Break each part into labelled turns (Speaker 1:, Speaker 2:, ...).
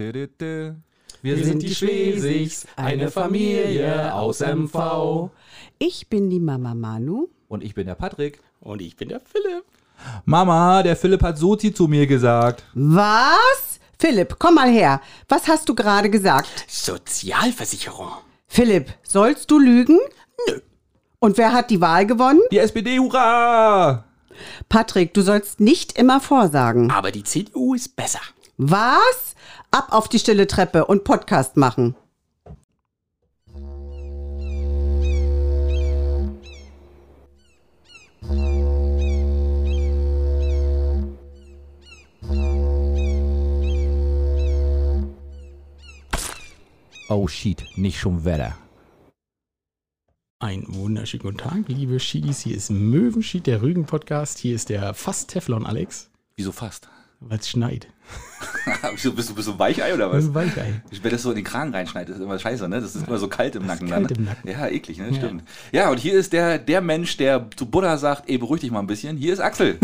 Speaker 1: Wir sind die Schlesigs, eine Familie aus MV.
Speaker 2: Ich bin die Mama Manu.
Speaker 1: Und ich bin der Patrick.
Speaker 3: Und ich bin der Philipp.
Speaker 1: Mama, der Philipp hat Soti zu mir gesagt.
Speaker 2: Was? Philipp, komm mal her. Was hast du gerade gesagt?
Speaker 3: Sozialversicherung.
Speaker 2: Philipp, sollst du lügen?
Speaker 3: Nö.
Speaker 2: Und wer hat die Wahl gewonnen?
Speaker 1: Die SPD, hurra!
Speaker 2: Patrick, du sollst nicht immer vorsagen.
Speaker 3: Aber die CDU ist besser.
Speaker 2: Was? Ab auf die stille Treppe und Podcast machen.
Speaker 1: Oh shit, nicht schon Wetter.
Speaker 3: Einen wunderschönen guten Tag, liebe Schiedis. Hier ist Möwenschied, der Rügen-Podcast. Hier ist der fast Teflon Alex,
Speaker 4: Wieso fast?
Speaker 3: weil es schneit.
Speaker 4: Wieso bist du bist du ein Weichei oder
Speaker 3: Das
Speaker 4: was?
Speaker 3: ist Weichei.
Speaker 4: Wenn das so in den Kragen reinschneidet, ist immer scheiße, ne? Das ist immer so kalt im Nacken.
Speaker 3: kalt
Speaker 4: dann,
Speaker 3: im
Speaker 4: ne?
Speaker 3: Nacken.
Speaker 4: Ja, eklig, ne? Stimmt. Ja, und hier ist der, der Mensch, der zu Buddha sagt, ey, beruhig dich mal ein bisschen. Hier ist Axel.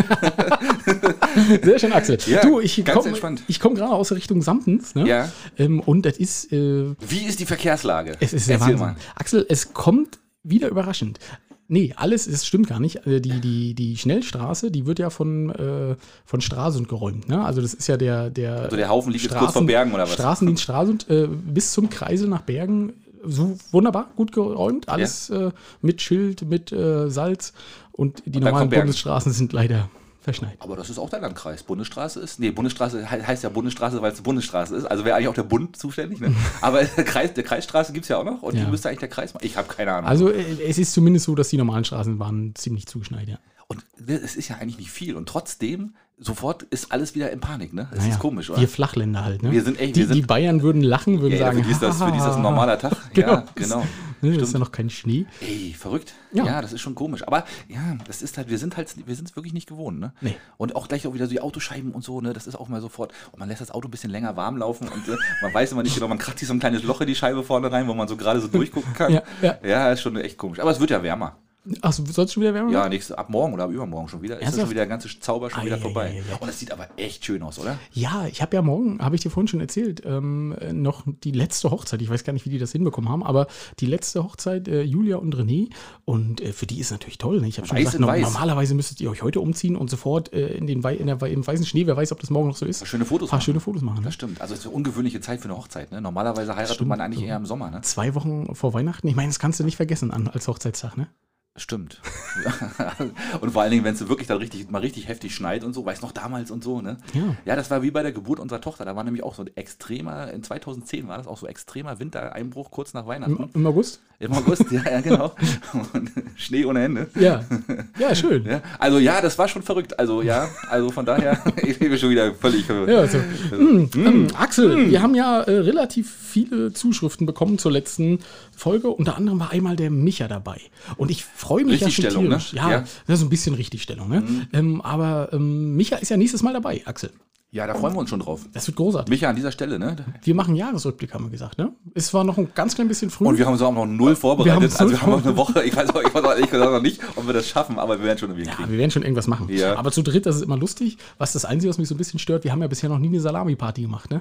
Speaker 3: Sehr schön, Axel.
Speaker 4: Ja,
Speaker 3: du, ich
Speaker 4: ganz
Speaker 3: komme
Speaker 4: entspannt.
Speaker 3: komm gerade aus Richtung Samtens. Ne?
Speaker 4: Ja.
Speaker 3: Ähm, und das ist, äh,
Speaker 4: Wie ist die Verkehrslage?
Speaker 3: es ist der
Speaker 4: Erzähl
Speaker 3: Wahnsinn. Axel, es kommt wieder überraschend. Nee, alles ist, stimmt gar nicht. Äh, Die, die, die Schnellstraße, die wird ja von, äh, von Stralsund geräumt. Ne? Also das ist ja der, der,
Speaker 4: Also der Haufen liegt jetzt kurz vor Bergen oder was?
Speaker 3: Straßendienst Stralsund äh, bis zum Kreisel nach Bergen. So wunderbar, gut geräumt. Alles äh, mit Schild, mit äh, Salz. Und die
Speaker 4: dann
Speaker 3: normalen
Speaker 4: kommt Bergen.
Speaker 3: Bundesstraßen sind leider verschneit.
Speaker 4: Aber das ist auch der Landkreis. Bundesstraße ist. Nee, Bundesstraße he- heißt ja Bundesstraße, weil es eine Bundesstraße ist. Also wäre eigentlich auch der Bund zuständig. Ne? Aber der Kreis, der Kreisstraße gibt es ja auch noch. Und
Speaker 3: Ja.
Speaker 4: die müsste eigentlich der Kreis machen. Ich habe keine Ahnung.
Speaker 3: Also äh, es ist zumindest so, dass die normalen Straßen waren ziemlich zugeschneit. Ja.
Speaker 4: und ne, es ist ja eigentlich nicht viel. Und trotzdem, sofort ist alles wieder in Panik. Ne? Das
Speaker 3: Naja,
Speaker 4: ist komisch, oder?
Speaker 3: Wir Flachländer halt. Ne?
Speaker 4: Wir sind echt-
Speaker 3: die,
Speaker 4: wir sind-
Speaker 3: die Bayern würden lachen, würden
Speaker 4: Ja,
Speaker 3: sagen,
Speaker 4: für die ist das, für die ist das ein normaler Tag.
Speaker 3: Genau.
Speaker 4: Ja, genau.
Speaker 3: Ne, das ist ja noch kein Schnee.
Speaker 4: Ey, verrückt.
Speaker 3: Ja.
Speaker 4: Ja. das ist schon komisch. Aber ja, das ist halt, wir sind halt, wir sind es wirklich nicht gewohnt, ne?
Speaker 3: Nee.
Speaker 4: Und auch gleich auch wieder so die Autoscheiben und so, ne? Das ist auch mal sofort. Und man lässt das Auto ein bisschen länger warm laufen und äh, man weiß immer nicht genau, man kratzt sich so ein kleines Loch in die Scheibe vorne rein, wo man so gerade so durchgucken kann.
Speaker 3: Ja, ja.
Speaker 4: ist schon echt komisch. Aber es wird ja wärmer.
Speaker 3: Ach, so, soll es schon wieder wärmer
Speaker 4: Ja,
Speaker 3: werden?
Speaker 4: nächste, ab morgen oder ab übermorgen schon wieder. Ist das
Speaker 3: Mhm. Ernsthaft?
Speaker 4: schon wieder der ganze Zauber schon
Speaker 3: Ei,
Speaker 4: wieder
Speaker 3: ei,
Speaker 4: vorbei.
Speaker 3: ei, ei, ei.
Speaker 4: Und das sieht aber echt schön aus, oder?
Speaker 3: Ja, ich habe ja morgen, habe ich dir vorhin schon erzählt, ähm, äh, noch die letzte Hochzeit. Ich weiß gar nicht, wie die das hinbekommen haben, aber die letzte Hochzeit, äh, Julia und René. Und äh, für die ist natürlich toll. Ne? Ich habe schon
Speaker 4: Weiß
Speaker 3: gesagt,
Speaker 4: in
Speaker 3: no,
Speaker 4: weiß.
Speaker 3: normalerweise müsstet ihr euch heute umziehen und sofort äh, in den Wei in der, Wei- im weißen Schnee. Wer weiß, ob das morgen noch so ist.
Speaker 4: Schöne Fotos
Speaker 3: Paar
Speaker 4: machen.
Speaker 3: schöne Fotos machen. Ne?
Speaker 4: Das stimmt. Also es ist eine ungewöhnliche Zeit für eine Hochzeit, ne? Normalerweise heiratet
Speaker 3: Stimmt,
Speaker 4: man eigentlich
Speaker 3: so.
Speaker 4: eher im Sommer, ne?
Speaker 3: Zwei Wochen vor Weihnachten. Ich meine, das kannst du nicht vergessen an, als Hochzeitstag, ne?
Speaker 4: Stimmt. und vor allen Dingen, wenn es wirklich dann richtig, mal richtig heftig schneit und so, weiß noch damals und so, ne?
Speaker 3: Ja.
Speaker 4: Ja, das war wie bei der Geburt unserer Tochter. Da war nämlich auch so ein extremer, in 2010 war das auch so extremer Wintereinbruch kurz nach
Speaker 3: Im,
Speaker 4: Weihnachten.
Speaker 3: im August?
Speaker 4: Im August, ja, ja, genau. Und Schnee ohne Ende.
Speaker 3: Ja. Ja, schön.
Speaker 4: Ja, also ja, das war schon verrückt. Also ja, also von daher, ich bin schon wieder völlig.
Speaker 3: Ja, so. Mm, ähm, Axel, wir haben ja äh, relativ viele Zuschriften bekommen zur letzten Folge. Unter anderem war einmal der Micha dabei. Und ich freue mich ja schon
Speaker 4: Richtigstellung,
Speaker 3: tierisch.
Speaker 4: ne?
Speaker 3: Ja,
Speaker 4: Ja. Mm.
Speaker 3: das ist so ein bisschen Richtigstellung. Ne? Ähm, aber ähm, Micha ist ja nächstes Mal dabei, Axel.
Speaker 4: Ja, da freuen wir uns schon drauf.
Speaker 3: Das wird großartig.
Speaker 4: Micha, an dieser Stelle, ne?
Speaker 3: wir machen Jahresrückblick, haben wir gesagt. Ne? Es war noch ein ganz klein bisschen früh.
Speaker 4: Und wir haben uns auch noch null
Speaker 3: haben
Speaker 4: vorbereitet.
Speaker 3: uns
Speaker 4: also
Speaker 3: null
Speaker 4: wir haben noch eine Woche, ich weiß auch, ich weiß auch ehrlich gesagt noch nicht, ob wir das schaffen, aber wir werden schon irgendwie
Speaker 3: ja,
Speaker 4: kriegen.
Speaker 3: wir werden schon irgendwas machen.
Speaker 4: Ja.
Speaker 3: Aber zu dritt, das ist immer lustig. Was das Einzige, was mich so ein bisschen stört, wir haben ja bisher noch nie eine Salami-Party gemacht, ne?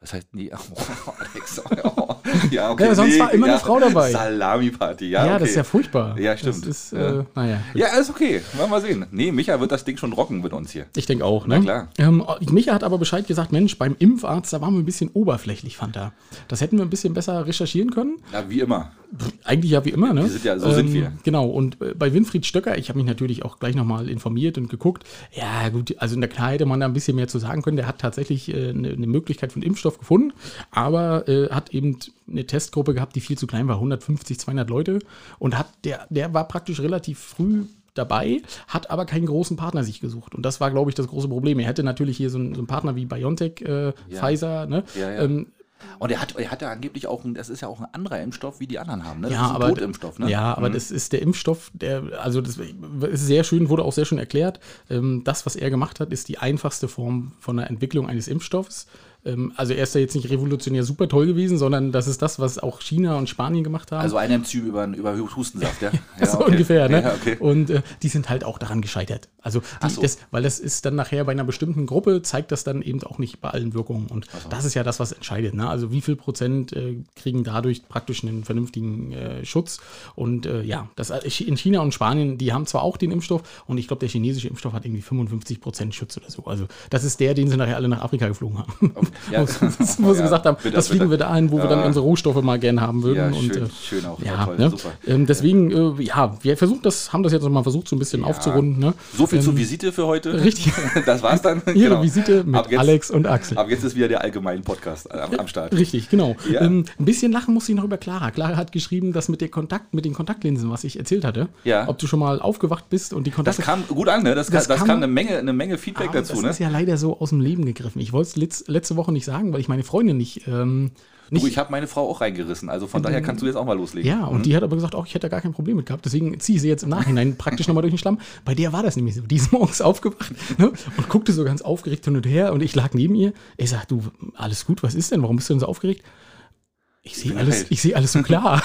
Speaker 4: Das heißt, nee, oh, Alex. Oh, ja, okay.
Speaker 3: Ja, sonst war immer
Speaker 4: ja.
Speaker 3: eine Frau dabei.
Speaker 4: Salami-Party, ja.
Speaker 3: Ja,
Speaker 4: okay.
Speaker 3: das ist ja furchtbar.
Speaker 4: Ja, stimmt.
Speaker 3: Das ist,
Speaker 4: Ja.
Speaker 3: äh, naja.
Speaker 4: Ja, ist okay. Mal, mal sehen. Nee, Micha wird das Ding schon rocken mit uns hier.
Speaker 3: Ich denke auch, ne?
Speaker 4: klar.
Speaker 3: Ähm, Micha hat aber Bescheid gesagt, Mensch, beim Impfarzt, da waren wir ein bisschen oberflächlich, fand er. Das hätten wir ein bisschen besser recherchieren können.
Speaker 4: Ja, wie immer.
Speaker 3: Eigentlich ja wie immer, ne?
Speaker 4: Wir sind ja- so sind wir.
Speaker 3: Genau, und äh, bei Winfried Stöcker, ich habe mich natürlich auch gleich nochmal informiert und geguckt. Ja, gut, also in der Klar hätte man da ein bisschen mehr zu sagen können. Der hat tatsächlich äh, eine eine Möglichkeit von Impfstoff gefunden, aber äh, hat eben eine Testgruppe gehabt, die viel zu klein war, 150, 200 Leute. Und hat der, der war praktisch relativ früh dabei, hat aber keinen großen Partner sich gesucht. Und das war, glaube ich, das große Problem. Er hätte natürlich hier so einen, so einen Partner wie BioNTech, äh, Pfizer, ne?
Speaker 4: Ja, ja.
Speaker 3: Ähm,
Speaker 4: Und er hat, er hat ja angeblich auch, ein, das ist ja auch ein anderer Impfstoff, wie die anderen haben. Ne? Das
Speaker 3: Ja,
Speaker 4: ist ein
Speaker 3: aber,
Speaker 4: Totimpfstoff, ne?
Speaker 3: ja, aber das ist der Impfstoff, der, also das ist sehr schön, wurde auch sehr schön erklärt. Ähm, das, was er gemacht hat, ist die einfachste Form von der Entwicklung eines Impfstoffs. Ähm, also er ist ja jetzt nicht revolutionär super toll gewesen, sondern das ist das, was auch China und Spanien gemacht haben.
Speaker 4: Also ein Enzym über, über Hustensaft, ja? ja
Speaker 3: so
Speaker 4: okay.
Speaker 3: ungefähr, ne?
Speaker 4: Ja, okay.
Speaker 3: Und äh, die sind halt auch daran gescheitert. Also, die,
Speaker 4: so.
Speaker 3: das, weil das ist dann nachher bei einer bestimmten Gruppe, zeigt das dann eben auch nicht bei allen Wirkungen. Und das ist ja das, was entscheidet. Ne? Also, wie viel Prozent äh, kriegen dadurch praktisch einen vernünftigen äh, Schutz? Und äh, ja, das, äh, in China und Spanien, die haben zwar auch den Impfstoff und ich glaube, der chinesische Impfstoff hat irgendwie 55 Prozent Schutz oder so. Also, das ist der, den sie nachher alle nach Afrika geflogen haben.
Speaker 4: Ja.
Speaker 3: Wo sie- wo sie
Speaker 4: Ja, Äh,
Speaker 3: gesagt haben,
Speaker 4: bitter,
Speaker 3: das fliegen
Speaker 4: bitter.
Speaker 3: wir da ein, wo wir dann unsere Rohstoffe mal gerne haben würden.
Speaker 4: Ja,
Speaker 3: und,
Speaker 4: schön,
Speaker 3: äh,
Speaker 4: schön auch.
Speaker 3: ja,
Speaker 4: toll,
Speaker 3: ne?
Speaker 4: super.
Speaker 3: ähm, deswegen, äh, ja, wir versuchen das, haben das jetzt nochmal versucht, so ein bisschen aufzurunden. Ne?
Speaker 4: So viel
Speaker 3: ähm,
Speaker 4: zur Visite für heute.
Speaker 3: Richtig.
Speaker 4: Das war's dann. genau.
Speaker 3: Ihre Visite mit
Speaker 4: ab jetzt,
Speaker 3: Alex und Axel.
Speaker 4: Ab jetzt ist wieder der allgemeine Podcast am, am Start.
Speaker 3: Richtig, genau.
Speaker 4: Ja.
Speaker 3: Ähm, ein bisschen lachen muss ich noch über Clara. Clara hat geschrieben, dass mit, der Kontakt, mit den Kontaktlinsen, was ich erzählt hatte,
Speaker 4: Ja.
Speaker 3: ob du schon mal aufgewacht bist und die
Speaker 4: Das
Speaker 3: Kontakte.
Speaker 4: kam gut an, ne? Das,
Speaker 3: Das
Speaker 4: kam, das
Speaker 3: kam-
Speaker 4: kam eine Menge, eine Menge Feedback
Speaker 3: Aber
Speaker 4: dazu,
Speaker 3: das
Speaker 4: ne?
Speaker 3: ist ja leider so aus dem Leben gegriffen. Ich wollte es letzte Woche nicht sagen, weil ich meine Freundin nicht. Ähm, nicht
Speaker 4: du, ich habe meine Frau auch reingerissen, also von daher kannst du jetzt auch mal loslegen.
Speaker 3: Ja, und die hat aber gesagt, auch ich hätte da gar kein Problem mit gehabt. Deswegen ziehe ich sie jetzt im Nachhinein praktisch nochmal durch den Schlamm. Bei der war das nämlich so. Die ist morgens aufgewacht ne, und guckte so ganz aufgeregt hin und her. Und ich lag neben ihr. Ich sag, du, alles gut, was ist denn? Warum bist du denn so aufgeregt? Ich sehe
Speaker 4: bin
Speaker 3: alles,
Speaker 4: erhellt.
Speaker 3: ich seh alles so klar.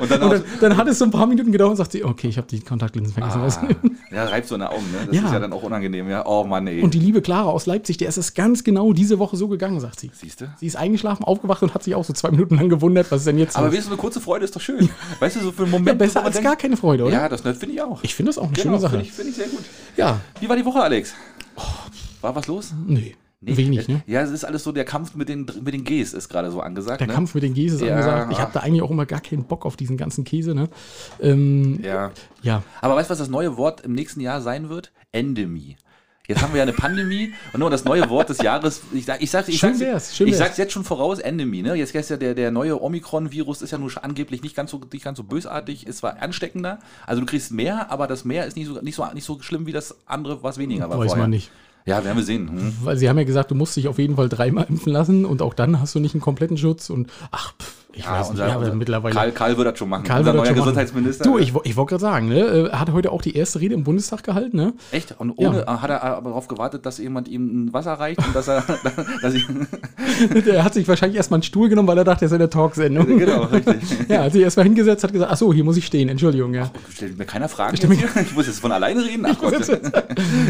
Speaker 4: Und dann,
Speaker 3: und
Speaker 4: auch,
Speaker 3: dann, dann hat es so ein paar Minuten gedauert und sagt sie, okay, ich habe die Kontaktlinsen vergessen. Weißt
Speaker 4: ah,
Speaker 3: du?
Speaker 4: ja, reibt so in den Augen, ne? Das
Speaker 3: Ja.
Speaker 4: ist ja dann auch unangenehm, ja. Oh Mann, ey.
Speaker 3: Und die liebe Clara aus Leipzig, der ist es ganz genau diese Woche so gegangen, sagt sie.
Speaker 4: Siehst du?
Speaker 3: Sie ist eingeschlafen, aufgewacht und hat sich auch so zwei Minuten lang gewundert, was ist denn jetzt
Speaker 4: Aber
Speaker 3: los?
Speaker 4: weißt du, eine kurze Freude ist doch schön. Weißt du, so für einen Moment.
Speaker 3: Ja, besser
Speaker 4: wo man
Speaker 3: als
Speaker 4: denkt-
Speaker 3: gar keine Freude, oder?
Speaker 4: Ja, das ne, finde ich auch. Genau,
Speaker 3: Ich finde das auch eine schöne Sache.
Speaker 4: Finde ich, find ich sehr gut.
Speaker 3: ja,
Speaker 4: Wie war die Woche, Alex? War was los?
Speaker 3: nee, wenig, ne?
Speaker 4: Ja, es ist alles so, der Kampf mit den, mit den Gs ist gerade so angesagt.
Speaker 3: Der
Speaker 4: ne?
Speaker 3: Kampf mit den Käse ist
Speaker 4: Ja,
Speaker 3: angesagt. Ich
Speaker 4: ach.
Speaker 3: habe da eigentlich auch immer gar keinen Bock auf diesen ganzen Käse, ne? Ähm,
Speaker 4: Ja.
Speaker 3: ja.
Speaker 4: Aber weißt du, was das neue Wort im nächsten Jahr sein wird? Endemie. Jetzt haben wir ja eine Pandemie und nur das neue Wort des Jahres. Ich sag, ich sag, ich
Speaker 3: Schön
Speaker 4: sag's,
Speaker 3: wär's, schön
Speaker 4: ich
Speaker 3: wär's.
Speaker 4: sag's jetzt schon voraus, Endemie. Ne? Jetzt ist ja der, der neue Omikron-Virus ist ja nur schon angeblich nicht ganz so nicht ganz so bösartig, ist zwar ansteckender. Also du kriegst mehr, aber das mehr ist nicht so nicht so nicht so schlimm wie das andere, was weniger war.
Speaker 3: Weiß
Speaker 4: vorher.
Speaker 3: man nicht.
Speaker 4: Ja, werden wir sehen. Hm.
Speaker 3: Weil sie haben ja gesagt, du musst dich auf jeden Fall dreimal impfen lassen und auch dann hast du nicht einen kompletten Schutz und ach, pff, ich weiß nicht, ja, aber mittlerweile.
Speaker 4: Ah, Karl, Karl wird das schon machen.
Speaker 3: Karl
Speaker 4: unser
Speaker 3: wird
Speaker 4: neuer
Speaker 3: das schon machen.
Speaker 4: Gesundheitsminister.
Speaker 3: Du, ich, wo- ich wollte gerade sagen, ne? äh, hat heute auch die erste Rede im Bundestag gehalten, ne?
Speaker 4: Echt? Und ohne äh, hat er aber darauf gewartet, dass jemand ihm ein Wasser reicht und dass er. dass ich,
Speaker 3: Der hat sich wahrscheinlich erstmal einen Stuhl genommen, weil er dachte, er ist in der Talksendung.
Speaker 4: genau, richtig.
Speaker 3: Ja, hat sich erstmal hingesetzt, hat gesagt, ach so, hier muss ich stehen, Entschuldigung, ja.
Speaker 4: Stellt mir keiner Fragen. Jetzt hier? Ich muss jetzt von alleine reden. Ach Gott.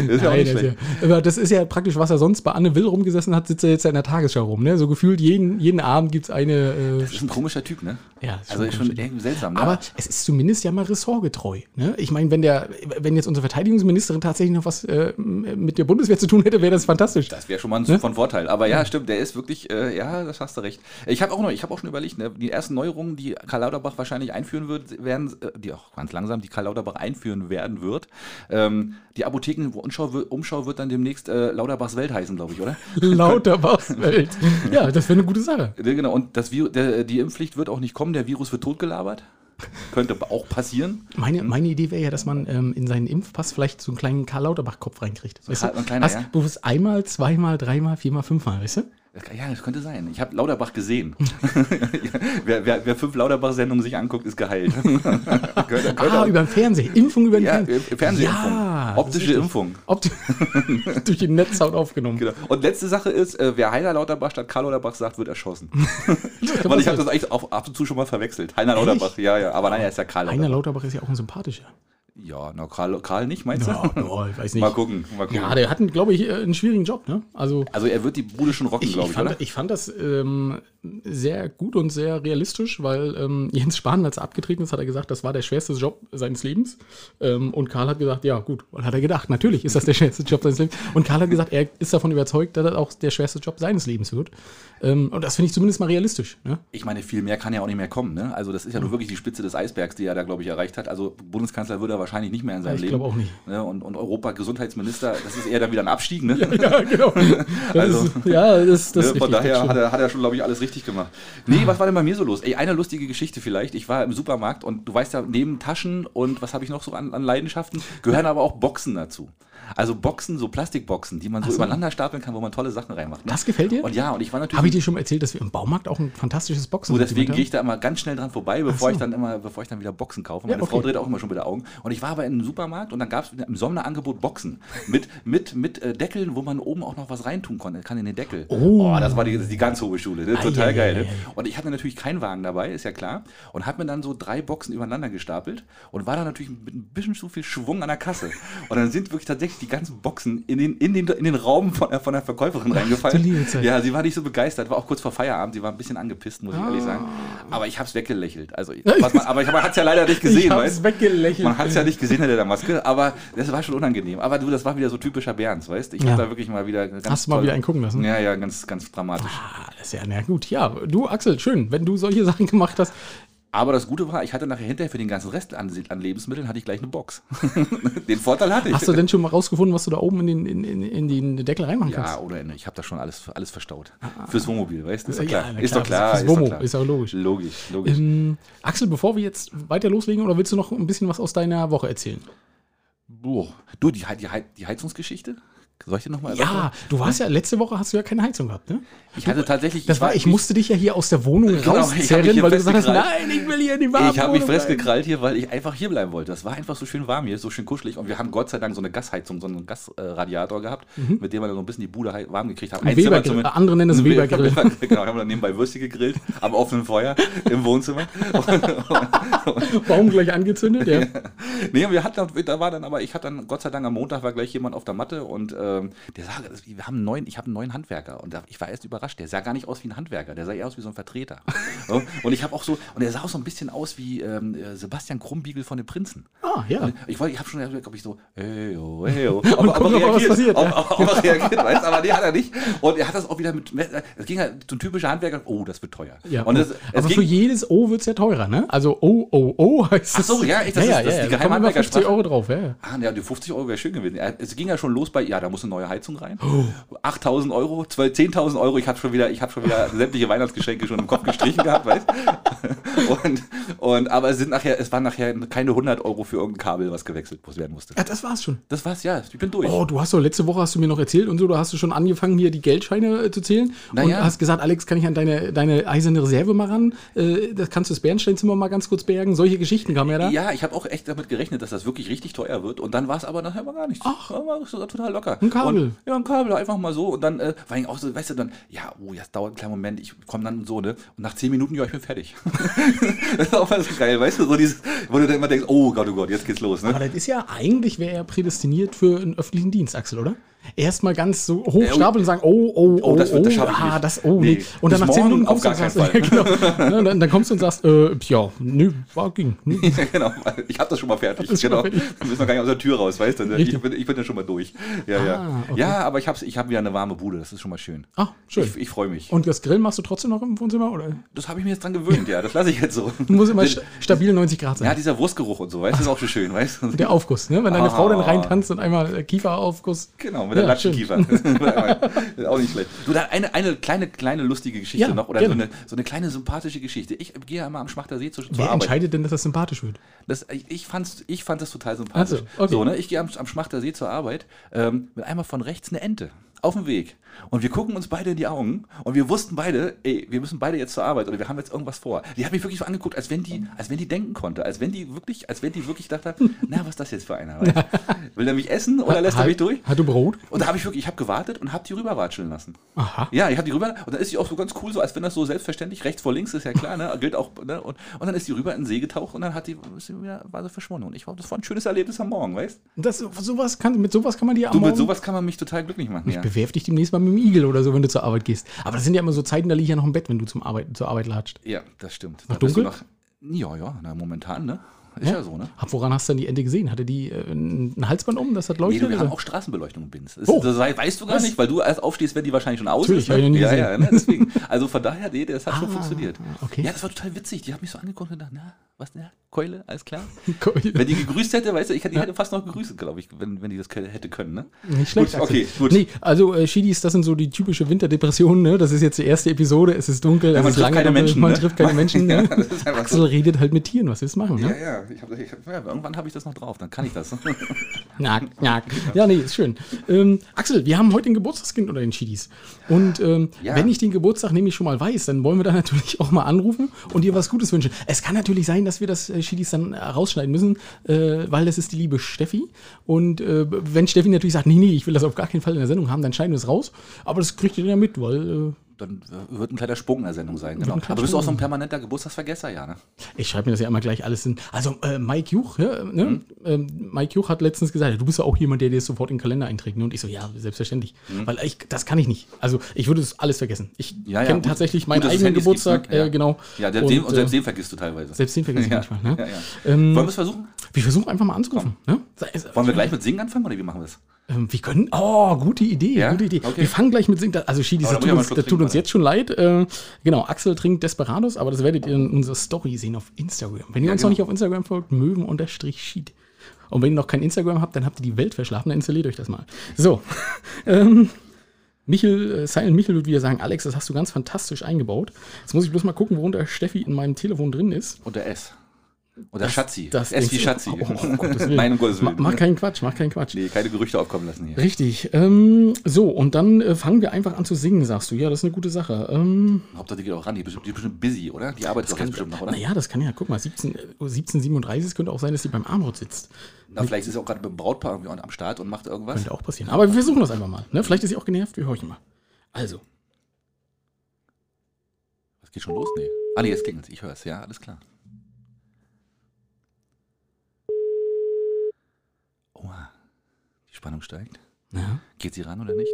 Speaker 4: Das ist ja auch
Speaker 3: Nein,
Speaker 4: nicht schlecht.
Speaker 3: das ist ja, aber das ist ja praktisch, was er sonst bei Anne Will rumgesessen hat, sitzt er jetzt ja in der Tagesschau rum. Ne? So gefühlt jeden, jeden Abend gibt es eine. Äh,
Speaker 4: Das ist ein komischer Typ, ne?
Speaker 3: Ja, das ist
Speaker 4: also
Speaker 3: schon
Speaker 4: ist schon irgendwie seltsam. Ne?
Speaker 3: aber es ist zumindest ja mal ressortgetreu. Ne? Ich meine, wenn, der, wenn jetzt unsere Verteidigungsministerin tatsächlich noch was äh, mit der Bundeswehr zu tun hätte, wäre das fantastisch.
Speaker 4: das wäre schon
Speaker 3: Ne?
Speaker 4: mal ein von Vorteil. Aber ja, stimmt, der ist wirklich, äh, ja, das hast du recht. Ich habe auch noch, ich habe auch schon überlegt, ne, die ersten Neuerungen, die Karl Lauterbach wahrscheinlich einführen wird, werden, äh, die auch ganz langsam, die Karl Lauterbach einführen werden wird. Ähm, die Apotheken-Umschau wird- Umschau wird dann demnächst äh, Lauterbachs Welt heißen, glaube ich, oder?
Speaker 3: Lauter Welt. Ja, das wäre eine gute Sache.
Speaker 4: Ja, Genau, und das Vir der, die Impfpflicht wird auch nicht kommen, der Virus wird totgelabert. Könnte auch passieren.
Speaker 3: Meine, meine Idee wäre ja, dass man ähm, in seinen Impfpass vielleicht so einen kleinen Karl Lauterbach-Kopf reinkriegt. weißt
Speaker 4: ein
Speaker 3: du?
Speaker 4: kleiner,
Speaker 3: Hast,
Speaker 4: ja.
Speaker 3: Du bist einmal, zweimal, dreimal, viermal, fünfmal, weißt du?
Speaker 4: Das kann- Ja, das könnte sein. Ich habe Lauterbach gesehen. wer, wer, wer fünf Lauterbach-Sendungen sich anguckt, ist geheilt. könnte, könnte
Speaker 3: Ah,
Speaker 4: auch-
Speaker 3: über den Fernseher. Impfung über den
Speaker 4: ja,
Speaker 3: Fernseher.
Speaker 4: äh, Fernsehimpfung.
Speaker 3: Ja,
Speaker 4: Optische Impfung.
Speaker 3: Opt durch die Netzhaut aufgenommen.
Speaker 4: Genau. Und letzte Sache ist, äh, wer Heiner Lauterbach statt Karl Lauterbach sagt, wird erschossen. Weil ich habe das eigentlich auch ab und zu schon mal verwechselt. Heiner
Speaker 3: Ehrlich?
Speaker 4: Lauterbach, ja, ja. Aber naja, ist ja Karl
Speaker 3: Heiner
Speaker 4: Lauterbach.
Speaker 3: Lauterbach ist ja auch ein sympathischer.
Speaker 4: Ja, na, Karl, Karl nicht, meinst du?
Speaker 3: ja, ich weiß nicht.
Speaker 4: Mal gucken, mal gucken.
Speaker 3: Ja, der hat, glaube ich, äh, einen schwierigen Job. Ne? Also
Speaker 4: also er wird die Bude schon rocken,
Speaker 3: ich,
Speaker 4: glaube
Speaker 3: ich,
Speaker 4: ich,
Speaker 3: fand,
Speaker 4: oder?
Speaker 3: ich, fand das ähm, sehr gut und sehr realistisch, weil ähm, Jens Spahn, als er abgetreten ist, hat er gesagt, das war der schwerste Job seines Lebens. Ähm, und Karl hat gesagt, ja gut, und hat er gedacht, natürlich ist das der schwerste Job seines Lebens. Und Karl hat gesagt, er ist davon überzeugt, dass das auch der schwerste Job seines Lebens wird. Ähm, und das finde ich zumindest mal realistisch. Ne?
Speaker 4: Ich meine, viel mehr kann ja auch nicht mehr kommen. Ne? Also das ist ja
Speaker 3: Hm.
Speaker 4: nur wirklich die Spitze des Eisbergs, die er da, glaube ich, erreicht hat. Also Bundeskanzler würde er wahrscheinlich nicht mehr in seinem
Speaker 3: ich
Speaker 4: Leben.
Speaker 3: glaube auch nicht.
Speaker 4: Ne? Und, und Europa-Gesundheitsminister, das ist eher dann wieder ein Abstieg. Ne?
Speaker 3: Ja, genau. Das
Speaker 4: Also,
Speaker 3: ist, ja, das, das
Speaker 4: ne?
Speaker 3: ist
Speaker 4: Von
Speaker 3: richtig, das Ah.
Speaker 4: daher
Speaker 3: stimmt.
Speaker 4: hat er, hat er schon, glaube ich, alles richtig gemacht. Nee, was war denn bei mir so los? Ey, eine lustige Geschichte vielleicht. Ich war im Supermarkt und du weißt ja, neben Taschen und was habe ich noch so an, an Leidenschaften, gehören aber auch Boxen dazu. Also Boxen, so Plastikboxen, die man so, übereinander stapeln kann, wo man tolle Sachen reinmacht. ne?
Speaker 3: Das gefällt dir?
Speaker 4: Und ja, und ich war natürlich.
Speaker 3: Habe ich dir schon mal erzählt, dass wir im Baumarkt auch ein fantastisches Boxen
Speaker 4: so, Oh, deswegen
Speaker 3: haben?
Speaker 4: gehe ich da immer ganz schnell dran vorbei, bevor
Speaker 3: ne?
Speaker 4: ich
Speaker 3: so.
Speaker 4: dann immer, bevor ich dann wieder Boxen kaufe. Meine
Speaker 3: Ja, okay.
Speaker 4: Frau dreht auch immer schon wieder Augen. Und ich war aber in einem Supermarkt und dann gab es im Sommerangebot Boxen mit, mit, mit äh, Deckeln, wo man oben auch noch was reintun konnte. Kann in den Deckel.
Speaker 3: Oh.
Speaker 4: das war die, das ist die ganz hohe Schule. Ne? Total
Speaker 3: Ei, ei,
Speaker 4: geil.
Speaker 3: ei,
Speaker 4: Ne?
Speaker 3: ei.
Speaker 4: Und ich hatte natürlich keinen Wagen dabei, ist ja klar. Und habe mir dann so drei Boxen übereinander gestapelt und war dann natürlich mit ein bisschen zu viel Schwung an der Kasse. Und dann sind wirklich tatsächlich die ganzen Boxen in den, in den, in den Raum von, der- von der Verkäuferin
Speaker 3: du liebe
Speaker 4: reingefallen.
Speaker 3: Zeit.
Speaker 4: Ja, sie war nicht so begeistert, war auch kurz vor Feierabend, sie war ein bisschen angepisst, muss ich ehrlich sagen. Aber ich habe es weggelächelt. Also, was man, aber ich hat es ja leider nicht gesehen,
Speaker 3: Ah. ich
Speaker 4: weißt
Speaker 3: hab's weggelächelt.
Speaker 4: man hat es ja nicht gesehen hinter der Maske, aber das war schon unangenehm. Aber du, das war wieder so typischer Berns, weißt Ich
Speaker 3: Ja.
Speaker 4: habe da wirklich mal wieder ganz
Speaker 3: Hast du mal wieder einen gucken lassen?
Speaker 4: Ja, ja, ganz, ganz dramatisch.
Speaker 3: Ah, das ist ja, na gut. Ja, du, Axel, schön, wenn du solche Sachen gemacht hast.
Speaker 4: Aber das Gute war, ich hatte nachher hinterher für den ganzen Rest an, an Lebensmitteln hatte ich gleich eine Box. den Vorteil hatte ich.
Speaker 3: Hast du denn schon mal rausgefunden, was du da oben in den, in, in, in den Deckel reinmachen
Speaker 4: ja,
Speaker 3: kannst?
Speaker 4: ohne Ende. Ich habe da schon alles, alles verstaut. Fürs Wohnmobil, weißt du? Ist doch
Speaker 3: Ah, Ja,
Speaker 4: klar.
Speaker 3: na
Speaker 4: ist
Speaker 3: klar,
Speaker 4: doch klar.
Speaker 3: fürs
Speaker 4: doch
Speaker 3: Womo,
Speaker 4: klar.
Speaker 3: ist auch logisch.
Speaker 4: Logisch, logisch.
Speaker 3: Ähm, Axel, bevor wir jetzt weiter loslegen, oder willst du noch ein bisschen was aus deiner Woche erzählen?
Speaker 4: Boah. Du, die, Hei- die, Hei- die Heizungsgeschichte? Soll ich dir nochmal
Speaker 3: Ja, du warst ja, letzte Woche hast du ja keine Heizung gehabt, ne?
Speaker 4: Ich hatte tatsächlich.
Speaker 3: Das war, ich musste dich ja hier aus der Wohnung
Speaker 4: Genau, ich hab mich
Speaker 3: rauszerren,
Speaker 4: hier
Speaker 3: weil du gesagt hast,
Speaker 4: festgekrallt.
Speaker 3: nein, ich will hier in die warme
Speaker 4: Ich habe mich
Speaker 3: Wohnung rein.
Speaker 4: festgekrallt hier, weil ich einfach hier bleiben wollte. Das war einfach so schön warm hier, so schön kuschelig. Und wir haben Gott sei Dank so eine Gasheizung, so einen Gasradiator gehabt, mit dem wir dann so ein bisschen die Bude hei- warm gekriegt haben.
Speaker 3: Mhm. Ein Webergrill.
Speaker 4: zumindest.
Speaker 3: Andere nennen es
Speaker 4: Ein
Speaker 3: Webergrill.
Speaker 4: genau, wir haben dann nebenbei Würste gegrillt, am offenen Feuer im Wohnzimmer.
Speaker 3: Baum gleich angezündet, ja.
Speaker 4: nee, wir hatten, da war dann aber, ich hatte dann, Gott sei Dank, am Montag war gleich jemand auf der Matte und ähm, der sah, das- wir haben einen neuen, ich habe einen neuen Handwerker und da, ich war erst überrascht, der sah gar nicht aus wie ein Handwerker, der sah eher aus wie so ein Vertreter. Ja, und ich habe auch so, und er sah auch so ein bisschen aus wie ähm, äh, Sebastian Krumbiegel von den Prinzen.
Speaker 3: Ah, ja.
Speaker 4: Ich, wollte- ich habe schon überlegt, ob ich so, ey, oh, ey, oh.
Speaker 3: Und guck mal, was passiert,
Speaker 4: Ob,
Speaker 3: ja.
Speaker 4: ob, ob er reagiert, weißt du, aber nee, hat er nicht. Und er hat das auch wieder mit, es ging halt so ein typischer Handwerker, oh, das wird teuer.
Speaker 3: ja.
Speaker 4: und das, es
Speaker 3: aber für
Speaker 4: ging,
Speaker 3: jedes O wird es ja teurer, ne? Also O, O, O heißt
Speaker 4: Ach so, ja, echt, das
Speaker 3: ja,
Speaker 4: ist-
Speaker 3: ja,
Speaker 4: das ist
Speaker 3: ja,
Speaker 4: die
Speaker 3: da
Speaker 4: geheime
Speaker 3: kommen immer 50
Speaker 4: Handwerkersprache.
Speaker 3: Euro drauf, ja, ja.
Speaker 4: Ah, ja, die 50 Euro wäre schön gewesen. Ja, Es ging ja schon los bei, ja, da muss eine neue Heizung rein. 8000 Euro, 12, 10.000 Euro. Ich habe schon wieder, ich habe schon wieder sämtliche Weihnachtsgeschenke schon im Kopf gestrichen gehabt, weißt und, und Aber es sind nachher, es waren nachher keine 100 Euro für irgendein Kabel, was gewechselt muss- werden musste.
Speaker 3: Ja, das war's schon.
Speaker 4: Das war's, ja, ich bin durch.
Speaker 3: Oh, du hast doch letzte Woche hast du mir noch erzählt und so, da hast du schon angefangen hier die Geldscheine äh, zu zählen
Speaker 4: Na
Speaker 3: und
Speaker 4: ja.
Speaker 3: hast gesagt, Alex, kann ich an deine, deine eiserne Reserve mal ran? Äh, das kannst du das Bernsteinzimmer mal ganz kurz bergen. Solche Geschichten kamen ja da.
Speaker 4: Ja, ich habe auch echt damit gerechnet, dass das wirklich richtig teuer wird. Und dann war es aber nachher mal gar nichts. Ach, war es total locker.
Speaker 3: Ein Kabel.
Speaker 4: Und, ja, ein Kabel, einfach mal so. Und dann, äh, vor allem auch so, weißt du, dann, ja, oh, das dauert einen kleinen Moment, ich komme dann so, ne? Und nach zehn Minuten, ja, ich bin fertig. das ist auch mal so geil, weißt du, so dieses, wo du dann immer denkst, oh Gott, oh Gott, jetzt geht's los, ne?
Speaker 3: Aber das ist ja eigentlich, wäre er prädestiniert für einen öffentlichen Dienst, Axel, oder? Erstmal ganz so hochstapeln und sagen, oh, oh, oh,
Speaker 4: Oh, das wird- das schaff ich
Speaker 3: ah,
Speaker 4: nicht.
Speaker 3: das, oh, nee.
Speaker 4: Nee,
Speaker 3: Und dann
Speaker 4: bis
Speaker 3: nach zehn
Speaker 4: morgen
Speaker 3: Minuten
Speaker 4: auf
Speaker 3: kommst du und
Speaker 4: gar
Speaker 3: sagst, ja,
Speaker 4: keinen
Speaker 3: genau, ne, dann, dann kommst du und sagst, äh, ja, nö, war, ging, nö,
Speaker 4: genau, ich habe das schon mal fertig.
Speaker 3: Das ist schon
Speaker 4: genau.
Speaker 3: mal fertig.
Speaker 4: Wir müssen noch gar nicht aus der Tür raus, weißt du? ne? Ich
Speaker 3: Richtig.
Speaker 4: bin, ich bin ja schon mal durch. Ja, ja.
Speaker 3: Ah, okay.
Speaker 4: ja, aber ich habe ich hab wieder eine warme Bude, das ist schon mal schön.
Speaker 3: Ah, schön.
Speaker 4: Ich, ich freue mich.
Speaker 3: Und das Grillen machst du trotzdem noch im Wohnzimmer, oder?
Speaker 4: Das habe ich mir jetzt dran gewöhnt, ja, das lasse ich jetzt so.
Speaker 3: Muss immer st stabil 90 Grad sein.
Speaker 4: Ja, dieser Wurstgeruch und so, weißt du, ist auch so schön, weißt du?
Speaker 3: Der Aufguss, ne? Wenn deine
Speaker 4: Ah.
Speaker 3: Frau dann reintanzt und einmal äh, Kieferaufguss.
Speaker 4: Genau, mit der
Speaker 3: Ja,
Speaker 4: Latschenkiefer. auch nicht schlecht. Du, da eine, eine kleine, kleine lustige Geschichte
Speaker 3: Ja,
Speaker 4: noch oder so
Speaker 3: gerne.
Speaker 4: eine, so eine kleine sympathische Geschichte. Ich gehe ja immer am Schmachter See zu, zur
Speaker 3: Wer
Speaker 4: Arbeit.
Speaker 3: entscheidet denn, dass das sympathisch wird?
Speaker 4: Das, ich, ich, fand's, ich fand das total sympathisch.
Speaker 3: Ach so, okay.
Speaker 4: ne? Ich gehe am, am Schmachter See zur Arbeit ähm, mit einmal von rechts eine Ente auf dem Weg. Und wir gucken uns beide in die Augen und wir wussten beide, ey, wir müssen beide jetzt zur Arbeit oder wir haben jetzt irgendwas vor. Die hat mich wirklich so angeguckt, als wenn die, als wenn die denken konnte, als wenn die wirklich, als wenn die wirklich dachte, na, was ist das jetzt für einer? weißt du? Will er mich essen oder lässt er
Speaker 3: Hat-
Speaker 4: mich durch?
Speaker 3: Hat du Brot?
Speaker 4: Und da habe ich wirklich, ich habe gewartet und habe die rüberwatscheln lassen.
Speaker 3: Aha.
Speaker 4: Ja, ich habe die rüber und dann ist die auch so ganz cool, so als wenn das so selbstverständlich rechts vor links ist ja klar, ne, gilt auch ne, und, und dann ist die rüber in den See getaucht und dann hat die ist die wieder, war sie verschwunden und ich war das war ein schönes Erlebnis am Morgen, weißt?
Speaker 3: Das, sowas kann, mit sowas kann man dir am
Speaker 4: Du mit
Speaker 3: Morgen-
Speaker 4: sowas kann man mich total glücklich machen, ja.
Speaker 3: Bewerf dich demnächst mal mit dem Igel oder so, wenn du zur Arbeit gehst. Aber das sind ja immer so Zeiten, da liege ich ja noch im Bett, wenn du zum Arbeit, zur Arbeit latscht.
Speaker 4: Ja, das stimmt.
Speaker 3: Noch
Speaker 4: Da bist du
Speaker 3: dunkel?
Speaker 4: noch- ja, ja, na momentan, ne? Ist ja, so, ne?
Speaker 3: Ab woran hast du denn die Ente gesehen? Hatte die äh, ein ein Halsband um, das hat
Speaker 4: Nee,
Speaker 3: leuchtet?
Speaker 4: du, wir haben
Speaker 3: oder?
Speaker 4: auch Straßenbeleuchtung in Binz. Das,
Speaker 3: Oh.
Speaker 4: das wei- weißt du gar
Speaker 3: Was?
Speaker 4: nicht, weil du erst aufstehst, wenn die wahrscheinlich schon aus
Speaker 3: Natürlich,
Speaker 4: ist.
Speaker 3: hab ich noch nie
Speaker 4: ja,
Speaker 3: gesehen.
Speaker 4: ja, ne, deswegen. Also von daher, nee, das hat schon
Speaker 3: Ah,
Speaker 4: funktioniert.
Speaker 3: okay.
Speaker 4: Ja, das war total witzig. Die hat mich so angeguckt und gedacht, na, was denn? Keule, alles klar.
Speaker 3: Cool.
Speaker 4: Wenn die gegrüßt hätte, weißt du, ich hätte, die hätte fast noch gegrüßt, glaube ich, wenn, wenn die das ke- hätte können, ne?
Speaker 3: Nicht schlecht.
Speaker 4: Gut,
Speaker 3: Axel.
Speaker 4: okay, gut.
Speaker 3: Nee, also äh, Schiedis, das sind so die typische Winterdepression, ne? Das ist jetzt die erste Episode, es ist dunkel,
Speaker 4: Ja,
Speaker 3: es
Speaker 4: man
Speaker 3: ist
Speaker 4: trifft
Speaker 3: lange
Speaker 4: keine
Speaker 3: dunkel,
Speaker 4: Menschen,
Speaker 3: man
Speaker 4: ne?
Speaker 3: trifft keine Menschen.
Speaker 4: Ja,
Speaker 3: Ne?
Speaker 4: das ist einfach
Speaker 3: Axel
Speaker 4: so.
Speaker 3: redet halt mit Tieren, was willst du machen?
Speaker 4: Ja,
Speaker 3: Ne?
Speaker 4: ja, ich hab, ich hab, ja irgendwann habe ich das noch drauf, dann kann ich das.
Speaker 3: Nack, nack. Ja, nee, ist schön. Ähm, Axel, wir haben heute ein Geburtstagskind unter den Schiedis. Und ähm,
Speaker 4: Ja.
Speaker 3: wenn ich den Geburtstag nämlich schon mal weiß, dann wollen wir da natürlich auch mal anrufen und dir was Gutes wünschen. Es kann natürlich sein, dass wir das äh, Schiedis dann äh, rausschneiden müssen, äh, weil das ist die liebe Steffi. Und äh, wenn Steffi natürlich sagt, nee, nee, ich will das auf gar keinen Fall in der Sendung haben, dann schneiden wir es raus. Aber das kriegt ihr dann ja mit, weil äh,
Speaker 4: Dann wird ein kleiner Sprung in der Sendung sein, genau.
Speaker 3: ein kleiner
Speaker 4: Aber du bist auch so
Speaker 3: Sprung.
Speaker 4: ein permanenter Geburtstagsvergesser, ja, ne?
Speaker 3: Ich schreibe mir das ja immer gleich alles hin. Also äh, Mike Juch, ja, ne?
Speaker 4: Mhm.
Speaker 3: ähm, Mike Juch hat letztens gesagt, du bist ja auch jemand, der dir das sofort in den Kalender einträgt. Ne? Und ich so, ja, selbstverständlich. Weil ich, das kann ich nicht. Also ich würde das alles vergessen. Ich
Speaker 4: Mhm. Ja, ja,
Speaker 3: kenne
Speaker 4: gut.
Speaker 3: tatsächlich
Speaker 4: Gut,
Speaker 3: meinen
Speaker 4: dass es
Speaker 3: eigenen
Speaker 4: Handys gibt,
Speaker 3: Geburtstag,
Speaker 4: ne? Ja.
Speaker 3: äh, genau.
Speaker 4: Ja, der,
Speaker 3: und,
Speaker 4: den, und selbst
Speaker 3: äh,
Speaker 4: den vergisst du teilweise.
Speaker 3: selbst den vergesse ich
Speaker 4: ja.
Speaker 3: manchmal. Ne?
Speaker 4: Ja, ja. Wollen
Speaker 3: Ähm,
Speaker 4: wir es versuchen?
Speaker 3: Wir versuchen einfach mal anzurufen. Ne? Sei- sei-
Speaker 4: Wollen wir gleich mit Singen anfangen oder wie machen wir das?
Speaker 3: Ähm, wir können. Oh, gute Idee,
Speaker 4: Ja?
Speaker 3: gute Idee.
Speaker 4: Okay.
Speaker 3: Wir fangen gleich mit Singen. Also Schiedis,
Speaker 4: Aber
Speaker 3: das
Speaker 4: da muss ich
Speaker 3: tut,
Speaker 4: aber
Speaker 3: uns,
Speaker 4: einen Schluck
Speaker 3: das tut uns
Speaker 4: trinken,
Speaker 3: jetzt schon leid. Äh, genau, Axel trinkt Desperados, aber das werdet ihr in unserer Story sehen auf Instagram. Wenn ihr uns
Speaker 4: genau.
Speaker 3: noch nicht auf Instagram folgt, möwen-schied. Und wenn ihr noch kein Instagram habt, dann habt ihr die Welt verschlafen, dann installiert euch das mal. So. ähm, Michel, äh, Silent Michel wird wieder sagen, Alex, das hast du ganz fantastisch eingebaut. Jetzt muss ich bloß mal gucken, worunter Steffi in meinem Telefon drin ist.
Speaker 4: Oder S? Oder Schatzi?
Speaker 3: das
Speaker 4: S wie
Speaker 3: denkst du-
Speaker 4: Schatzi.
Speaker 3: Oh, um Gottes Willen.
Speaker 4: Nein, um Gottes
Speaker 3: Ma
Speaker 4: Willen.
Speaker 3: mach keinen Quatsch, mach keinen Quatsch.
Speaker 4: nee, keine Gerüchte aufkommen lassen hier.
Speaker 3: Richtig. Ähm, so, und dann äh, fangen wir einfach an zu singen, sagst du. Ja, das ist eine gute Sache. Ähm,
Speaker 4: Hauptsache, die geht auch ran. Die ist bestimmt, die ist bestimmt busy, oder? Die arbeitet doch jetzt bestimmt noch, oder?
Speaker 3: naja, das kann ja, guck mal, 17, äh, 1737, es könnte auch sein, dass die beim Armut sitzt.
Speaker 4: Na, vielleicht ist sie auch gerade mit dem Brautpaar irgendwie am Start und macht irgendwas.
Speaker 3: Könnte auch passieren. Aber wir versuchen das einfach mal. Ne? Vielleicht ist sie auch genervt, wir horchen mal. Also,
Speaker 4: Was geht schon los? Nee. Ah, nee, jetzt klingelt Ich höre es. Ja, alles klar. Oha. Die Spannung steigt.
Speaker 3: ja.
Speaker 4: Geht sie ran oder nicht?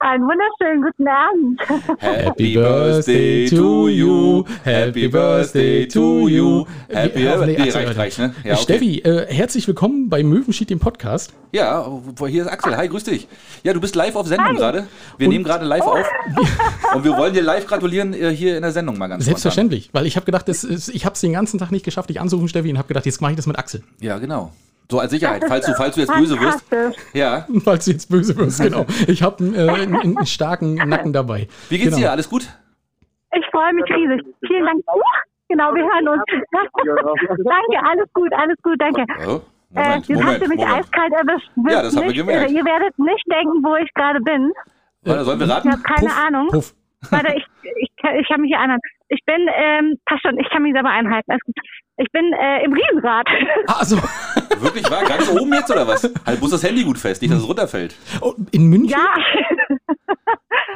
Speaker 5: Einen wunderschönen guten Abend.
Speaker 3: Happy Birthday to you. Happy Birthday to you.
Speaker 4: Happy
Speaker 3: Äh,
Speaker 4: Birthday.
Speaker 3: nee,
Speaker 4: Nee,
Speaker 3: Axel,
Speaker 4: reicht,
Speaker 3: Alter.
Speaker 4: reicht, ne? Ja, okay.
Speaker 3: Steffi, äh, herzlich willkommen bei Möwenschied, dem Podcast.
Speaker 4: Ja, wo- hier ist Axel. Hi, grüß dich. Ja, du bist live auf Sendung gerade. Wir nehmen gerade live
Speaker 5: oh.
Speaker 4: auf. Und wir wollen dir live gratulieren äh, hier in der Sendung mal ganz spontan.
Speaker 3: Selbstverständlich, weil ich habe gedacht, das ist, ich habe es den ganzen Tag nicht geschafft, dich anzurufen, Steffi, und habe gedacht, jetzt mache ich das mit Axel.
Speaker 4: Ja, genau. So als Sicherheit, falls du, falls du jetzt böse wirst.
Speaker 5: Fantastisch.
Speaker 4: Ja.
Speaker 3: Falls du jetzt böse wirst, genau. Ich habe äh, einen, einen starken Nacken dabei.
Speaker 4: Wie geht's
Speaker 3: genau.
Speaker 4: dir? Alles gut?
Speaker 5: Ich freue mich riesig. Vielen Dank. Ja, genau, wir hören uns. danke, alles gut, alles gut, danke.
Speaker 4: Oh,
Speaker 5: äh, jetzt habt ihr mich eiskalt erwischt.
Speaker 4: Ja, das haben wir
Speaker 5: nicht,
Speaker 4: gemerkt.
Speaker 5: äh, Ihr werdet nicht denken, wo ich gerade bin.
Speaker 4: Warte, sollen wir
Speaker 5: Ich
Speaker 4: raten?
Speaker 5: habe keine Ahnung.
Speaker 3: Puff.
Speaker 5: Warte, ich, ich, ich kann mich hier einhalten. Ich bin, ähm, passt schon, ich kann mich selber einhalten. Alles gut. Ich bin äh, im Riesenrad.
Speaker 3: Ah, so.
Speaker 4: Wirklich wahr? Ganz oben jetzt oder was? Halt bloß das Handy gut fest, nicht, dass es runterfällt.
Speaker 3: Oh, in München?
Speaker 5: ja,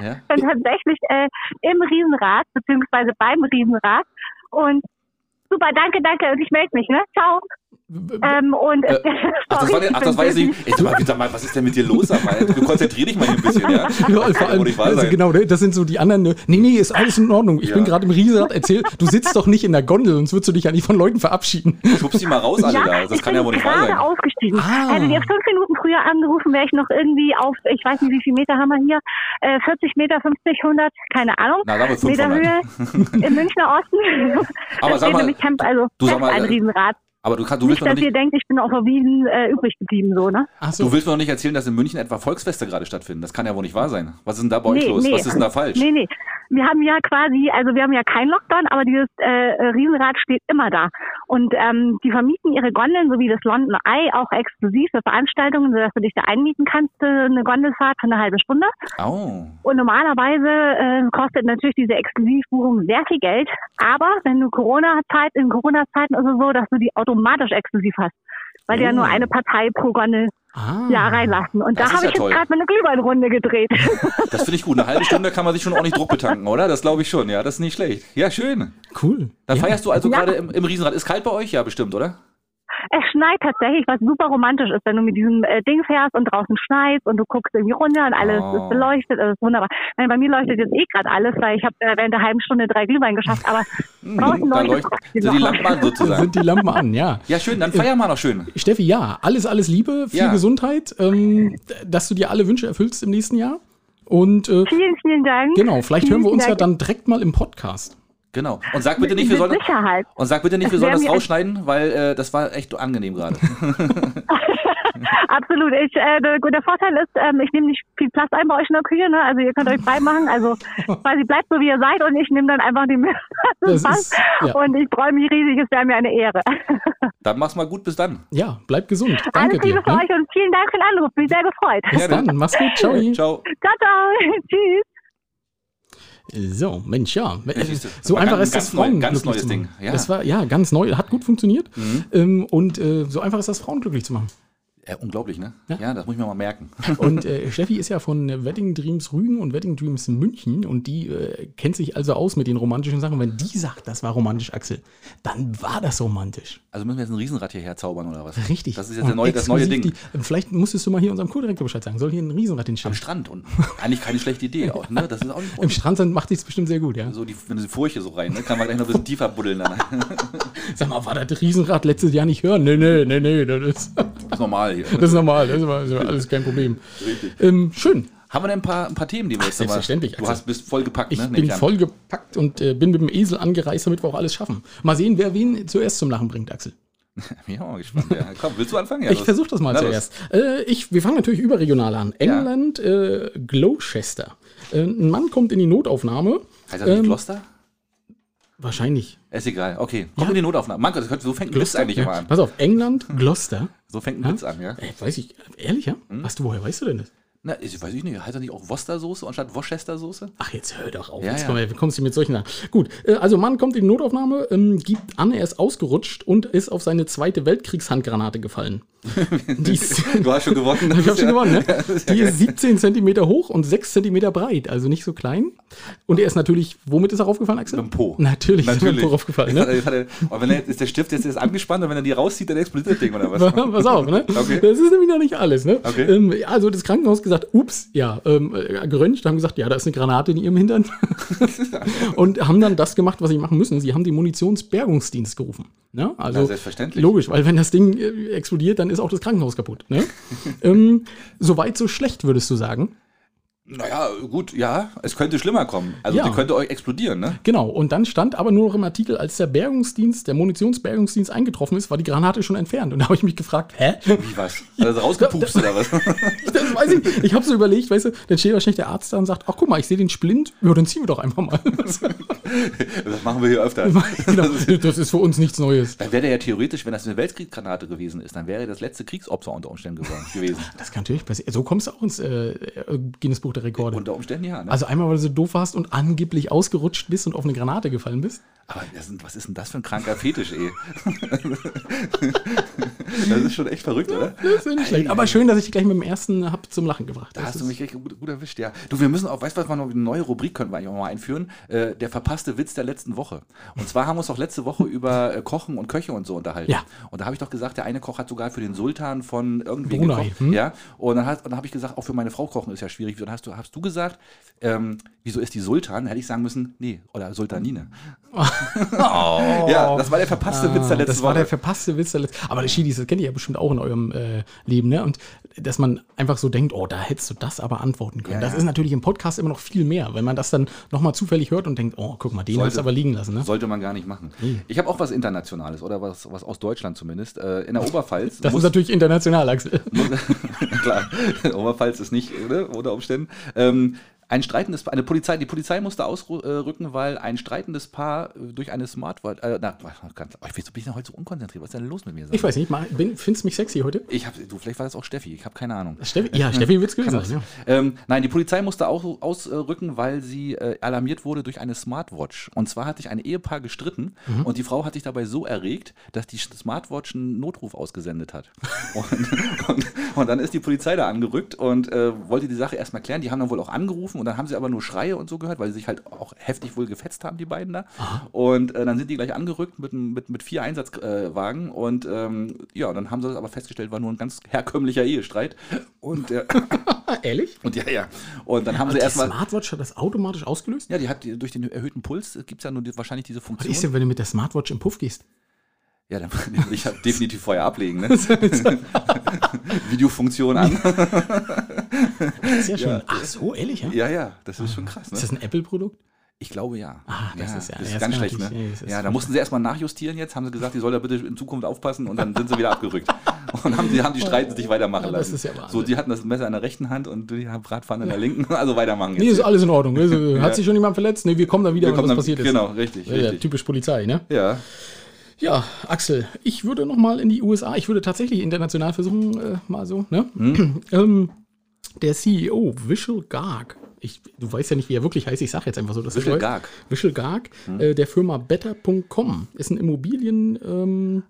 Speaker 4: Ja?
Speaker 5: bin tatsächlich äh, im Riesenrad, beziehungsweise beim Riesenrad. Und super, danke, danke. Und ich melde mich, ne? Ciao. Ähm, und
Speaker 4: Äh, Ach, das war, der, ach, das war jetzt
Speaker 5: ich bin
Speaker 4: nicht. Ey, sag mal, sag mal, was ist denn mit dir los? sag mal? Du konzentrier dich mal hier ein bisschen, ja?
Speaker 3: Ja, vor
Speaker 4: Kann
Speaker 3: allem,
Speaker 4: wohl nicht wahr
Speaker 3: also
Speaker 4: sein.
Speaker 3: genau, ne, das sind so die anderen. ne, Nee, nee, ist alles in Ordnung. Ich
Speaker 4: Ja.
Speaker 3: bin gerade im Riesenrad erzählt. Du sitzt doch nicht in der Gondel, sonst würdest du dich ja nicht von Leuten verabschieden.
Speaker 4: Schubst die mal raus, alle da. Das
Speaker 5: ich
Speaker 4: kann
Speaker 5: bin
Speaker 4: ja wohl nicht wahr
Speaker 5: gerade
Speaker 4: sein.
Speaker 5: ausgestiegen. Äh,
Speaker 3: Ah.
Speaker 5: Hättet ihr fünf Minuten früher angerufen, wäre ich noch irgendwie auf, ich weiß nicht, wie viel Meter haben wir hier, äh, 40 Meter, 50, 100, keine Ahnung,
Speaker 4: Na, sagen wir
Speaker 5: Meter
Speaker 4: 500.
Speaker 5: Höhe im Münchner Osten.
Speaker 4: Aber sag
Speaker 5: Da steht
Speaker 4: mal,
Speaker 5: nämlich Camp, also
Speaker 4: du sag
Speaker 5: fest
Speaker 4: mal,
Speaker 5: ein
Speaker 4: äh,
Speaker 5: Riesenrad.
Speaker 4: Aber du, kannst, du, willst
Speaker 5: Nicht,
Speaker 4: mir
Speaker 5: dass
Speaker 4: doch
Speaker 5: ihr
Speaker 4: nicht,
Speaker 5: denkt, ich bin auf der Wiesen äh, übrig geblieben, so, ne?
Speaker 3: Ach so.
Speaker 4: du willst mir doch nicht erzählen, dass in München etwa Volksfeste gerade stattfinden. Das kann ja wohl nicht wahr sein. Was ist denn da bei euch
Speaker 5: Nee,
Speaker 4: los?
Speaker 5: nee. äh,
Speaker 4: Was ist denn da falsch?
Speaker 5: Nee, nee. Wir haben ja quasi, also wir haben ja keinen Lockdown, aber dieses äh, Riesenrad steht immer da. Und ähm, die vermieten ihre Gondeln, so wie das London Eye, auch exklusiv für Veranstaltungen, sodass du dich da einmieten kannst, äh, eine Gondelfahrt für eine halbe Stunde.
Speaker 4: Au.
Speaker 5: Und normalerweise äh, kostet natürlich diese Exklusivbuchung sehr viel Geld. Aber wenn du Corona-Zeit, in Corona-Zeiten ist es so, dass du die automatisch exklusiv hast. Weil die ja nur
Speaker 4: Oh. Hm.
Speaker 5: eine Partei pro Gondel
Speaker 3: Ah.
Speaker 5: ja, reinlassen. Und
Speaker 4: Das ist
Speaker 5: da habe
Speaker 4: ja
Speaker 5: ich jetzt
Speaker 4: toll.
Speaker 5: gerade meine Glühweinrunde gedreht.
Speaker 4: Das finde ich gut. Eine halbe Stunde kann man sich schon ordentlich Druck betanken, oder? Das glaube ich schon, ja. Das ist nicht schlecht. Ja, schön.
Speaker 3: Cool.
Speaker 4: Dann feierst du also
Speaker 5: Ja.
Speaker 4: gerade im, im Riesenrad. Ist kalt bei euch? Ja, bestimmt, oder?
Speaker 5: Es schneit tatsächlich, was super romantisch ist, wenn du mit diesem äh, Ding fährst und draußen schneit und du guckst irgendwie runter und alles
Speaker 4: Oh.
Speaker 5: ist beleuchtet, alles ist wunderbar. Ich Meine, bei mir leuchtet jetzt eh gerade alles, weil ich habe äh, während der halben Stunde drei Glühwein geschafft, aber draußen
Speaker 4: Da
Speaker 5: leuchtet
Speaker 4: leuchtet sind
Speaker 5: trotzdem
Speaker 4: die
Speaker 5: noch.
Speaker 4: Lampen an
Speaker 3: Da
Speaker 4: sozusagen.
Speaker 3: sind die Lampen an, ja.
Speaker 4: Ja, schön. Dann feier mal noch schön.
Speaker 3: Steffi, ja, alles, alles Liebe, viel
Speaker 4: Ja.
Speaker 3: Gesundheit, ähm, d- dass du dir alle Wünsche erfüllst im nächsten Jahr. Und äh,
Speaker 5: Vielen, vielen Dank.
Speaker 3: genau, vielleicht hören wir
Speaker 5: Vielen
Speaker 3: uns ja dann
Speaker 5: Dank.
Speaker 3: direkt mal im Podcast.
Speaker 4: Genau. Und sag bitte nicht, wir
Speaker 5: Mit
Speaker 4: sollen,
Speaker 5: Sicherheit.
Speaker 4: und sag bitte nicht, wir
Speaker 5: Das
Speaker 4: sollen
Speaker 5: wäre
Speaker 4: das
Speaker 5: mir-
Speaker 4: rausschneiden, weil äh, das war echt angenehm gerade.
Speaker 5: Absolut. Ich, äh, der, gut, der Vorteil ist, ähm, ich nehme nicht viel Platz ein bei euch in der Küche. Ne? Also ihr könnt euch frei machen. Also quasi bleibt so, wie ihr seid und ich nehme dann einfach die Mühe.
Speaker 3: Das ist- ja.
Speaker 5: Und ich freue mich riesig. Es wäre mir eine Ehre.
Speaker 4: Dann mach's mal gut, bis dann.
Speaker 3: Ja, bleib gesund. Danke
Speaker 5: Alles
Speaker 3: dir.
Speaker 5: Liebe für
Speaker 3: Ne?
Speaker 5: euch und vielen Dank für den Anruf. Bin sehr gefreut.
Speaker 3: Bis
Speaker 4: Gerne.
Speaker 3: dann. Mach's gut. Ciao.
Speaker 4: Ciao.
Speaker 5: Ciao, ciao. Tschüss.
Speaker 3: So, Mensch, ja. Äh,
Speaker 4: siehst du,
Speaker 3: So
Speaker 4: war
Speaker 3: einfach
Speaker 4: ganz-
Speaker 3: ist das
Speaker 4: ganz neu-
Speaker 3: Frauen.
Speaker 4: ganz
Speaker 3: glücklich
Speaker 4: neues
Speaker 3: zu machen.
Speaker 4: Ding, ja. Mhm.
Speaker 3: Das war, ja, ganz neu. Hat gut funktioniert. Ähm, und äh, so einfach ist das Frauen glücklich zu machen.
Speaker 4: Äh, unglaublich, ne? Ja. das muss ich mir mal merken.
Speaker 3: Und äh, Steffi ist ja von Wedding Dreams Rügen und Wedding Dreams München und die äh, kennt sich also aus mit den romantischen Sachen. Wenn die sagt, das war romantisch, Axel, dann war das romantisch.
Speaker 4: Also müssen wir jetzt ein Riesenrad hierher zaubern oder was?
Speaker 3: Richtig.
Speaker 4: Das ist jetzt
Speaker 3: Und
Speaker 4: der neue, das neue Ding.
Speaker 3: exklusiv Die, vielleicht musstest du mal hier unserem Co-Direktor Bescheid sagen. Soll hier ein Riesenrad
Speaker 4: Am
Speaker 3: hinstellen.
Speaker 4: Strand und eigentlich keine schlechte Idee auch, ne? Das ist auch nicht
Speaker 3: Im Strandsand macht sich's bestimmt sehr gut, ja.
Speaker 4: so die, wenn du die Furche so rein, ne? Kann man gleich noch ein bisschen tiefer buddeln dann.
Speaker 3: Sag mal, war das Riesenrad letztes Jahr nicht hören? Nee, nee, nee, nee, das ist,
Speaker 4: Das ist normal hier. ne?
Speaker 3: das ist normal, das ist aber- das ist aber alles kein Problem. Ähm, schön,
Speaker 4: Haben wir denn ein paar, ein paar Themen, die wir jetzt
Speaker 3: selbstverständlich,
Speaker 4: Du
Speaker 3: Axel.
Speaker 4: hast, bist voll gepackt,
Speaker 3: ich
Speaker 4: ne?
Speaker 3: bin
Speaker 4: an.
Speaker 3: vollgepackt und äh, bin mit dem Esel angereist, damit wir auch alles schaffen. Mal sehen, wer wen zuerst zum Lachen bringt, Axel.
Speaker 4: Bin ich auch mal gespannt. Ja. Komm, willst du anfangen? Ja,
Speaker 3: Ich
Speaker 4: los.
Speaker 3: versuche das mal
Speaker 4: Na, los.
Speaker 3: zuerst. Äh, ich, wir fangen natürlich überregional an.
Speaker 4: Ja.
Speaker 3: England, äh, Gloucester. Äh, ein Mann kommt in die Notaufnahme.
Speaker 4: Heißt das nicht
Speaker 3: Ähm,
Speaker 4: Gloucester?
Speaker 3: Wahrscheinlich.
Speaker 4: Ist egal. Okay, komm in die Notaufnahme. Mann, das hört- so fängt ein Blitz eigentlich immer
Speaker 3: Ja.
Speaker 4: an.
Speaker 3: Pass auf, England, Gloucester.
Speaker 4: So fängt ein Blitz an, ja? Hm.
Speaker 3: Ey, weiß ich, ehrlich, ja? Was du, woher weißt du denn das?
Speaker 4: Na, ich weiß ich nicht. Heißt das nicht auch Worcester-Soße anstatt Worcester-Soße?
Speaker 3: Ach, jetzt hör doch auf.
Speaker 4: Ja,
Speaker 3: jetzt
Speaker 4: ja.
Speaker 3: komm, ey, kommst du mit solchen nach. Gut, äh, also Mann kommt in die Notaufnahme, ähm, gibt an, er ist ausgerutscht und ist auf seine zweite Weltkriegshandgranate gefallen. Die ist,
Speaker 4: Du hast schon gewonnen.
Speaker 3: Ich habe schon
Speaker 4: Ja.
Speaker 3: gewonnen, ne? Die ist 17 Zentimeter hoch und 6 Zentimeter breit, also nicht so klein. Und er ist natürlich, womit ist er raufgefallen, Axel?
Speaker 4: Mit dem Po.
Speaker 3: Natürlich, ist er mit dem Po raufgefallen, ne?
Speaker 4: Jetzt hat er, jetzt hat er, und wenn er, ist der Stift jetzt, jetzt angespannt und wenn er die rauszieht, dann explodiert das Ding oder was?
Speaker 3: Pass auf, ne?
Speaker 4: Okay.
Speaker 3: Das ist nämlich noch nicht alles, ne?
Speaker 4: Okay.
Speaker 3: Ähm, also das Krankenhaus gesagt, ups, ja, ähm, äh, geröntgt, haben gesagt, ja, da ist eine Granate in ihrem Hintern. und haben dann das gemacht, was sie machen müssen. Sie haben den Munitionsbergungsdienst gerufen. Ne? Also
Speaker 4: Na, selbstverständlich.
Speaker 3: Logisch, weil wenn das Ding äh, explodiert, dann ist auch das Krankenhaus kaputt. Ne? ähm, so weit, so schlecht, würdest du sagen.
Speaker 4: Naja, gut, ja, es könnte schlimmer kommen. Also
Speaker 3: Ja.
Speaker 4: die könnte euch explodieren, ne?
Speaker 3: Genau, und dann stand aber nur noch im Artikel, als der Bergungsdienst, der Munitionsbergungsdienst eingetroffen ist, war die Granate schon entfernt. Und da habe ich mich gefragt, hä?
Speaker 4: Wie was? Hat er sie rausgepupst oder was?
Speaker 3: Das weiß ich. nicht. Ich habe so überlegt, weißt du, dann steht wahrscheinlich der Arzt da und sagt, ach guck mal, ich sehe den Splint, ja, dann ziehen wir doch einfach mal.
Speaker 4: Das machen wir hier öfter.
Speaker 3: genau, das ist für uns nichts Neues.
Speaker 4: Dann wäre der ja theoretisch, wenn das eine Weltkrieggranate gewesen ist, dann wäre das letzte Kriegsopfer unter Umständen geworden- gewesen.
Speaker 3: Das kann natürlich passieren. So kommst du auch ins äh, Guinness Buch der Rekorde.
Speaker 4: Unter Umständen ja. Ne?
Speaker 3: also einmal, weil du so doof warst und angeblich ausgerutscht bist und auf eine Granate gefallen bist.
Speaker 4: Aber das sind, was ist denn das für ein kranker Fetisch, ey? das ist schon echt verrückt, oder?
Speaker 3: Das ist nicht schlecht. Aber schön, dass ich dich gleich mit dem ersten hab zum Lachen gebracht.
Speaker 4: Da
Speaker 3: Das
Speaker 4: hast du
Speaker 3: ist-
Speaker 4: mich echt gut, gut erwischt, ja. Du, wir müssen auch, weißt du, was wir noch eine neue Rubrik können wir eigentlich auch mal einführen? Äh, der verpasste Witz der letzten Woche. Und zwar haben wir uns doch letzte Woche über äh, Kochen und Köche und so unterhalten.
Speaker 3: Ja.
Speaker 4: Und da habe ich doch gesagt, der eine Koch hat sogar für den Sultan von irgendwie
Speaker 3: Brunei,
Speaker 4: gekocht.
Speaker 3: hm?
Speaker 4: Ja. Und dann, hat- und dann habe ich gesagt, auch für meine Frau kochen ist ja schwierig. Und dann hast du, hast du gesagt, ähm, wieso ist die Sultan? Hätte ich sagen müssen, nee, oder Sultanine. Ja, das war der verpasste Witz der letzten
Speaker 3: Oh. Ah, das
Speaker 4: Woche.
Speaker 3: war der verpasste Witz der letzten Aber das Schiedis, das kennt ihr ja bestimmt auch in eurem äh, Leben, ne? Und dass man einfach so denkt, oh, da hättest du das aber antworten können.
Speaker 4: Ja,
Speaker 3: das
Speaker 4: ja.
Speaker 3: ist natürlich im Podcast immer noch viel mehr, wenn man das dann nochmal zufällig hört und denkt, oh, guck mal, den
Speaker 4: Sollte-
Speaker 3: hast du aber liegen lassen, ne?
Speaker 4: Sollte man gar nicht machen. Ich habe auch was Internationales oder was, was aus Deutschland zumindest. Äh, in der Oberpfalz.
Speaker 3: Das ist
Speaker 4: muss-
Speaker 3: natürlich international, Axel.
Speaker 4: Klar, Oberpfalz ist nicht, ne, unter Umständen. Ähm, ein streitendes Paar, eine Polizei, die Polizei musste ausrücken, weil ein streitendes Paar äh, durch eine Smartwatch, äh, na, ganz, oh, ich bin, so- bin ich denn heute so unkonzentriert, was ist denn los mit mir?
Speaker 3: Ich weiß nicht, mal, bin, findest mich sexy heute?
Speaker 4: ich hab, du, vielleicht war das auch Steffi, ich habe keine Ahnung.
Speaker 3: Steffi,
Speaker 4: Hm.
Speaker 3: ja, Steffi wird's gewesen sein, ja.
Speaker 4: Ähm, nein, die Polizei musste auch ausrücken, weil sie äh, alarmiert wurde durch eine Smartwatch. Und zwar hat sich ein Ehepaar gestritten und die Frau hat sich dabei so erregt, dass die Smartwatch einen Notruf ausgesendet hat. Und, und, und dann ist die Polizei da angerückt und äh, wollte die Sache erstmal klären. Die haben dann wohl auch angerufen und dann haben sie aber nur Schreie und so gehört, weil sie sich halt auch heftig wohl gefetzt haben, die beiden da. Und äh, dann sind die gleich angerückt mit, einem- mit, mit vier Einsatzwagen und ähm, ja, dann haben sie das aber festgestellt, war nur ein ganz herkömmlicher Ehestreit. Und der,
Speaker 3: Ah, ehrlich?
Speaker 4: und ja, ja. Und dann haben
Speaker 3: Die
Speaker 4: sie Also erstmal.
Speaker 3: Smartwatch hat das automatisch ausgelöst?
Speaker 4: Ja, die hat die- durch den erhöhten Puls gibt es ja nur die, wahrscheinlich diese
Speaker 3: Was ist
Speaker 4: Funktion.
Speaker 3: denn, wenn du mit der Smartwatch im Puff gehst?
Speaker 4: Ja, dann, ich habe definitiv Feuer ablegen, ne? Videofunktion an.
Speaker 3: Das ist ja schön. Ach so, ehrlich, ja?
Speaker 4: Ja, ja, das ist schon krass, ne?
Speaker 3: Ist Ah, das ein Apple-Produkt?
Speaker 4: Ich glaube ja.
Speaker 3: Ah, das ist
Speaker 4: das
Speaker 3: ja- ja,
Speaker 4: ist
Speaker 3: das
Speaker 4: ganz
Speaker 3: kann
Speaker 4: schlecht, ne?
Speaker 3: natürlich- ja, das ist
Speaker 4: Ja, da
Speaker 3: verrückt.
Speaker 4: mussten sie erstmal nachjustieren jetzt, haben sie gesagt, die soll da bitte in Zukunft aufpassen und dann sind sie wieder abgerückt. Und haben die, haben die Streiten sich weitermachen
Speaker 3: Ja,
Speaker 4: lassen.
Speaker 3: das ist ja Wahnsinn.
Speaker 4: so, die hatten das Messer in der rechten Hand und die haben Radfahren in der linken, also weitermachen
Speaker 3: Nee, ist alles in Ordnung. Also, Hat sich schon jemand verletzt? Nee, wir kommen dann wieder,
Speaker 4: Wir
Speaker 3: wenn
Speaker 4: kommen
Speaker 3: was
Speaker 4: dann-
Speaker 3: passiert ist.
Speaker 4: genau, richtig,
Speaker 3: Ja, ja,
Speaker 4: richtig.
Speaker 3: typisch Polizei, ne?
Speaker 4: ja.
Speaker 3: Ja, Axel, ich würde nochmal in die USA, ich würde tatsächlich international versuchen, äh, mal so, ne?
Speaker 4: Hm?
Speaker 3: ähm, der CEO, Vishal Garg, ich, du weißt ja nicht, wie er wirklich heißt, ich sage jetzt einfach so. Das
Speaker 4: Vishal Garg. Hm.
Speaker 3: Vishal Garg, äh, der Firma Better.com, ist ein Immobilienbewerter, ähm,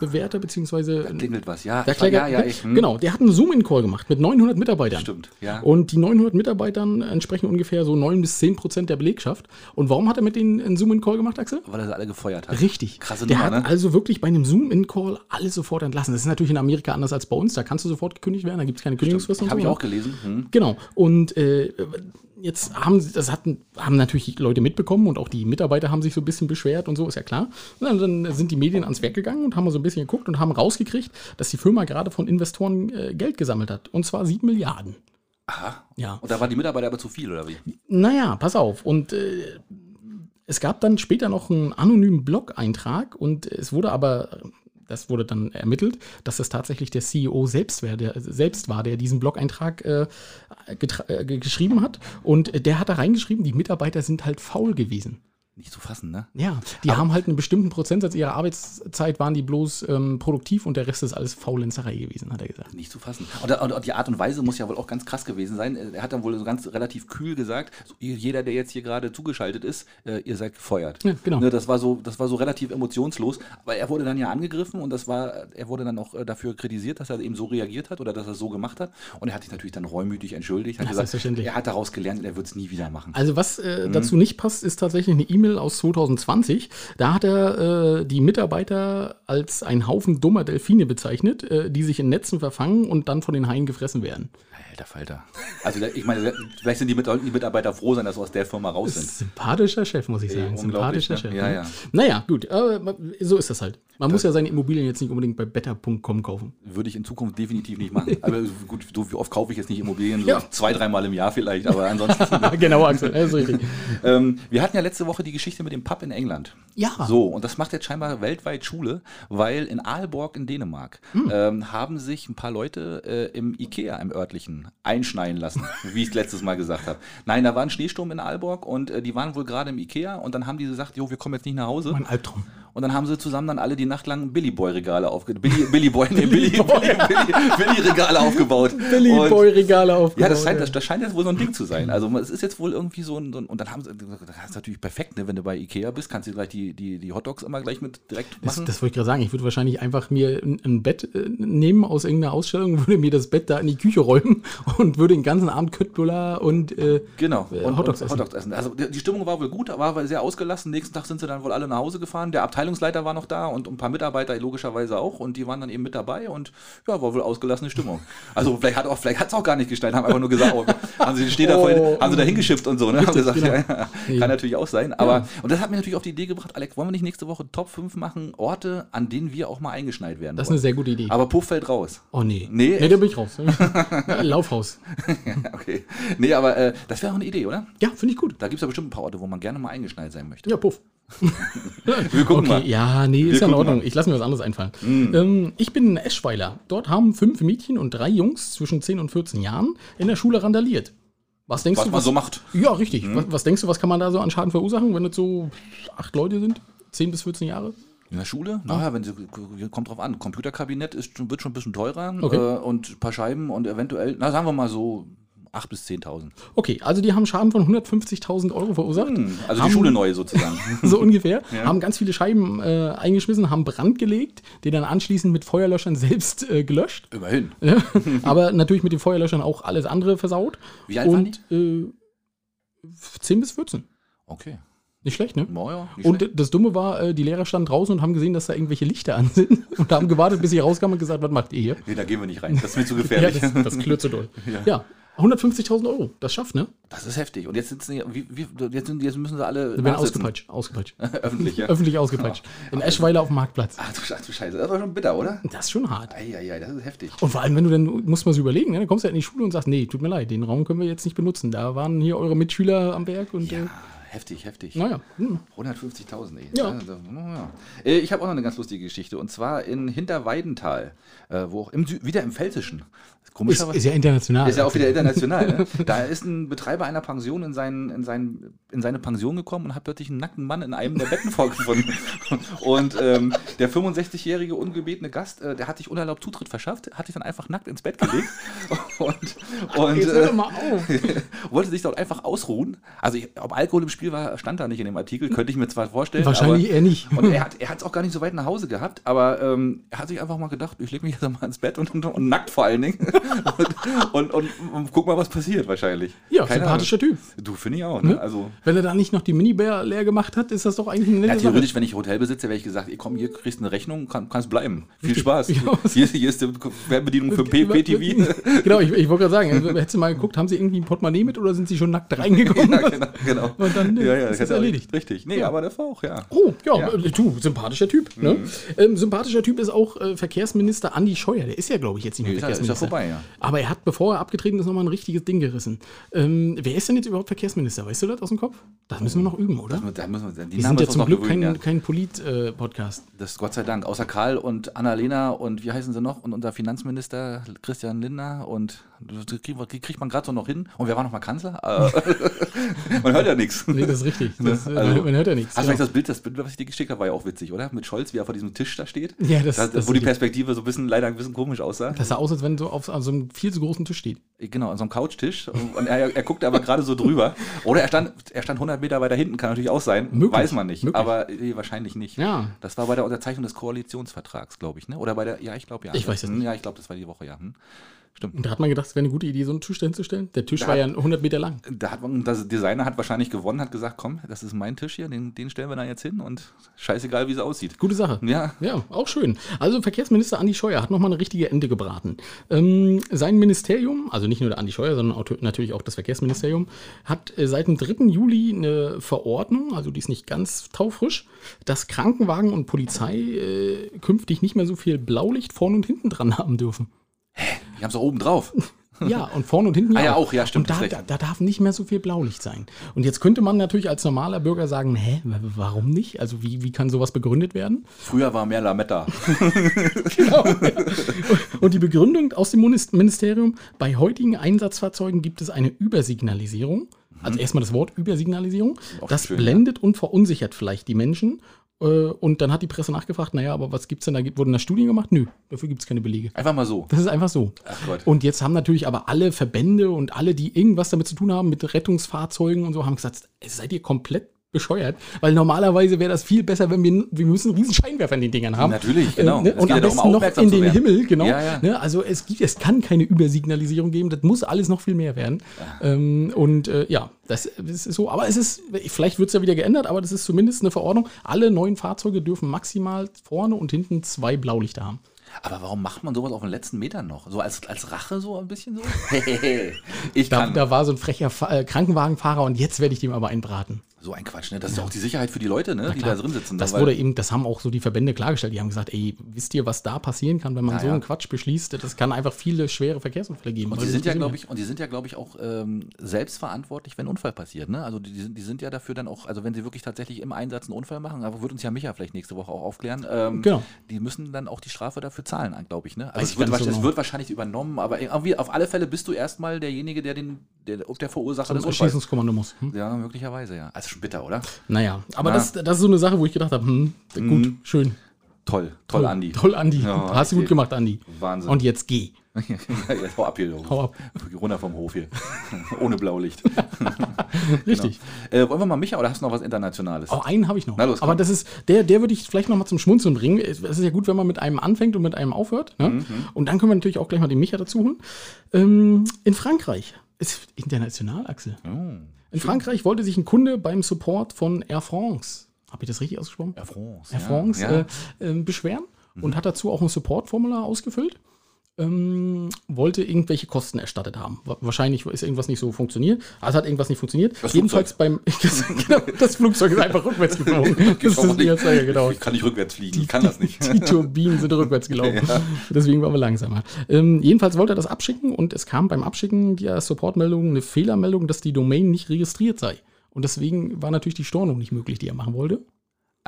Speaker 3: Bewerter, beziehungsweise...
Speaker 4: Klingelt was, ja.
Speaker 3: Der
Speaker 4: ich war-
Speaker 3: Kläger,
Speaker 4: ja, ja, ich, hm.
Speaker 3: Genau, der hat einen Zoom-In-Call gemacht mit 900 Mitarbeitern.
Speaker 4: Stimmt, ja.
Speaker 3: Und die 900 Mitarbeitern entsprechen ungefähr so 9 bis 10 Prozent der Belegschaft. Und warum hat er mit denen einen Zoom-In-Call gemacht, Axel?
Speaker 4: Weil er sie alle gefeuert hat.
Speaker 3: Richtig.
Speaker 4: Krasse
Speaker 3: der
Speaker 4: Nummer,
Speaker 3: hat
Speaker 4: ne?
Speaker 3: also wirklich bei einem Zoom-In-Call alles sofort entlassen. Das ist natürlich in Amerika anders als bei uns. Da kannst du sofort gekündigt werden, da gibt es keine Kündigungsfrist und
Speaker 4: Habe ich
Speaker 3: ne?
Speaker 4: auch gelesen. Hm.
Speaker 3: Genau. Und äh, jetzt haben sie, das hatten, haben natürlich die Leute mitbekommen und auch die Mitarbeiter haben sich so ein bisschen beschwert und so, ist ja klar. Und dann, dann sind die Medien ans Werk gegangen und haben mal so ein bisschen geguckt und haben rausgekriegt, dass die Firma gerade von Investoren äh, Geld gesammelt hat. Und zwar 7 Milliarden. Aha. Ja.
Speaker 4: Und da waren die Mitarbeiter aber zu viel, oder wie?
Speaker 3: Naja, pass auf. Und äh, es gab dann später noch einen anonymen Blog-Eintrag und es wurde aber, das wurde dann ermittelt, dass das tatsächlich der CEO selbst, wär, der, selbst war, der diesen Blog-Eintrag äh, getra- äh, ge- geschrieben hat. Und äh, der hat da reingeschrieben, die Mitarbeiter sind halt faul gewesen.
Speaker 4: Nicht zu fassen, ne?
Speaker 3: Ja, die haben halt einen bestimmten Prozentsatz ihrer Arbeitszeit, waren die bloß ähm, produktiv und der Rest ist alles Faulenzerei gewesen, hat er gesagt.
Speaker 4: Nicht zu fassen. Und, und, und die Art und Weise muss ja wohl auch ganz krass gewesen sein. Äh, Er hat dann wohl so ganz relativ kühl gesagt, so, ihr- jeder, der jetzt hier gerade zugeschaltet ist, äh, ihr seid gefeuert.
Speaker 3: Ja, genau.
Speaker 4: Ne, das, war so, das war so relativ emotionslos. Aber er wurde dann ja angegriffen und das war, er wurde dann auch äh, dafür kritisiert, dass er eben so reagiert hat oder dass er so gemacht hat. Und er hat sich natürlich dann reumütig entschuldigt. Hat
Speaker 3: Ja,
Speaker 4: gesagt,
Speaker 3: selbstverständlich.
Speaker 4: er hat daraus gelernt und er wird es nie wieder machen.
Speaker 3: Also was
Speaker 4: Mhm.
Speaker 3: äh, dazu nicht passt, ist tatsächlich eine E-Mail aus 2020. Da hat er äh, die Mitarbeiter als einen Haufen dummer Delfine bezeichnet, äh, die sich in Netzen verfangen und dann von den Haien gefressen werden.
Speaker 4: Alter Falter. Also ich meine, vielleicht sind die, Mit die Mitarbeiter froh sein, dass sie aus der Firma raus sind.
Speaker 3: Sympathischer Chef, muss ich
Speaker 4: Ey,
Speaker 3: sagen.
Speaker 4: unglaublich,
Speaker 3: Sympathischer Chef.
Speaker 4: ne? Ja,
Speaker 3: ne?
Speaker 4: ja.
Speaker 3: Naja, gut, aber ma- so ist das halt. Man muss ja seine Immobilien jetzt nicht unbedingt bei better.com kaufen.
Speaker 4: würde ich in Zukunft definitiv nicht machen. Aber gut, so wie oft kaufe ich jetzt nicht Immobilien, so
Speaker 3: Ja.
Speaker 4: zwei, dreimal im Jahr vielleicht, aber ansonsten.
Speaker 3: genau, Axel, das ist richtig.
Speaker 4: ähm, wir hatten ja letzte Woche die Geschichte mit dem Pub in England.
Speaker 3: Ja.
Speaker 4: So, und das macht jetzt scheinbar weltweit Schule, weil in Aalborg in Dänemark
Speaker 3: Hm.
Speaker 4: ähm, haben sich ein paar Leute äh, im Ikea, im örtlichen, einschneien lassen, wie ich es letztes Mal gesagt habe. Nein, da war ein Schneesturm in Aalborg und äh, die waren wohl gerade im Ikea und dann haben die gesagt, jo, wir kommen jetzt nicht nach Hause.
Speaker 3: Mein Albtraum.
Speaker 4: Und dann haben sie zusammen dann alle die Nacht lang Billy Boy Regale aufgebaut. Billy, Billy Boy, nee, Billy, Billy, Billy, Billy Regale aufgebaut.
Speaker 3: Billy
Speaker 4: Und-
Speaker 3: Boy Regale aufgebaut.
Speaker 4: Ja, das scheint, das, das scheint jetzt wohl so ein Ding zu sein. Also es ist jetzt wohl irgendwie so ein, so ein und dann haben sie, das ist natürlich perfekt, ne, wenn du bei Ikea bist, kannst du gleich die, die, die Hotdogs immer gleich mit direkt
Speaker 3: Das,
Speaker 4: machen.
Speaker 3: das wollte ich gerade sagen. Ich würde wahrscheinlich einfach mir ein, ein Bett äh, nehmen aus irgendeiner Ausstellung, würde mir das Bett da in die Küche räumen und würde den ganzen Abend Köttbullar und äh,
Speaker 4: Genau,
Speaker 3: äh, Hotdogs essen.
Speaker 4: Hotdogs essen. Also die die Stimmung war wohl gut, war wohl sehr ausgelassen. Nächsten Tag sind sie dann wohl alle nach Hause gefahren. Der Abteilungsleiter war noch da und ein paar Mitarbeiter logischerweise auch und die waren dann eben mit dabei und ja, war wohl ausgelassene Stimmung. Also vielleicht hat auch, vielleicht hat es auch gar nicht geschneit, haben einfach nur gesagt, oh, haben sie steht da voll,
Speaker 3: Oh.
Speaker 4: haben sie da hingeschifft und so, ne? Haben
Speaker 3: Richtig,
Speaker 4: gesagt,
Speaker 3: genau.
Speaker 4: ja, ja. Kann natürlich auch sein. Aber und das hat mir natürlich auf die Idee gebracht, Alex, wollen wir nicht nächste Woche Top 5 machen, Orte, an denen wir auch mal eingeschneit werden?
Speaker 3: Das ist
Speaker 4: wollen?
Speaker 3: eine sehr gute Idee.
Speaker 4: aber Puff fällt raus.
Speaker 3: oh nee.
Speaker 4: Nee,
Speaker 3: da bin ich raus. Ja, Laufhaus.
Speaker 4: Okay. Nee, aber äh, das wäre auch eine Idee, oder?
Speaker 3: Ja, finde ich gut.
Speaker 4: Da gibt es ja bestimmt ein paar Orte, wo man gerne mal eingeschneit sein möchte.
Speaker 3: Ja, puff.
Speaker 4: Wir gucken mal.
Speaker 3: ja, nee, ist ja
Speaker 4: gucken
Speaker 3: in
Speaker 4: Mm.
Speaker 3: Ordnung. Ich lasse mir was anderes einfallen. Ähm, ich bin in Eschweiler. Dort haben fünf Mädchen und drei Jungs zwischen 10 und 14 Jahren in der Schule randaliert. Was denkst
Speaker 4: Was
Speaker 3: du,
Speaker 4: man so macht.
Speaker 3: Ja, richtig.
Speaker 4: Mhm.
Speaker 3: Was, was denkst du, was kann man da so an Schaden verursachen, wenn das so acht Leute sind? 10 bis 14 Jahre?
Speaker 4: In der Schule? Naja, wenn sie, kommt drauf an. Computerkabinett ist, schon- wird schon ein bisschen teurer
Speaker 3: Okay.
Speaker 4: äh, und ein paar Scheiben und eventuell, na sagen wir mal so 8.000 bis 10.000.
Speaker 3: Okay, also die haben Schaden von 150.000 Euro verursacht.
Speaker 4: Also
Speaker 3: Hm. Haben-
Speaker 4: die Schule neu sozusagen.
Speaker 3: So ungefähr. Haben ganz viele Scheiben äh, eingeschmissen, haben Brand gelegt, die dann anschließend mit Feuerlöschern selbst äh, gelöscht.
Speaker 4: Immerhin.
Speaker 3: Ja, Aber natürlich mit den Feuerlöschern auch alles andere versaut.
Speaker 4: Mhm. Wie alt waren
Speaker 3: Und äh, 10 bis 14.
Speaker 4: Okay.
Speaker 3: Nicht schlecht, ne?
Speaker 4: Naja, nicht
Speaker 3: Und
Speaker 4: schlecht.
Speaker 3: äh, das Dumme war, äh, die Lehrer standen draußen und haben gesehen, dass da irgendwelche Lichter an sind und haben gewartet, bis sie rauskamen und gesagt, was macht ihr hier?
Speaker 4: nee, da gehen wir nicht rein. Das ist mir zu gefährlich.
Speaker 3: Ja, das, das klirrt so doll. Ja. 150.000 Euro, das schafft, ne?
Speaker 4: Das ist heftig. Und jetzt, sitzen die, wie, wie, jetzt, sind, jetzt müssen sie alle.
Speaker 3: Wir werden
Speaker 4: nachsitzen.
Speaker 3: ausgepeitscht, ausgepeitscht.
Speaker 4: Öffentlich, ja.
Speaker 3: Öffentlich ausgepeitscht. In Eschweiler auf dem Marktplatz.
Speaker 4: Ach du, Sch- ach du Scheiße. Das war schon bitter, oder?
Speaker 3: Das ist schon hart.
Speaker 4: Eieiei, das ist heftig.
Speaker 3: Und vor allem, wenn du dann, musst man sich überlegen, ne? dann kommst du halt in die Schule und sagst, nee, tut mir leid, den Raum können wir jetzt nicht benutzen. Da waren hier eure Mitschüler am Berg und äh,
Speaker 4: Heftig, heftig.
Speaker 3: Naja, hm.
Speaker 4: 150.000, ey.
Speaker 3: Ja.
Speaker 4: Also, naja. Äh, Ich habe auch noch eine ganz lustige Geschichte. Und zwar in Hinterweidenthal, äh, wo auch im Sü wieder im Pfälzischen.
Speaker 3: ist,
Speaker 4: Komischerweise.
Speaker 3: ist ja international.
Speaker 4: Ist ja auch wieder international. Ne? Da ist ein Betreiber einer Pension in, seinen, in, seinen, in seine Pension gekommen und hat plötzlich einen nackten Mann in einem der Betten vorgefunden. Und ähm, der 65-jährige ungebetene Gast, äh, der hat sich unerlaubt Zutritt verschafft, hat sich dann einfach nackt ins Bett gelegt und, und
Speaker 3: Jetzt
Speaker 4: äh,
Speaker 3: hör mal auf.
Speaker 4: wollte sich dort einfach ausruhen. Also ich, ob Alkohol im Spiel war, stand da nicht in dem Artikel, könnte ich mir zwar vorstellen.
Speaker 3: Wahrscheinlich
Speaker 4: aber,
Speaker 3: eher nicht.
Speaker 4: Und er hat es auch gar nicht so weit nach Hause gehabt, aber ähm, er hat sich einfach mal gedacht, ich lege mich jetzt mal ins Bett und, und, und nackt vor allen Dingen. und, und, und, und guck mal, was passiert wahrscheinlich.
Speaker 3: Ja,
Speaker 4: Keine
Speaker 3: sympathischer Typ.
Speaker 4: Ahnung. Du finde ich auch, ne?
Speaker 3: Ne?
Speaker 4: Also.
Speaker 3: Wenn er da nicht noch die Minibär leer gemacht hat, ist das doch eigentlich eine
Speaker 4: Ja,
Speaker 3: nette Sache.
Speaker 4: theoretisch, wenn ich Hotel besitze, wäre ich gesagt, ey, komm, hier kriegst du eine Rechnung, kann, kannst bleiben. Viel
Speaker 3: Richtig.
Speaker 4: Spaß.
Speaker 3: Ja, was-
Speaker 4: Hier, ist- hier ist die Fernbedienung für P- PTV.
Speaker 3: genau, ich, ich wollte gerade sagen, also, hättest du mal geguckt, haben sie irgendwie ein Portemonnaie mit oder sind sie schon nackt reingekommen?
Speaker 4: ja, genau, genau.
Speaker 3: Und dann nee,
Speaker 4: ja, ja,
Speaker 3: ist
Speaker 4: das ist
Speaker 3: das erledigt.
Speaker 4: Richtig. Nee, aber der war auch, ja.
Speaker 3: Oh, ja,
Speaker 4: Ja. Mhm.
Speaker 3: äh, du, sympathischer Typ. Ne? Ähm, sympathischer Typ ist auch äh, Verkehrsminister Andi Scheuer. Der ist ja, glaube ich, jetzt nicht mehr
Speaker 4: Nee, ist ja- ist ja
Speaker 3: Verkehrsminister.
Speaker 4: vorbei, ja.
Speaker 3: Aber er hat, bevor er abgetreten ist, nochmal ein richtiges Ding gerissen. Ähm, wer ist denn jetzt überhaupt Verkehrsminister? Weißt du das aus dem Kopf? Das müssen wir noch üben, oder?
Speaker 4: Da müssen wir, die
Speaker 3: Wir
Speaker 4: Namen müssen
Speaker 3: sind ja
Speaker 4: wir
Speaker 3: zum
Speaker 4: noch
Speaker 3: Glück
Speaker 4: gewöhnen,
Speaker 3: kein,
Speaker 4: ja.
Speaker 3: kein äh, Polit-Podcast.
Speaker 4: Das Gott sei Dank. Außer Karl und Annalena und wie heißen sie noch? Und unser Finanzminister Christian Lindner. Und das kriegt man- kriegt man gerade so noch hin. Und wer war nochmal Kanzler? Äh, man hört ja nichts.
Speaker 3: nee, das ist richtig. Das, äh,
Speaker 4: Also,
Speaker 3: man, man hört ja nichts.
Speaker 4: Hast du
Speaker 3: genau.
Speaker 4: vielleicht das Bild, das Bild, was ich dir geschickt habe, war ja auch witzig, oder? Mit Scholz, wie er vor diesem Tisch da steht.
Speaker 3: Ja, das-
Speaker 4: da,
Speaker 3: das
Speaker 4: Wo
Speaker 3: ist
Speaker 4: die Perspektive so ein bisschen, leider ein bisschen komisch aussah.
Speaker 3: Das sah aus, als wenn du auf an so einem viel zu großen Tisch steht.
Speaker 4: Genau, an so einem Couchtisch. Und er, er guckte aber gerade so drüber. Oder er stand, er stand 100 Meter weiter hinten, kann natürlich auch sein.
Speaker 3: Möglich,
Speaker 4: Weiß man nicht.
Speaker 3: möglich.
Speaker 4: Aber nee, wahrscheinlich nicht.
Speaker 3: Ja.
Speaker 4: Das war bei der Unterzeichnung des Koalitionsvertrags, glaube ich, ne? Oder bei der, ja, ich glaube ja.
Speaker 3: Ich weiß es
Speaker 4: Hm,
Speaker 3: nicht.
Speaker 4: Ja, ich glaube, das war die Woche, ja. Hm. Stimmt.
Speaker 3: Und da hat man gedacht, es wäre eine gute Idee, so einen Tisch hinzustellen. Der Tisch
Speaker 4: Da-
Speaker 3: war ja 100 Meter lang.
Speaker 4: Da hat man, das Designer hat wahrscheinlich gewonnen, hat gesagt, komm, das ist mein Tisch hier, den, den stellen wir da jetzt hin und scheißegal, wie es aussieht.
Speaker 3: Gute Sache.
Speaker 4: Ja.
Speaker 3: Ja, auch schön. Also Verkehrsminister Andi Scheuer hat nochmal eine richtige Ente gebraten. Ähm, sein Ministerium, also nicht nur der Andi Scheuer, sondern auch, natürlich auch das Verkehrsministerium, hat äh, seit dem 3. Juli eine Verordnung, also die ist nicht ganz taufrisch, dass Krankenwagen und Polizei äh, künftig nicht mehr so viel Blaulicht vorn und hinten dran haben dürfen.
Speaker 4: Die haben es auch oben drauf.
Speaker 3: Ja, und vorne und hinten
Speaker 4: Ah ja, auch, ja, stimmt,
Speaker 3: Und
Speaker 4: hast
Speaker 3: da,
Speaker 4: recht.
Speaker 3: da, da darf nicht mehr so viel Blaulicht sein. Und jetzt könnte man natürlich als normaler Bürger sagen, hä, w- warum nicht? Also wie, wie kann sowas begründet werden?
Speaker 4: Früher war mehr Lametta.
Speaker 3: genau. ja. Und die Begründung aus dem Munis- Ministerium, bei heutigen Einsatzfahrzeugen gibt es eine Übersignalisierung. Also erstmal das Wort Übersignalisierung.
Speaker 4: Auch
Speaker 3: das
Speaker 4: schön,
Speaker 3: blendet und verunsichert vielleicht die Menschen. Äh, Und dann hat die Presse nachgefragt, naja, aber was gibt's denn da? Gibt- Wurden da Studien gemacht? Nö, dafür gibt's keine Belege.
Speaker 4: Einfach mal so.
Speaker 3: Das ist einfach so.
Speaker 4: Gott.
Speaker 3: und jetzt haben natürlich aber alle Verbände und alle, die irgendwas damit zu tun haben, mit Rettungsfahrzeugen und so, haben gesagt, "Ey, seid ihr komplett bescheuert? Weil normalerweise wäre das viel besser, wenn wir, wir müssen riesen Scheinwerfer in den Dingern haben.
Speaker 4: Natürlich, genau.
Speaker 3: Äh, ne?
Speaker 4: Es geht
Speaker 3: Und
Speaker 4: ja
Speaker 3: am
Speaker 4: darum,
Speaker 3: besten noch
Speaker 4: aufmerksam
Speaker 3: in
Speaker 4: zu
Speaker 3: den
Speaker 4: werden.
Speaker 3: Himmel, genau.
Speaker 4: Ja, ja.
Speaker 3: Ne? Also es, gibt, es kann keine Übersignalisierung geben, das muss alles noch viel mehr werden.
Speaker 4: Ah.
Speaker 3: Ähm, und äh, ja, das, ist so. Aber es ist, vielleicht wird es ja wieder geändert, aber das ist zumindest eine Verordnung. Alle neuen Fahrzeuge dürfen maximal vorne und hinten zwei Blaulichter haben.
Speaker 4: Aber warum macht man sowas auf den letzten Metern noch? So als, als Rache so ein bisschen so? Hey, ich
Speaker 3: Da,
Speaker 4: kann.
Speaker 3: da war so ein frecher Fa äh, Krankenwagenfahrer und jetzt werde ich dem aber einbraten.
Speaker 4: So ein Quatsch, ne? Das ist ja auch die Sicherheit für die Leute, ne? Die da drin sitzen.
Speaker 3: Das
Speaker 4: weil-
Speaker 3: wurde eben, das haben auch so die Verbände klargestellt. Die haben gesagt, ey, wisst ihr, was da passieren kann, wenn man
Speaker 4: Ja,
Speaker 3: so
Speaker 4: ja.
Speaker 3: einen Quatsch beschließt? Das kann einfach viele schwere Verkehrsunfälle geben.
Speaker 4: Und
Speaker 3: weil
Speaker 4: die
Speaker 3: wir
Speaker 4: sind ja,
Speaker 3: gesehen
Speaker 4: glaube
Speaker 3: haben.
Speaker 4: ich, und die sind ja, glaube ich, auch ähm, selbstverantwortlich, wenn ein Unfall passiert. Ne? Also die, die sind, die sind ja dafür dann auch, also wenn sie wirklich tatsächlich im Einsatz einen Unfall machen, aber wird uns ja Micha vielleicht nächste Woche auch aufklären. Ähm,
Speaker 3: Genau.
Speaker 4: Die müssen dann auch die Strafe dafür zahlen, glaube ich. Ne?
Speaker 3: Weiß
Speaker 4: Also es
Speaker 3: ich
Speaker 4: wird,
Speaker 3: gar nicht so
Speaker 4: wahrscheinlich- es
Speaker 3: genau.
Speaker 4: wird wahrscheinlich übernommen, aber irgendwie auf alle Fälle bist du erstmal derjenige, der den, der, ob der Verursacher des
Speaker 3: Zum
Speaker 4: Unfalls.
Speaker 3: Erschießungskommando muss. Hm?
Speaker 4: Ja, möglicherweise, ja. Also schon bitter, oder?
Speaker 3: Naja, aber
Speaker 4: Na.
Speaker 3: das, das ist so eine Sache, wo ich gedacht habe, hm, gut, schön. Hm.
Speaker 4: Toll, toll, Andi.
Speaker 3: Toll, Andi.
Speaker 4: Ja,
Speaker 3: Hast du gut
Speaker 4: ich-
Speaker 3: gemacht, Andi.
Speaker 4: Wahnsinn.
Speaker 3: Und jetzt geh.
Speaker 4: Jetzt hau ab hier.
Speaker 3: Hau ab.
Speaker 4: Runter vom Hof hier. Ohne Blaulicht.
Speaker 3: Richtig.
Speaker 4: Äh, wollen wir mal Micha oder hast du noch was Internationales?
Speaker 3: Oh, einen habe ich noch.
Speaker 4: Na los, komm.
Speaker 3: Aber das ist, der, der würde ich vielleicht nochmal zum Schmunzeln bringen. Es es ist ja gut, wenn man mit einem anfängt und mit einem aufhört. Ne?
Speaker 4: Mhm.
Speaker 3: Und dann können wir natürlich auch gleich mal den Micha dazu holen. Ähm, in Frankreich. Ist international, Axel.
Speaker 4: Oh,
Speaker 3: in Frankreich wollte sich ein Kunde beim Support von Air France, habe ich das richtig ausgesprochen?
Speaker 4: Air France.
Speaker 3: Air
Speaker 4: ja.
Speaker 3: France
Speaker 4: Ja.
Speaker 3: Äh, ähm, beschweren und hat dazu auch ein Support-Formular ausgefüllt. Ähm, wollte irgendwelche Kosten erstattet haben. Wa- Wahrscheinlich ist irgendwas nicht so funktioniert. Also hat irgendwas nicht funktioniert.
Speaker 4: Das
Speaker 3: Jedenfalls beim genau, das Flugzeug ist einfach rückwärts geflogen.
Speaker 4: Geht
Speaker 3: das
Speaker 4: auch
Speaker 3: ist die
Speaker 4: nicht.
Speaker 3: Erzeuger, genau.
Speaker 4: Ich kann nicht rückwärts fliegen, ich kann das nicht.
Speaker 3: Die Turbinen sind rückwärts gelaufen. Deswegen waren wir langsamer. Ähm, jedenfalls wollte er das abschicken und es kam beim Abschicken der Supportmeldung eine Fehlermeldung, dass die Domain nicht registriert sei. Und deswegen war natürlich die Stornung nicht möglich, die er machen wollte.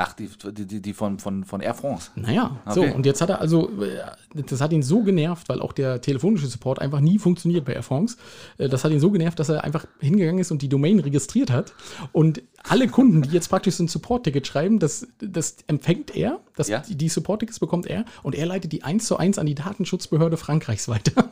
Speaker 4: Ach, die, die, die von, von, von Air France.
Speaker 3: Naja,
Speaker 4: Okay.
Speaker 3: so. Und jetzt hat er also, äh, das hat ihn so genervt, weil auch der telefonische Support einfach nie funktioniert bei Air France. Äh, Das hat ihn so genervt, dass er einfach hingegangen ist und die Domain registriert hat. Und alle Kunden, die jetzt praktisch so ein Support-Ticket schreiben, das, das empfängt er, das,
Speaker 4: Ja.
Speaker 3: die, die Support-Tickets bekommt er und er leitet die eins zu eins an die Datenschutzbehörde Frankreichs weiter.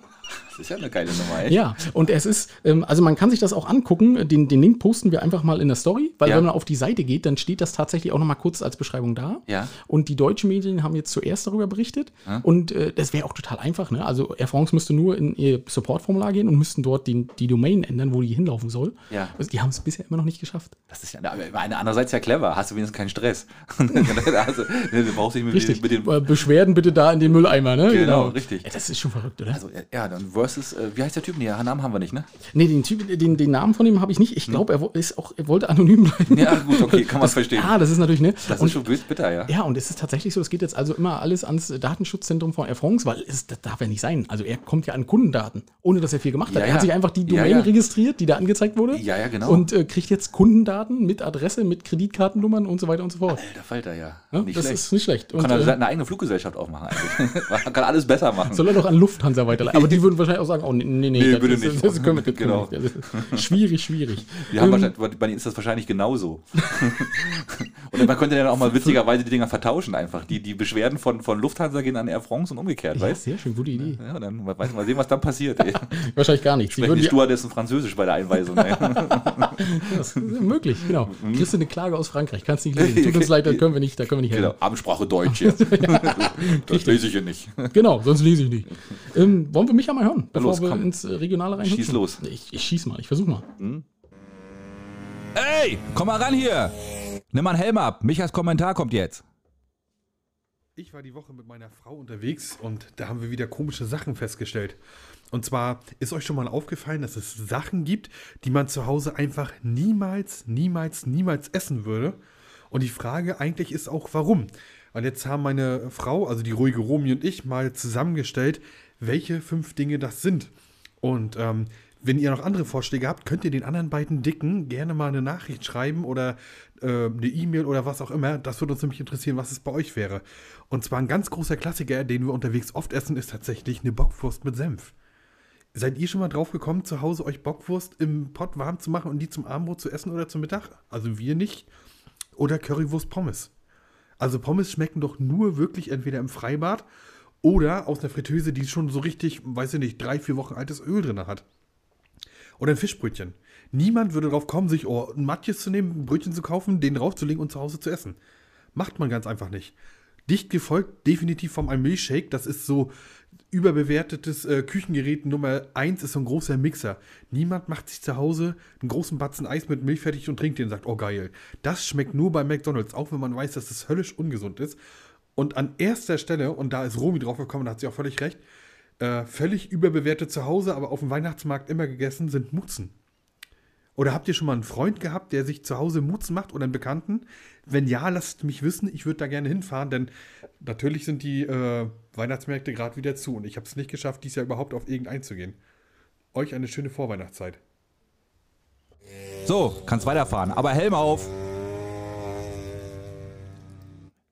Speaker 4: Das ist ja eine geile Nummer, ey.
Speaker 3: Ja, und es ist, ähm, also man kann sich das auch angucken. Den, den Link posten wir einfach mal in der Story, weil
Speaker 4: Ja.
Speaker 3: wenn man auf die Seite geht, dann steht das tatsächlich auch nochmal kurz als Beschreibung da.
Speaker 4: Ja.
Speaker 3: Und die deutschen Medien haben jetzt zuerst darüber berichtet. Und äh, das wäre auch total einfach. Ne? Also Air France müsste nur in ihr Support-Formular gehen und müssten dort den, die Domain ändern, wo die hinlaufen soll.
Speaker 4: Ja.
Speaker 3: Also die haben es bisher immer noch nicht geschafft.
Speaker 4: Das ist ja aber andererseits ja clever. Hast du wenigstens keinen Stress. also, du brauchst dich mit,
Speaker 3: Richtig.
Speaker 4: mit den
Speaker 3: Äh, Beschwerden bitte da in den Mülleimer, ne?
Speaker 4: Genau, richtig.
Speaker 3: Ja, das ist schon verrückt, oder?
Speaker 4: Also, ja, dann versus, äh, wie heißt der Typ? Nee, Namen haben wir nicht, ne?
Speaker 3: nee, den, Typ, den, den Namen von ihm habe ich nicht. Ich glaube, er, wo- ist auch, er wollte anonym bleiben.
Speaker 4: Hm. Ja, gut, okay, kann man
Speaker 3: Das-
Speaker 4: verstehen.
Speaker 3: Ah, das ist natürlich, ne?
Speaker 4: Das
Speaker 3: Und-
Speaker 4: ist schon bös bitter, ja.
Speaker 3: Ja, und es ist tatsächlich so, es geht jetzt also immer alles ans Datenschutzzentrum von Air France, weil es, das darf ja nicht sein. Also er kommt ja an Kundendaten, ohne dass er viel gemacht hat.
Speaker 4: Ja,
Speaker 3: er
Speaker 4: ja.
Speaker 3: hat sich einfach die
Speaker 4: Ja,
Speaker 3: Domain
Speaker 4: ja.
Speaker 3: registriert, die da angezeigt wurde.
Speaker 4: Ja, ja, genau.
Speaker 3: Und äh, kriegt jetzt Kundendaten mit Adresse, mit Kreditkartennummern und so weiter und so fort.
Speaker 4: Alter Falter, ja.
Speaker 3: Ja,
Speaker 4: Äh, Nicht
Speaker 3: das
Speaker 4: schlecht.
Speaker 3: ist nicht schlecht. Und,
Speaker 4: kann also er
Speaker 3: äh,
Speaker 4: eine eigene Fluggesellschaft aufmachen eigentlich. Man kann alles besser machen.
Speaker 3: soll er doch an Lufthansa weiterleiten. Aber die würden wahrscheinlich auch sagen, oh nee, nee, nee,
Speaker 4: Nee,
Speaker 3: das,
Speaker 4: bitte
Speaker 3: das,
Speaker 4: nicht.
Speaker 3: Das können wir, das
Speaker 4: Genau.
Speaker 3: können wir nicht. Das ist schwierig, schwierig. Ähm,
Speaker 4: Die
Speaker 1: Ähm.
Speaker 4: haben wahrscheinlich, bei denen ist das wahrscheinlich genauso. und man könnte dann auch mal witzigerweise die Dinger vertauschen einfach. Die, die Beschwerden von, von Lufthansa gehen an Air France und umgekehrt,
Speaker 3: ja,
Speaker 4: weißt
Speaker 3: sehr schön, gute Idee.
Speaker 4: du? Ja, dann weiß mal sehen, was dann passiert. Ey.
Speaker 3: Wahrscheinlich gar nichts. Die
Speaker 4: Sprechen
Speaker 3: würden
Speaker 4: die
Speaker 3: die-
Speaker 4: Stewardessen Französisch bei der Einweisung. ey.
Speaker 3: das ist möglich, genau.
Speaker 4: Mhm.
Speaker 3: Kriegst du eine Klage aus Frankreich, kannst nicht lesen. Tut uns leid, da können wir nicht, da können wir nicht helfen.
Speaker 4: genau. Amtssprache Deutsch jetzt. das lese ich hier nicht.
Speaker 3: Genau, sonst lese ich nicht. Ähm, wollen wir mich ja mal hören, bevor
Speaker 4: los,
Speaker 3: wir
Speaker 4: komm.
Speaker 3: ins äh, Regionale reinhüpfen?
Speaker 4: Schieß los.
Speaker 3: Ich, ich schieß mal, ich versuch mal.
Speaker 1: Ey, komm mal ran hier. Nimm mal einen Helm ab. Michas Kommentar kommt jetzt.
Speaker 6: Ich war die Woche mit meiner Frau unterwegs und da haben wir wieder komische Sachen festgestellt. Und zwar ist euch schon mal aufgefallen, dass es Sachen gibt, die man zu Hause einfach niemals, niemals, niemals essen würde. Und die Frage eigentlich ist auch, warum? Und jetzt haben meine Frau, also die ruhige Romy und ich, mal zusammengestellt, welche fünf Dinge das sind. Und ähm, wenn ihr noch andere Vorschläge habt, könnt ihr den anderen beiden Dicken gerne mal eine Nachricht schreiben oder äh, eine E-Mail oder was auch immer. Das würde uns nämlich interessieren, was es bei euch wäre. Und zwar ein ganz großer Klassiker, den wir unterwegs oft essen, ist tatsächlich eine Bockwurst mit Senf. Seid ihr schon mal drauf gekommen, zu Hause euch Bockwurst im Pott warm zu machen und die zum Abendbrot zu essen oder zum Mittag? Also wir nicht. Oder Currywurst Pommes. Also Pommes schmecken doch nur wirklich entweder im Freibad oder aus einer Fritteuse, die schon so richtig, weiß ich nicht, drei, vier Wochen altes Öl drin hat. Oder ein Fischbrötchen. Niemand würde drauf kommen, sich oh, ein Matjes zu nehmen, ein Brötchen zu kaufen, den draufzulegen und zu Hause zu essen. Macht man ganz einfach nicht. Dicht gefolgt definitiv vom einem Milchshake. Das ist so überbewertetes äh, Küchengerät Nummer 1 ist so ein großer Mixer. Niemand macht sich zu Hause einen großen Batzen Eis mit Milch fertig und trinkt den und sagt, oh geil. Das schmeckt nur bei McDonalds, auch wenn man weiß, dass das höllisch ungesund ist. Und an erster Stelle, und da ist Romy drauf gekommen, da hat sie auch völlig recht, äh, völlig überbewertet zu Hause, aber auf dem Weihnachtsmarkt immer gegessen, sind Mutzen. Oder habt ihr schon mal einen Freund gehabt, der sich zu Hause Mutzen macht oder einen Bekannten? Wenn ja, lasst mich wissen, ich würde da gerne hinfahren, denn natürlich sind die äh, Weihnachtsmärkte gerade wieder zu und ich habe es nicht geschafft, dies Jahr überhaupt auf irgendeinen zu gehen. Euch eine schöne Vorweihnachtszeit.
Speaker 1: So, kannst weiterfahren. Aber Helm auf.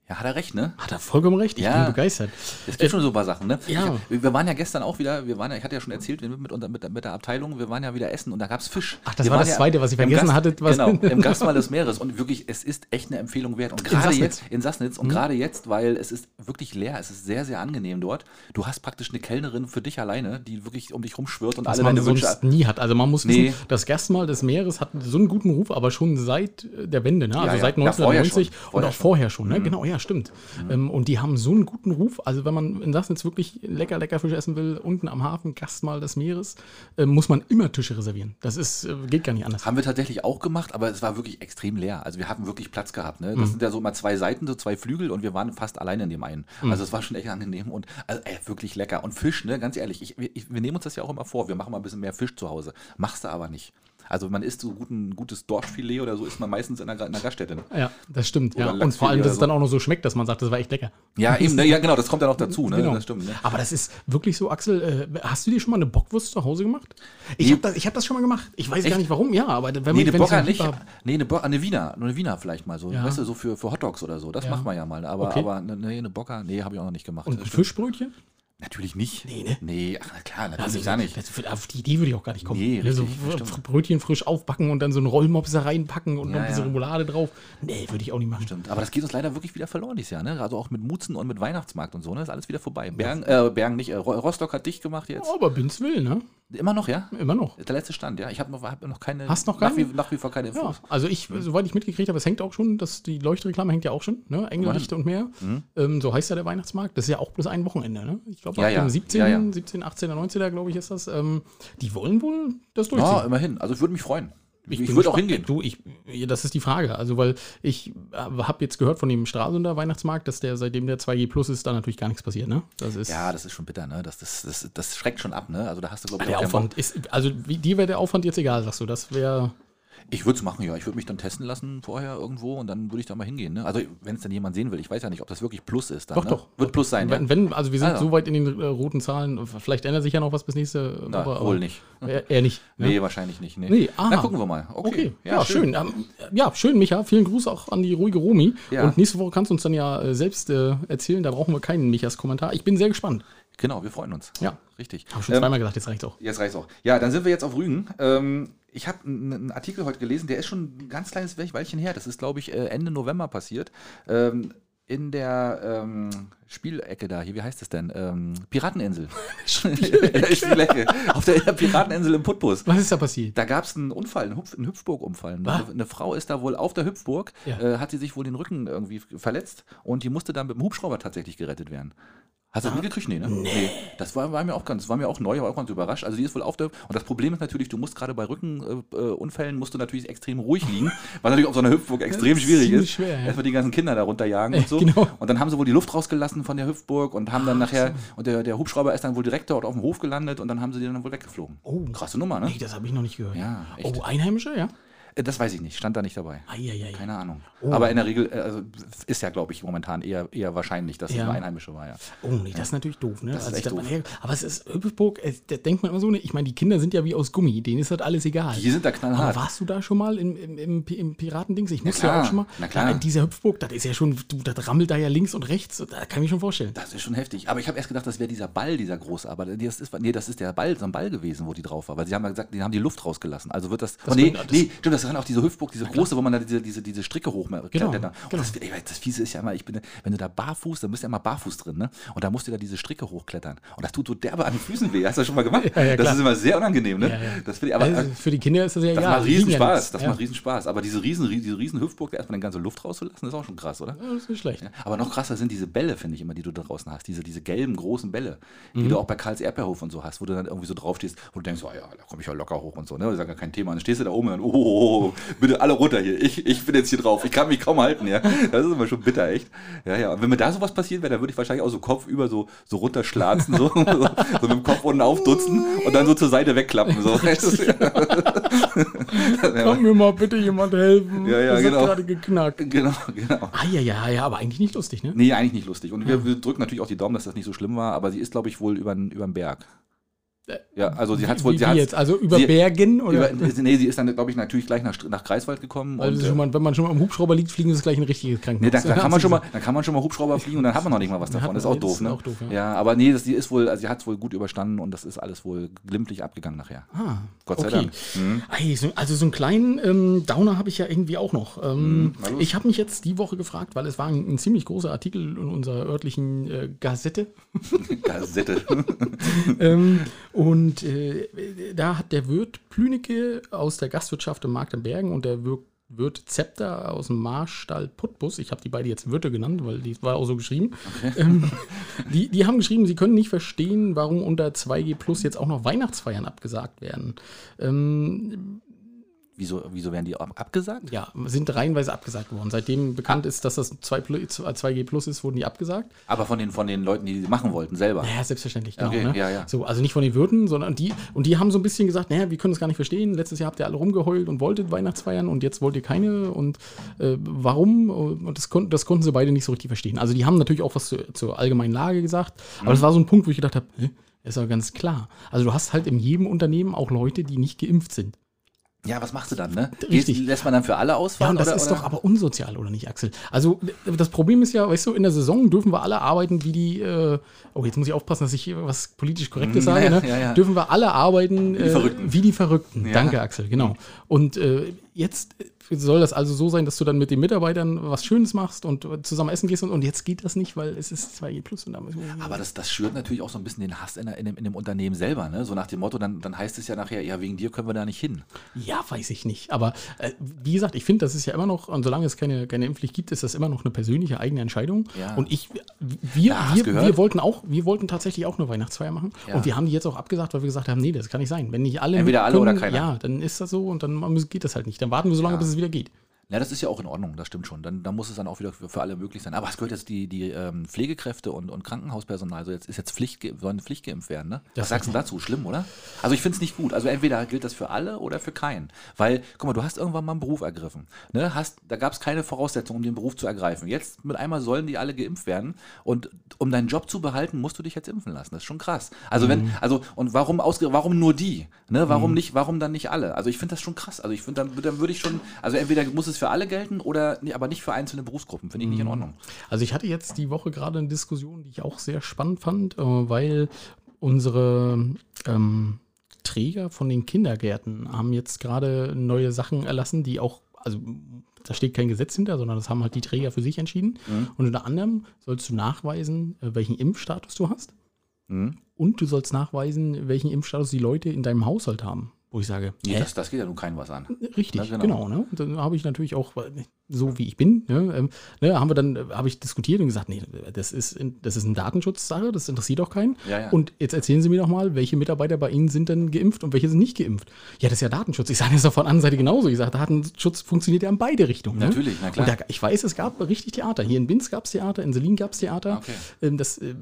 Speaker 4: Ja, hat er recht, ne?
Speaker 3: Hat er vollkommen recht, ich
Speaker 4: Ja.
Speaker 3: bin begeistert.
Speaker 4: Es gibt schon so ein paar Sachen, ne?
Speaker 3: Äh, ja.
Speaker 4: Ich, wir waren ja gestern auch wieder, wir waren ja, ich hatte ja schon erzählt, wir mit, unter, mit, der- mit der Abteilung, wir waren ja wieder essen und da gab es Fisch.
Speaker 3: Ach, das
Speaker 4: wir
Speaker 3: war
Speaker 4: waren
Speaker 3: das
Speaker 4: ja
Speaker 3: Zweite, was ich
Speaker 4: im
Speaker 3: vergessen hatte, was-
Speaker 4: genau, im Gastmahl des Meeres. Und wirklich, es ist echt eine Empfehlung wert. Und gerade
Speaker 3: Sassnitz. Hm?
Speaker 4: jetzt, in Sassnitz, und gerade jetzt, weil es ist wirklich leer, es ist sehr, sehr angenehm dort. Du hast praktisch eine Kellnerin für dich alleine, die wirklich um dich rumschwirrt und
Speaker 3: Was
Speaker 4: alle
Speaker 3: man
Speaker 4: deine Wünsche
Speaker 3: sonst nie hat. Also man muss
Speaker 4: Nee.
Speaker 3: wissen, das Gastmahl des Meeres hat so einen guten Ruf, aber schon seit äh, der Wende, ne? also
Speaker 4: ja.
Speaker 3: seit
Speaker 4: Ja, vorher
Speaker 3: 1990
Speaker 4: schon. Vorher schon.
Speaker 3: und auch
Speaker 4: Mhm.
Speaker 3: vorher schon. Ne? Genau, ja, stimmt. Ähm, und die haben so einen guten Ruf. Also wenn man in Sassnitz wirklich lecker, lecker Fisch essen will, unten am Hafen, Gastmahl des Meeres, äh, muss man immer Tische reservieren. Das ist, äh, geht gar nicht anders.
Speaker 4: Haben wir tatsächlich auch gemacht, aber es war wirklich extrem leer. Also wir haben wirklich Platz gehabt. Ne?
Speaker 3: Mhm.
Speaker 4: Das sind ja so immer zwei Seiten, so zwei Flügel und wir waren fast alleine in dem einen.
Speaker 3: Mhm.
Speaker 4: Also es war schon echt angenehm und also, ey, wirklich lecker. Und Fisch, ne? ganz ehrlich, ich, wir- ich, wir nehmen uns das ja auch immer vor. Wir machen mal ein bisschen mehr Fisch zu Hause. Machst du aber nicht. Also man isst so guten, gutes Dorschfilet oder so, isst man meistens in einer, Gra- in einer Gaststätte.
Speaker 3: Ja, das stimmt.
Speaker 4: Oder
Speaker 3: Ja. Und
Speaker 4: Lachs
Speaker 3: vor allem,
Speaker 4: oder
Speaker 3: dass es
Speaker 4: so.
Speaker 3: dann auch noch so schmeckt, dass man sagt, das war echt lecker.
Speaker 4: Ja, eben, ne? ja genau, das kommt ja noch dazu. Ne?
Speaker 3: Genau.
Speaker 4: Das stimmt, ne?
Speaker 3: Aber das ist wirklich so, Axel. Äh, hast du dir schon mal eine Bockwurst zu Hause gemacht? Ich
Speaker 4: Nee.
Speaker 3: habe das, ich hab das schon mal gemacht. Ich weiß gar
Speaker 4: Echt?
Speaker 3: nicht warum, ja, aber wenn man
Speaker 4: Nee, eine
Speaker 3: wenn ich so
Speaker 4: Bocker
Speaker 3: ein
Speaker 4: nicht.
Speaker 3: Liebhaber-
Speaker 4: Nee, eine, Bo eine Wiener. Nur eine Wiener vielleicht mal so.
Speaker 3: Ja.
Speaker 4: Weißt du, so für, für Hotdogs oder so. Das
Speaker 3: Ja.
Speaker 4: macht man ja mal. Aber,
Speaker 3: Okay.
Speaker 4: aber ne- nee, eine Bocker, nee, habe ich auch noch nicht gemacht.
Speaker 3: Und
Speaker 4: Das
Speaker 3: ein
Speaker 4: stimmt.
Speaker 3: Fischbrötchen?
Speaker 4: Natürlich nicht. Nee,
Speaker 3: ne?
Speaker 4: Nee, ach, na klar, natürlich
Speaker 3: Also
Speaker 4: gar nicht.
Speaker 3: Das, für- auf die Idee würde ich auch gar nicht kommen.
Speaker 4: Nee,
Speaker 3: Ne, so
Speaker 4: richtig,
Speaker 3: fr-
Speaker 4: stimmt.
Speaker 3: fr- Brötchen frisch aufbacken und dann so einen Rollmops da reinpacken und
Speaker 4: Ja,
Speaker 3: noch ein bisschen
Speaker 4: ja.
Speaker 3: Remoulade drauf. Nee, würde ich auch nicht machen.
Speaker 4: Stimmt. Aber das geht uns leider wirklich wieder verloren dieses Jahr, ne? Also auch mit Mutzen und mit Weihnachtsmarkt und so, ne? Ist alles wieder vorbei. Bergen, äh, Bergen nicht, äh, Ro- Rostock hat dicht gemacht jetzt.
Speaker 3: Aber bin's will, ne?
Speaker 4: Immer noch, ja?
Speaker 3: Immer noch.
Speaker 4: Der letzte Stand, ja. Ich habe noch, hab noch keine.
Speaker 3: Hast noch
Speaker 4: Nach
Speaker 3: keine?
Speaker 4: wie, nach wie vor keine
Speaker 3: Ja,
Speaker 4: Infos.
Speaker 3: also ich,
Speaker 4: Mhm.
Speaker 3: soweit ich mitgekriegt habe, es hängt auch schon, dass die Leuchtreklame hängt ja auch schon, ne? Engellichter und mehr.
Speaker 4: Mhm.
Speaker 3: Ähm, so heißt ja der Weihnachtsmarkt. Das ist ja auch bloß ein Wochenende, ne? Ich glaube,
Speaker 4: Ja,
Speaker 3: ab
Speaker 4: ja.
Speaker 3: dem 17.,
Speaker 4: Ja, ja.
Speaker 3: 17., 18., 19., glaube ich, ist das. Ähm, die wollen wohl das
Speaker 4: Ja,
Speaker 3: durchziehen.
Speaker 4: immerhin. Also ich würde mich freuen. Ich,
Speaker 3: bin
Speaker 4: würde auch
Speaker 3: gespannt.
Speaker 4: hingehen.
Speaker 3: Du, ich, ja, das ist die Frage. Also, weil ich habe jetzt gehört von dem Stralsunder Weihnachtsmarkt, dass der, seitdem der 2G Plus ist, da natürlich gar nichts passiert, ne? Das ist.
Speaker 4: Ja, das ist schon bitter, ne? Das, das, das, das schreckt schon ab, ne? Also da hast du, glaube ich,
Speaker 3: der
Speaker 4: auch keinen
Speaker 3: Aufwand ist, also wie, dir wäre der Aufwand jetzt egal, sagst du. Das wäre.
Speaker 4: Bock. Ich würde es machen, ja. Ich würde mich dann testen lassen vorher irgendwo und dann würde ich da mal hingehen, ne? Also wenn es dann jemand sehen will, ich weiß ja nicht, ob das wirklich Plus ist. Dann,
Speaker 3: Doch,
Speaker 4: ne?
Speaker 3: doch.
Speaker 4: Wird Plus sein,
Speaker 3: Wenn,
Speaker 4: ja.
Speaker 3: wenn, also wir sind
Speaker 4: Also.
Speaker 3: so weit in den äh, roten Zahlen, vielleicht ändert sich ja noch was bis nächste Woche.
Speaker 4: Na, wohl nicht.
Speaker 3: Eher, eher nicht. ne?
Speaker 4: Nee, wahrscheinlich nicht. Nee.
Speaker 3: Nee,
Speaker 4: Na,
Speaker 3: aha.
Speaker 4: gucken wir mal. Okay.
Speaker 3: Okay, ja, schön. Ähm, ja, schön, Micha. Vielen Gruß auch an die ruhige Romi.
Speaker 4: Ja.
Speaker 3: Und nächste Woche kannst du uns dann ja äh, selbst äh, erzählen. Da brauchen wir keinen Michas Kommentar. Ich bin sehr gespannt.
Speaker 4: Genau, wir freuen uns.
Speaker 3: Ja.
Speaker 4: Richtig.
Speaker 3: Habe schon
Speaker 4: Ähm,
Speaker 3: zweimal gesagt, jetzt reicht's auch.
Speaker 4: Jetzt reicht's auch. Ja, dann sind wir jetzt auf Rügen. Ähm, ich habe einen Artikel heute gelesen, der ist schon ein ganz kleines Weilchen her. Das ist, glaube ich, äh, Ende November passiert. Ähm, in der ähm, Spielecke da, hier, wie heißt das denn? Ähm, Pirateninsel. Spielecke. Spielecke. Auf der, der Pirateninsel im Putbus.
Speaker 3: Was ist da passiert?
Speaker 4: Da gab es einen Unfall, einen, Hüpf, einen Hüpfburg-Unfall. Eine,
Speaker 3: Was?
Speaker 4: eine Frau ist da wohl auf der Hüpfburg,
Speaker 3: Ah. Ja.
Speaker 4: äh, hat sie sich wohl den Rücken irgendwie f- verletzt und die musste dann mit dem Hubschrauber tatsächlich gerettet werden. Hast du
Speaker 3: Ah.
Speaker 4: das mitgekriegt? Nee, ne? Nee. Das war, war mir auch ganz, war mir auch neu, war auch ganz überrascht. Also die ist wohl auf der. Und das Problem ist natürlich, du musst gerade bei Rückenunfällen äh, Unfällen musst du natürlich extrem ruhig liegen, weil natürlich auf so einer Hüpfburg extrem
Speaker 3: ist
Speaker 4: schwierig
Speaker 3: ziemlich
Speaker 4: ist.
Speaker 3: schwer, ja.
Speaker 4: Erstmal die ganzen Kinder darunter jagen und so.
Speaker 3: genau.
Speaker 4: Und dann haben sie wohl die Luft rausgelassen von der Hüpfburg und haben dann nachher, und der, der Hubschrauber ist dann wohl direkt dort auf dem Hof gelandet und dann haben sie den dann wohl weggeflogen.
Speaker 3: Oh.
Speaker 4: Krasse Nummer, ne?
Speaker 3: Nee, das habe ich noch nicht gehört.
Speaker 4: Ja, echt.
Speaker 3: Oh, Einheimische, ja?
Speaker 4: Äh, Das weiß ich nicht, stand da nicht dabei.
Speaker 3: Eieiei.
Speaker 4: Keine Ahnung.
Speaker 3: Oh.
Speaker 4: Aber in der Regel äh, also, ist ja, glaube ich, momentan eher, eher wahrscheinlich, dass
Speaker 3: Ja.
Speaker 4: es ein Einheimischer war. Ja.
Speaker 3: Oh, nee, das ist natürlich doof, ne?
Speaker 4: Das ist echt
Speaker 3: da man
Speaker 4: doof.
Speaker 3: her- aber es ist Hüppelsburg, äh, da denkt man immer so, ne? Ich meine, die Kinder sind ja wie aus Gummi, denen ist das alles egal.
Speaker 4: Die sind da
Speaker 3: aber
Speaker 4: knallhart.
Speaker 3: warst du da schon mal im, im, im, Pi- im Piratendings? Ich muss ja
Speaker 4: klar,
Speaker 3: auch schon mal.
Speaker 4: na klar.
Speaker 3: Da, dieser Hüpfburg, das ist ja schon, du, das rammelt da ja links und rechts. Da kann ich mir schon vorstellen.
Speaker 4: Das ist schon heftig. Aber ich habe erst gedacht, das wäre dieser Ball, dieser große. Aber nee, das ist, nee, das ist der Ball, so ein Ball gewesen, wo die drauf war. Weil sie haben ja gesagt, die haben die Luft rausgelassen. Also wird das. oh, nee,
Speaker 3: kann- das-
Speaker 4: nee, stimmt, das kann auch diese Hüpfburg, diese große, wo man da diese, diese, diese Stricke hochmacht.
Speaker 3: Genau,
Speaker 4: Und das, ey, das Fiese ist ja immer, ich bin, wenn du da barfuß, dann bist du ja immer barfuß drin, ne? Und da musst du da diese Stricke hochklettern. Und das tut so derbe an den Füßen weh. Hast du das schon mal gemacht?
Speaker 3: Ja, ja,
Speaker 4: das
Speaker 3: klar.
Speaker 4: ist immer sehr unangenehm, ne?
Speaker 3: Ja, ja.
Speaker 4: Das finde ich, aber.
Speaker 3: also, für die Kinder ist das ja
Speaker 4: Das
Speaker 3: egal.
Speaker 4: macht
Speaker 3: die lieben
Speaker 4: riesen
Speaker 3: ja
Speaker 4: Spaß,
Speaker 3: nichts.
Speaker 4: das
Speaker 3: ja.
Speaker 4: macht riesen Spaß. Aber diese riesen, diese riesen Hüpfburg, da erstmal den ganzen Luft rauszulassen, ist auch schon krass, oder?
Speaker 3: Ja, das ist nicht schlecht.
Speaker 4: Ja, Aber noch krasser sind diese Bälle, finde ich immer, die du da draußen hast. Diese, diese gelben, großen Bälle, die
Speaker 3: Mhm.
Speaker 4: du auch bei Karls Erdbeerhof und so hast, wo du dann irgendwie so draufstehst, wo du denkst, oh ja, da komme ich ja locker hoch und so, ne? Das ist ja gar kein Thema. Und dann stehst du da oben und dann, oh, oh, oh, oh, bitte alle runter hier. Ich, ich bin jetzt hier drauf. Ich kann mich kaum halten, ja. Das ist immer schon bitter, echt. Ja, ja. Und wenn mir da sowas passiert wäre, dann würde ich wahrscheinlich auch so Kopf über so, so runterschlazen, so, so, so mit dem Kopf unten aufdutzen und dann so zur Seite wegklappen. So.
Speaker 3: Kann mir mal bitte jemand helfen?
Speaker 4: Ja, ja,
Speaker 3: das
Speaker 4: genau.
Speaker 3: hat gerade geknackt.
Speaker 4: genau, genau.
Speaker 3: Ah, ja, ja, ja, aber eigentlich nicht lustig, ne?
Speaker 4: Nee, eigentlich nicht lustig. Und wir, wir drücken natürlich auch die Daumen, dass das nicht so schlimm war, aber sie ist, glaube ich, wohl über den Berg. Ja, also sie hat wohl.
Speaker 3: Äh, Wie,
Speaker 4: Sie
Speaker 3: wie
Speaker 4: hat's-
Speaker 3: jetzt? Also über
Speaker 4: sie-
Speaker 3: Bergen oder?
Speaker 4: Über, nee, sie ist dann, glaube ich, natürlich gleich nach, nach Greifswald gekommen.
Speaker 3: also
Speaker 4: und,
Speaker 3: schon
Speaker 4: äh,
Speaker 3: mal, wenn man schon mal im Hubschrauber liegt, fliegen ist gleich ein richtiges
Speaker 4: Nee,
Speaker 3: Krankenhaus. Also,
Speaker 4: dann, dann, kann man schon mal, dann kann man schon mal Hubschrauber fliegen und dann hat man noch nicht mal was
Speaker 3: Dann
Speaker 4: davon.
Speaker 3: hat
Speaker 4: Das ist
Speaker 3: man-
Speaker 4: auch
Speaker 3: das
Speaker 4: doof,
Speaker 3: ist
Speaker 4: ne?
Speaker 3: auch doof, ja.
Speaker 4: ja. aber nee, das, die ist wohl, also sie hat es wohl gut überstanden und das ist alles wohl glimpflich abgegangen nachher.
Speaker 3: Ah,
Speaker 4: Gott sei
Speaker 3: okay.
Speaker 4: Dank. Mhm.
Speaker 3: Ei, so- Also so einen kleinen ähm, Downer habe ich ja irgendwie auch noch. Ähm,
Speaker 4: Mhm. na los.
Speaker 3: ich habe mich jetzt die Woche gefragt, weil es war ein, ein ziemlich großer Artikel in unserer örtlichen äh, Gazette.
Speaker 4: Kassette. Mhm.
Speaker 3: ähm, und äh, da hat der Wirt Plünicke aus der Gastwirtschaft im Markt in Bergen und der Wirt, Wirt Zepter aus dem Marstall Putbus, ich habe die beide jetzt Wirte genannt, weil die war auch so geschrieben, ähm, die, die haben geschrieben, sie können nicht verstehen, warum unter 2G Plus jetzt auch noch Weihnachtsfeiern abgesagt werden. Ähm,
Speaker 4: Wieso, wieso werden die ab abgesagt?
Speaker 3: Ja, sind reihenweise abgesagt worden. Seitdem bekannt ist, dass das 2 Plu- 2G Plus ist, wurden die abgesagt.
Speaker 4: Aber von den, von den Leuten, die die machen wollten, selber.
Speaker 3: Ja, selbstverständlich, genau.
Speaker 4: Okay,
Speaker 3: ne?
Speaker 4: ja, ja.
Speaker 3: So, also nicht von den Wirten, sondern die, und die haben so ein bisschen gesagt, naja, wir können das gar nicht verstehen. Letztes Jahr habt ihr alle rumgeheult und wolltet Weihnachtsfeiern und jetzt wollt ihr keine und äh, warum? Und das konnten, das konnten sie beide nicht so richtig verstehen. Also die haben natürlich auch was zu, zur allgemeinen Lage gesagt, aber das war so ein Punkt, wo ich gedacht habe, hä, ist ja ganz klar. Also du hast halt in jedem Unternehmen auch Leute, die nicht geimpft sind.
Speaker 4: Ja, was machst du dann, ne?
Speaker 3: Richtig.
Speaker 4: Gehst- Lässt man dann für alle
Speaker 3: Ja,
Speaker 4: ausfahren?
Speaker 3: und das
Speaker 4: oder,
Speaker 3: ist
Speaker 4: oder?
Speaker 3: doch aber unsozial, oder nicht, Axel? Also, das Problem ist ja, weißt du, in der Saison dürfen wir alle arbeiten, wie die. Äh, oh, jetzt muss ich aufpassen, dass ich hier was politisch
Speaker 4: Mm,
Speaker 3: Korrektes sage.
Speaker 4: ja,
Speaker 3: ne?
Speaker 4: ja, ja.
Speaker 3: Dürfen wir alle arbeiten äh,
Speaker 4: Verrückten.
Speaker 3: wie die Verrückten.
Speaker 4: Ja.
Speaker 3: Danke, Axel, genau. Und äh, jetzt soll das also so sein, dass du dann mit den Mitarbeitern was Schönes machst und zusammen essen gehst und, und jetzt geht das nicht, weil es ist 2G plus und da müssen wir.
Speaker 4: Aber das, das schürt natürlich auch so ein bisschen den Hass in, der- in, dem, in dem Unternehmen selber, ne? So nach dem Motto, dann, dann heißt es ja nachher, ja, wegen dir können wir da nicht hin.
Speaker 3: Ja, weiß ich nicht. Aber äh, wie gesagt, ich finde, das ist ja immer noch, und solange es keine, keine Impfpflicht gibt, ist das immer noch eine persönliche eigene Entscheidung.
Speaker 4: Ja.
Speaker 3: Und ich, wir,
Speaker 4: Ja, hast
Speaker 3: wir,
Speaker 4: gehört?
Speaker 3: wir wollten auch, wir wollten tatsächlich auch eine Weihnachtsfeier machen.
Speaker 4: Ja.
Speaker 3: Und wir haben die jetzt auch abgesagt, weil wir gesagt haben, nee, das kann nicht sein. Wenn nicht alle.
Speaker 4: Entweder
Speaker 3: mit
Speaker 4: alle oder keiner.
Speaker 3: Ja, dann ist das so und dann müssen- geht das halt nicht. Dann warten wir so lange,
Speaker 4: Ja.
Speaker 3: bis es wieder geht.
Speaker 4: Ja, das ist ja auch in Ordnung, das stimmt schon. Dann, dann muss es dann auch wieder für, für alle möglich sein. Aber es gehört jetzt die, die ähm, Pflegekräfte und, und Krankenhauspersonal, also jetzt ist jetzt Pflicht, ge- sollen Pflichtgeimpft werden, ne?
Speaker 3: Das
Speaker 4: Was sagst du dazu? Schlimm, oder? Also ich finde es nicht gut. Also entweder gilt das für alle oder für keinen. Weil, guck mal, du hast irgendwann mal einen Beruf ergriffen. Ne? Hast, da gab es keine Voraussetzung, um den Beruf zu ergreifen. Jetzt mit einmal sollen die alle geimpft werden. Und um deinen Job zu behalten, musst du dich jetzt impfen lassen. Das ist schon krass. Also wenn, also, und warum ausge warum nur die? Ne? Warum nicht, warum dann nicht alle? Also ich finde das schon krass. Also ich finde, dann, dann würde ich schon, also entweder muss es für alle gelten oder nee, aber nicht für einzelne Berufsgruppen. Finde ich nicht in Ordnung.
Speaker 3: Also ich hatte jetzt die Woche gerade eine Diskussion, die ich auch sehr spannend fand, äh, weil unsere ähm, Träger von den Kindergärten haben jetzt gerade neue Sachen erlassen, die auch, also da steht kein Gesetz hinter, sondern das haben halt die Träger für sich entschieden.
Speaker 4: Mhm.
Speaker 3: Und unter anderem sollst du nachweisen, äh, welchen Impfstatus du hast.
Speaker 4: Mhm.
Speaker 3: Und du sollst nachweisen, welchen Impfstatus die Leute in deinem Haushalt haben. Wo ich sage,
Speaker 4: Nee,
Speaker 3: hä?
Speaker 4: das, das geht ja nun keinem was an.
Speaker 3: Richtig,
Speaker 4: Ja, genau.
Speaker 3: genau. ne? Und dann habe ich natürlich auch, weil, ne, so wie ich bin, ne, ähm, ne, haben wir dann, äh, habe ich diskutiert und gesagt, nee, das ist, in- das ist eine Datenschutzsache, das interessiert doch keinen.
Speaker 4: Ja, ja.
Speaker 3: Und jetzt erzählen Sie mir doch mal, welche Mitarbeiter bei Ihnen sind denn geimpft und welche sind nicht geimpft. Ja, das ist ja Datenschutz. Ich sage das ist auf der anderen Seite genauso. Ich sage, Datenschutz funktioniert ja in beide Richtungen. Ne?
Speaker 4: Natürlich, na klar.
Speaker 3: Und da, ich weiß, es gab richtig Theater. Hier in Binz gab es Theater, in Selin gab es Theater.
Speaker 4: Okay.
Speaker 3: Ähm, das, äh,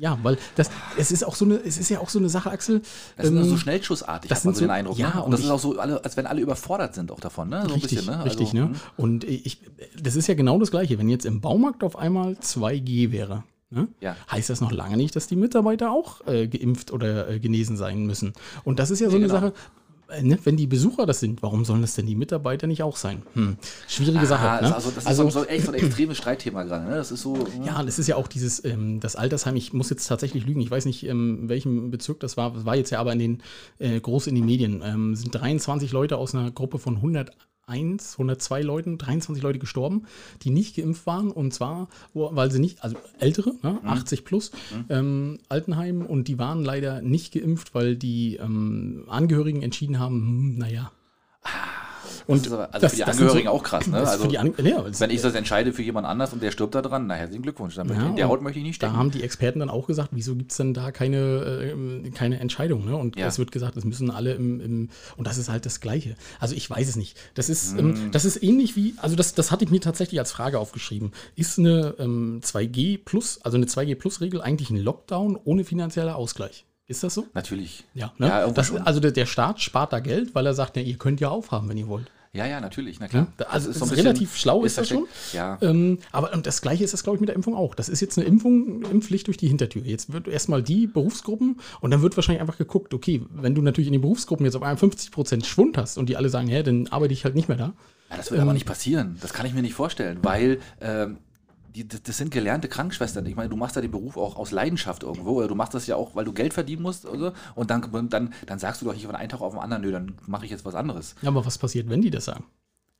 Speaker 3: ja, weil das, es ist auch so eine, es ist ja auch so eine Sache, Axel.
Speaker 4: Das sind also so
Speaker 3: ähm,
Speaker 4: schnellschussartig,
Speaker 3: das
Speaker 4: hat man
Speaker 3: sind
Speaker 4: so den
Speaker 3: so-
Speaker 4: Eindruck.
Speaker 3: ja,
Speaker 4: ne? und
Speaker 3: und
Speaker 4: das
Speaker 3: ich-
Speaker 4: ist auch so, alle, als wenn alle überfordert sind auch davon, ne? So
Speaker 3: richtig,
Speaker 4: ein bisschen, ne?
Speaker 3: Richtig,
Speaker 4: also,
Speaker 3: ne? Und ich, das ist ja genau das Gleiche. Wenn jetzt im Baumarkt auf einmal 2G wäre, ne?
Speaker 4: Ja.
Speaker 3: heißt das noch lange nicht, dass die Mitarbeiter auch äh, geimpft oder äh, genesen sein müssen. Und das ist ja so
Speaker 4: Nee,
Speaker 3: eine
Speaker 4: genau.
Speaker 3: Sache. äh, Ne, wenn die Besucher das sind, warum sollen das denn die Mitarbeiter nicht auch sein? Hm. Schwierige
Speaker 4: Aha,
Speaker 3: Sache. Ne?
Speaker 4: Also das ist so, so echt so ein extremes Streitthema gerade. Ne? Das ist so. hm.
Speaker 3: Ja, das ist ja auch dieses, ähm, das Altersheim, ich muss jetzt tatsächlich lügen, ich weiß nicht, ähm, in welchem Bezirk das war, das war jetzt ja aber in den, äh, groß in den Medien, ähm, sind 23 Leute aus einer Gruppe von 101, 102 Leuten, 23 Leute gestorben, die nicht geimpft waren und zwar, wo- weil sie nicht, also ältere, ne,
Speaker 4: Mhm.
Speaker 3: 80 plus, ähm, Altenheim und die waren leider nicht geimpft, weil die ähm, Angehörigen entschieden haben, hm, naja.
Speaker 4: Ah, das ist aber, also für die Angehörigen auch krass, ne?
Speaker 3: Also,
Speaker 4: Also,
Speaker 3: für die Ange ja, das-
Speaker 4: Wenn ich das entscheide für jemand anders und der stirbt da dran, na herzlichen Glückwunsch. Dann möchte
Speaker 3: Ja,
Speaker 4: ich, in der
Speaker 3: und
Speaker 4: Haut möchte ich nicht
Speaker 3: Da
Speaker 4: stecken.
Speaker 3: haben die Experten dann auch gesagt, wieso gibt es denn da keine, äh, keine Entscheidung? Ne? Und
Speaker 4: Ja.
Speaker 3: es wird gesagt, es müssen alle im, im. Und das ist halt das Gleiche. Also ich weiß es nicht. Das ist,
Speaker 4: Hm.
Speaker 3: ähm, das ist ähnlich wie, also das, das hatte ich mir tatsächlich als Frage aufgeschrieben. Ist eine ähm, 2G plus, also eine 2G Plus-Regel eigentlich ein Lockdown ohne finanzieller Ausgleich? Ist das so?
Speaker 4: Natürlich.
Speaker 3: Ja, ne?
Speaker 4: Ja, irgendwo
Speaker 3: das,
Speaker 4: schon.
Speaker 3: also der, der Staat spart da Geld, weil er sagt, ja, ihr könnt ja aufhaben, wenn ihr wollt.
Speaker 4: Ja, ja, natürlich, na klar.
Speaker 3: Da-
Speaker 4: Das
Speaker 3: Also
Speaker 4: ist
Speaker 3: ist
Speaker 4: so ein bisschen-
Speaker 3: relativ schlau ist das schon.
Speaker 4: versteckt. Ja.
Speaker 3: Ähm, aber und das gleiche ist das, glaube ich, mit der Impfung auch. Das ist jetzt eine Impfung, eine Impfpflicht durch die Hintertür. Jetzt wird erstmal die Berufsgruppen und dann wird wahrscheinlich einfach geguckt, okay, wenn du natürlich in den Berufsgruppen jetzt auf einmal 50% Schwund hast und die alle sagen, hä, dann arbeite ich halt nicht mehr da.
Speaker 4: Ja, das
Speaker 3: Ähm.
Speaker 4: wird aber nicht passieren. Das kann ich mir nicht vorstellen, weil ähm, die, das, das sind gelernte Krankenschwestern. Ich meine, du machst ja den Beruf auch aus Leidenschaft irgendwo. Oder du machst das ja auch, weil du Geld verdienen musst. Oder? Und dann, dann, dann sagst du doch nicht von einem Tag auf den anderen, nö, dann mache ich jetzt was anderes.
Speaker 3: Ja, aber was passiert, wenn die das sagen?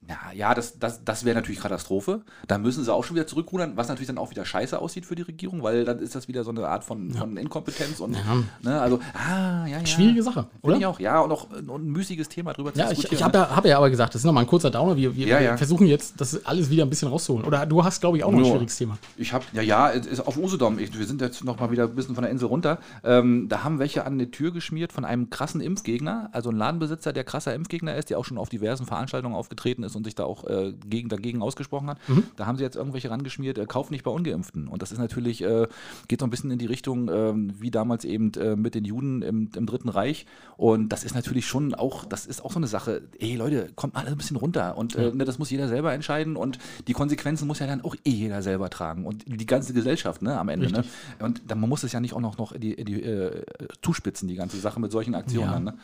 Speaker 4: Ja, ja, das, das, das wäre natürlich Katastrophe. Da müssen sie auch schon wieder zurückrudern, was natürlich dann auch wieder scheiße aussieht für die Regierung, weil dann ist das wieder so eine Art von, von Inkompetenz und ne, also, ah, ja, ja.
Speaker 3: Schwierige Sache,
Speaker 4: Finde
Speaker 3: oder?
Speaker 4: ich auch, ja, und auch ein, ein müßiges Thema drüber
Speaker 3: Ja, ich,
Speaker 4: diskutieren. ne?
Speaker 3: ich habe ja, hab ja aber gesagt, das ist nochmal ein kurzer Downer. Wir, wir,
Speaker 4: Ja,
Speaker 3: wir
Speaker 4: ja.
Speaker 3: versuchen jetzt, das alles wieder ein bisschen rauszuholen. Oder du hast, glaube ich, auch noch ein
Speaker 4: Ja.
Speaker 3: schwieriges Thema.
Speaker 4: Ich habe, ja, ja, es ist auf Usedom. Ich, wir sind jetzt noch mal wieder ein bisschen von der Insel runter. Ähm, da haben welche an eine Tür geschmiert von einem krassen Impfgegner, also ein Ladenbesitzer, der krasser Impfgegner ist, der auch schon auf diversen Veranstaltungen aufgetreten ist und sich da auch äh, gegen, dagegen ausgesprochen hat.
Speaker 3: Mhm.
Speaker 4: Da haben sie jetzt irgendwelche rangeschmiert, äh, kauft nicht bei Ungeimpften. Und das ist natürlich, äh, geht so ein bisschen in die Richtung, ähm, wie damals eben äh, mit den Juden im, im Dritten Reich. Und das ist natürlich schon auch, das ist auch so eine Sache. Ey Leute, kommt mal alle ein bisschen runter. Und äh, ne, das muss jeder selber entscheiden. Und die Konsequenzen muss ja dann auch eh jeder selber tragen. Und die ganze Gesellschaft ne, am Ende. Ne? Und dann, man muss es ja nicht auch noch, noch in die, in die, äh, zuspitzen, die ganze Sache mit solchen Aktionen.
Speaker 3: Ja.
Speaker 4: Dann, ne?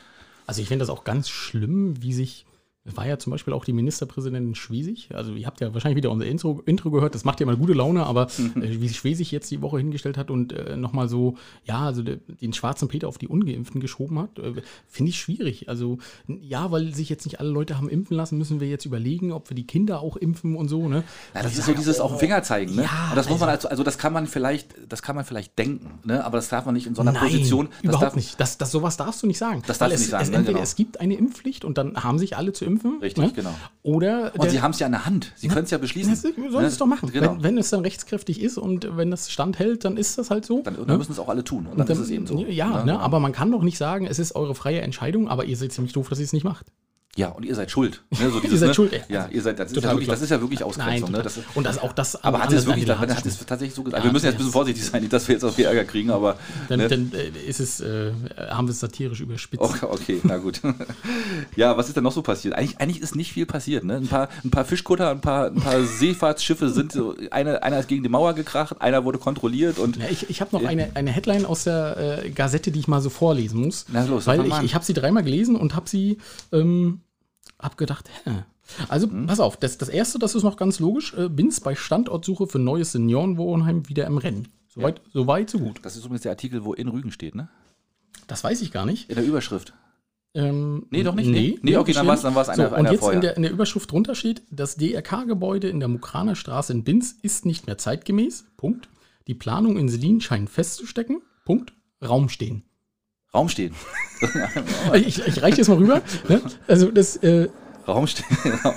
Speaker 3: Also ich finde das auch ganz schlimm, wie sich, war ja zum Beispiel auch die Ministerpräsidentin Schwesig, also ihr habt ja wahrscheinlich wieder unser Intro, Intro gehört, das macht ja mal gute Laune, aber äh, wie sich Schwesig jetzt die Woche hingestellt hat und äh, nochmal so, ja, also de, den schwarzen Peter auf die Ungeimpften geschoben hat, äh, finde ich schwierig. Also n- ja, weil sich jetzt nicht alle Leute haben impfen lassen, müssen wir jetzt überlegen, ob wir die Kinder auch impfen und so, ne?
Speaker 4: Na, das ist so dieses auf den Finger zeigen. Ne?
Speaker 3: Ja,
Speaker 4: und das muss man
Speaker 3: also-
Speaker 4: also, also das kann man vielleicht, das kann man vielleicht denken, ne? aber das darf man nicht in so einer
Speaker 3: Nein,
Speaker 4: Position. Das
Speaker 3: überhaupt
Speaker 4: darf,
Speaker 3: nicht. Das, das, sowas darfst du nicht sagen.
Speaker 4: Das
Speaker 3: Weil
Speaker 4: darfst du nicht
Speaker 3: es,
Speaker 4: sagen,
Speaker 3: Es,
Speaker 4: ne,
Speaker 3: entweder,
Speaker 4: genau.
Speaker 3: es gibt eine Impfpflicht und dann haben sich alle zu impfen. ne?
Speaker 4: Richtig, genau.
Speaker 3: Oder
Speaker 4: Und sie haben es ja in der Hand. Sie können es ja beschließen.
Speaker 3: Das, wir sollen
Speaker 4: Ne?
Speaker 3: es doch machen.
Speaker 4: Genau.
Speaker 3: Wenn, wenn es dann rechtskräftig ist und wenn das standhält, dann ist das halt so.
Speaker 4: dann,
Speaker 3: Ne?
Speaker 4: dann müssen es auch alle tun. Und dann, ist es eben so. genau.
Speaker 3: Ja, ne? aber man kann doch nicht sagen, es ist eure freie Entscheidung, aber ihr seid ziemlich doof, dass ihr es nicht macht.
Speaker 4: Ja, und ihr seid schuld. Ne? So
Speaker 3: Ihr seid
Speaker 4: ne?
Speaker 3: schuld, ey.
Speaker 4: Ja, ihr seid, das ist,
Speaker 3: Total
Speaker 4: ja wirklich, das
Speaker 3: bekloppt.
Speaker 4: ist ja wirklich Ausgrenzung. ne?
Speaker 3: total.
Speaker 4: das ist,
Speaker 3: und das auch das.
Speaker 4: aber hat
Speaker 3: an-
Speaker 4: es
Speaker 3: an
Speaker 4: wirklich,
Speaker 3: die Lage
Speaker 4: hat es
Speaker 3: spielen.
Speaker 4: tatsächlich so gesagt.
Speaker 3: Ja,
Speaker 4: wir müssen jetzt ein
Speaker 3: das-
Speaker 4: bisschen vorsichtig sein, nicht, dass wir jetzt auf die Ärger kriegen, aber.
Speaker 3: Dann,
Speaker 4: ne?
Speaker 3: dann äh, ist es, äh, haben wir es satirisch überspitzt.
Speaker 4: Okay, Oh, okay, na gut. ja, was ist denn noch so passiert? Eigentlich, eigentlich ist nicht viel passiert. Ne? Ein, paar, ein paar Fischkutter, ein paar, ein paar Seefahrtsschiffe sind so. Eine, einer ist gegen die Mauer gekracht, einer wurde kontrolliert und.
Speaker 3: Ja, ich ich habe noch eine, eine Headline aus der äh, Gazette, die ich mal so vorlesen muss.
Speaker 4: Na los,
Speaker 3: weil
Speaker 4: fang mal
Speaker 3: ich,
Speaker 4: an.
Speaker 3: ich habe sie dreimal gelesen und habe sie ähm, hab gedacht, hä? Also,
Speaker 4: Mhm.
Speaker 3: pass auf, das, das erste, das ist noch ganz logisch. Äh, Bins bei Standortsuche für neues Seniorenwohnheim wieder im Rennen. Soweit, so weit, so gut.
Speaker 4: Das ist übrigens der Artikel, wo in Rügen steht, ne?
Speaker 3: Das weiß ich gar nicht.
Speaker 4: In der Überschrift.
Speaker 3: Ähm,
Speaker 4: Nee, doch nicht, nee. Nee, okay, dann war's- dann war's einer-
Speaker 3: so, Und
Speaker 4: einer
Speaker 3: jetzt
Speaker 4: vorher.
Speaker 3: in der, in der Überschrift drunter steht, das DRK-Gebäude in der Mukraner Straße in Binz ist nicht mehr zeitgemäß. Punkt. Die Planung in Selin scheint festzustecken. Punkt. Raum stehen.
Speaker 4: Raum stehen. Oh.
Speaker 3: Ich, ich reiche jetzt mal rüber. Ne? Also das, äh,
Speaker 4: Raum stehen. Genau.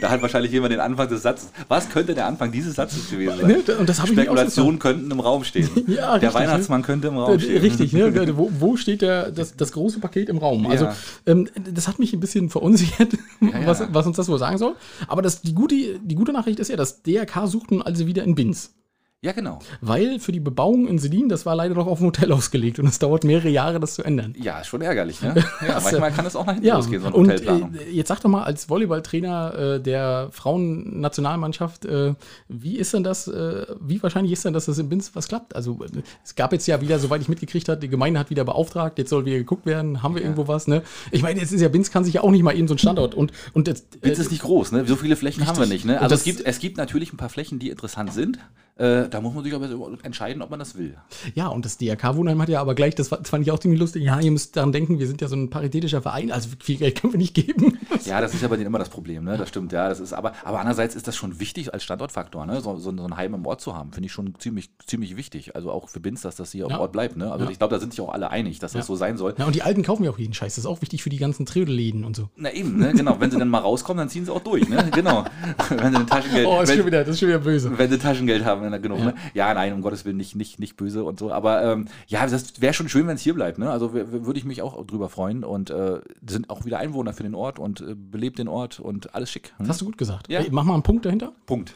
Speaker 4: da hat wahrscheinlich jemand den Anfang des Satzes. Was könnte der Anfang dieses Satzes gewesen sein?
Speaker 3: ne, und das habe ich mir auch
Speaker 4: Spekulationen könnten im Raum stehen.
Speaker 3: Ja,
Speaker 4: der
Speaker 3: richtig,
Speaker 4: Weihnachtsmann könnte im Raum
Speaker 3: gefragt. Äh,
Speaker 4: stehen.
Speaker 3: Richtig, ne? wo, wo steht der, das, das große Paket im Raum? Also
Speaker 4: Ja.
Speaker 3: ähm, das hat mich ein bisschen verunsichert,
Speaker 4: ja.
Speaker 3: was, was uns das wohl sagen soll. Aber das, die, gute, die gute Nachricht ist ja, das DRK sucht nun also wieder in Binz.
Speaker 4: Ja, genau.
Speaker 3: Weil für die Bebauung in Selin, das war leider noch auf ein Hotel ausgelegt und es dauert mehrere Jahre, das zu ändern.
Speaker 4: Ja, ist schon ärgerlich, ne? Ja, manchmal kann es auch nach hinten
Speaker 3: äh, Ja,
Speaker 4: losgehen, so eine
Speaker 3: und
Speaker 4: Hotelplanung.
Speaker 3: äh, jetzt sag doch mal, als Volleyballtrainer äh, der Frauennationalmannschaft, äh, wie ist denn das, äh, wie wahrscheinlich ist denn, dass das in Binz was klappt? Also äh, es gab jetzt ja wieder, soweit ich mitgekriegt habe, die Gemeinde hat wieder beauftragt, jetzt soll wieder geguckt werden, haben wir irgendwo was, ne? Ich meine, jetzt ist ja, Binz kann sich ja auch nicht mal eben so ein Standort und, und äh, jetzt,
Speaker 4: Witz ist nicht groß, ne? So viele Flächen haben wir nicht, ne?
Speaker 3: Und
Speaker 4: Also es
Speaker 3: das-
Speaker 4: gibt, es gibt natürlich ein paar Flächen, die interessant sind. Äh, da muss man sich aber entscheiden, ob man das will.
Speaker 3: Ja, und das DRK-Wohnheim hat ja aber gleich, das, war- das fand ich auch ziemlich lustig, ja, ihr müsst daran denken, wir sind ja so ein paritätischer Verein, also viel Geld können wir nicht geben.
Speaker 4: Ja, das ist ja bei denen immer das Problem, ne? Das stimmt, ja. Das ist aber, aber andererseits ist das schon wichtig als Standortfaktor, ne? So, so ein so ein Heim im Ort zu haben, finde ich schon ziemlich, ziemlich wichtig. Also auch für Binz, dass das hier
Speaker 3: Ja.
Speaker 4: am Ort bleibt, ne? Also ich glaube, da sind sich auch alle einig, dass das so sein soll.
Speaker 3: Na, und die Alten kaufen ja auch jeden Scheiß, das ist auch wichtig für die ganzen Trödelläden und so.
Speaker 4: Na eben, ne? Genau. Wenn sie dann mal rauskommen, dann ziehen sie auch durch, ne? Genau. Wenn sie ein Taschengeld,
Speaker 3: Oh, ist
Speaker 4: wenn,
Speaker 3: schon wieder, das ist schon wieder böse.
Speaker 4: Wenn sie Taschengeld haben, dann genug. Ja, ne? ja nein, um Gottes Willen nicht, nicht, nicht böse und so. Aber ähm, ja, das wäre schon schön, wenn es hier bleibt. Ne? Also w- w- würde ich mich auch drüber freuen. Und äh, sind auch wieder Einwohner für den Ort und äh, belebt den Ort und alles schick. Hm?
Speaker 3: Das hast du gut gesagt.
Speaker 4: Ja.
Speaker 3: Ey, Mach mal einen Punkt dahinter.
Speaker 4: Punkt.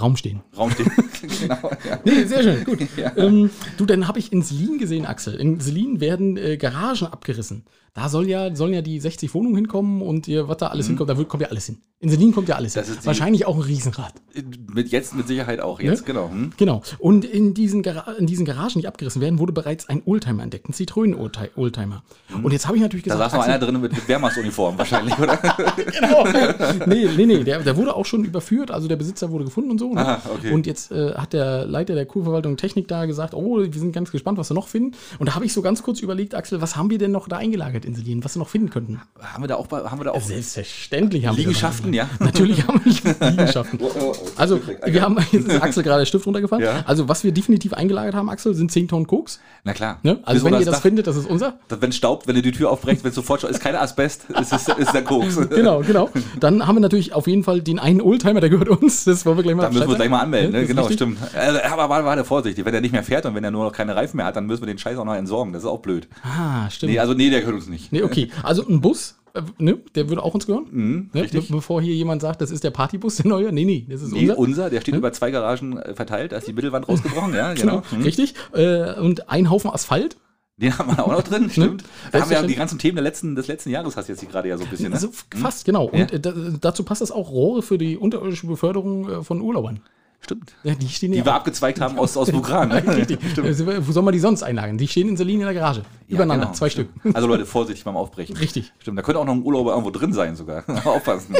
Speaker 3: Raum stehen.
Speaker 4: Raum stehen. genau, ja.
Speaker 3: Nee, sehr schön, gut. ähm, du, dann habe ich in Selin gesehen, Axel. In Selin werden äh, Garagen abgerissen. Da soll ja, sollen ja die 60 Wohnungen hinkommen und ihr, was da alles hinkommt, da wird, kommt ja alles hin. In Selin kommt ja alles
Speaker 4: Mhm. Das
Speaker 3: hin.
Speaker 4: ist die-
Speaker 3: Wahrscheinlich auch ein Riesenrad.
Speaker 4: Mit jetzt mit Sicherheit auch. Jetzt,
Speaker 3: Ne?
Speaker 4: genau. Hm?
Speaker 3: Genau. Und in diesen, Gara in diesen Garagen, die abgerissen werden, wurde bereits ein Oldtimer entdeckt, ein Zitrönen-Oldtimer. Und jetzt habe ich natürlich
Speaker 4: Hm. Da
Speaker 3: gesagt,
Speaker 4: saß noch
Speaker 3: Axel,
Speaker 4: einer drin mit, mit Wehrmachtsuniform wahrscheinlich, oder?
Speaker 3: genau. Nee, nee, nee, der, der wurde auch schon überführt, also der Besitzer wurde gefunden und so. Ne?
Speaker 4: Aha, okay.
Speaker 3: Und jetzt äh, äh, hat der Leiter der Kurverwaltung Technik da gesagt, oh, wir sind ganz gespannt, was wir noch finden. Und da habe ich so ganz kurz überlegt, Axel, was haben wir denn noch da eingelagert in Silien, was wir noch finden könnten?
Speaker 4: Haben wir da auch, bei- haben wir da auch
Speaker 3: Ah, Selbstverständlich haben
Speaker 4: Liegenschaften,
Speaker 3: wir
Speaker 4: ja? Oh,
Speaker 3: Natürlich haben wir Liegenschaften. Also, wir haben, jetzt ist Axel gerade der Stift runtergefallen.
Speaker 4: Ja.
Speaker 3: Also, was wir definitiv eingelagert haben, Axel, sind 10 Tonnen Koks.
Speaker 4: Na klar.
Speaker 3: Ne? Also,
Speaker 4: Bis
Speaker 3: wenn
Speaker 4: unter
Speaker 3: ihr das
Speaker 4: Dach.
Speaker 3: findet, das ist unser.
Speaker 4: Dass, Wenn es staubt, wenn du die Tür aufbrechst, wenn es sofort schon ist, kein Asbest, es ist, ist der Koks.
Speaker 3: Genau, genau. Dann haben wir natürlich auf jeden Fall den einen Oldtimer, der gehört uns. Das wollen wir gleich mal
Speaker 4: Da müssen wir uns
Speaker 3: Bescheid
Speaker 4: gleich mal
Speaker 3: sagen.
Speaker 4: anmelden,
Speaker 3: Ja,
Speaker 4: ne?
Speaker 3: das ist
Speaker 4: genau,
Speaker 3: richtig.
Speaker 4: stimmt. Äh, Aber warte, warte, vorsichtig, wenn er nicht mehr fährt und wenn er nur noch keine Reifen mehr hat, dann müssen wir den Scheiß auch noch entsorgen, das ist auch blöd.
Speaker 3: Ah, stimmt.
Speaker 4: Nee, also nee, der gehört uns nicht.
Speaker 3: Nee, okay. Also ein Bus, äh, ne, der würde auch uns gehören. ne?
Speaker 4: Mhm, richtig.
Speaker 3: Be bevor hier jemand sagt, das ist der Partybus, der neue. Nee, nee, das ist
Speaker 4: Nee,
Speaker 3: unser. Hm?
Speaker 4: unser, der steht über zwei Garagen äh, verteilt, da ist die Mittelwand rausgebrochen, ja, genau. Hm.
Speaker 3: Richtig. Äh, und ein Haufen Asphalt.
Speaker 4: Den haben wir auch noch
Speaker 3: Ne?
Speaker 4: drin, stimmt. Da haben wir ja
Speaker 3: Selbstverständlich.
Speaker 4: die ganzen Themen der letzten, des letzten Jahres hast du jetzt hier gerade ja so ein bisschen. Ne?
Speaker 3: Also f- fast, genau. Und
Speaker 4: Ja.
Speaker 3: äh, da, dazu passt das auch Rohre für die unterirdische Beförderung äh, von Urlaubern.
Speaker 4: stimmt.
Speaker 3: Ja, die stehen
Speaker 4: Die
Speaker 3: ja
Speaker 4: wir
Speaker 3: auch-
Speaker 4: abgezweigt haben aus, ne? aus Bugran.
Speaker 3: Richtig. Äh, sind wir- Wo soll man die sonst einlagern? Die stehen in Selin in der Garage. Übereinander, zwei Stück.
Speaker 4: Stück. Also Leute, vorsichtig beim Aufbrechen.
Speaker 3: Richtig.
Speaker 4: Stimmt, da könnte auch noch ein Urlauber irgendwo drin sein sogar. Aufpassen,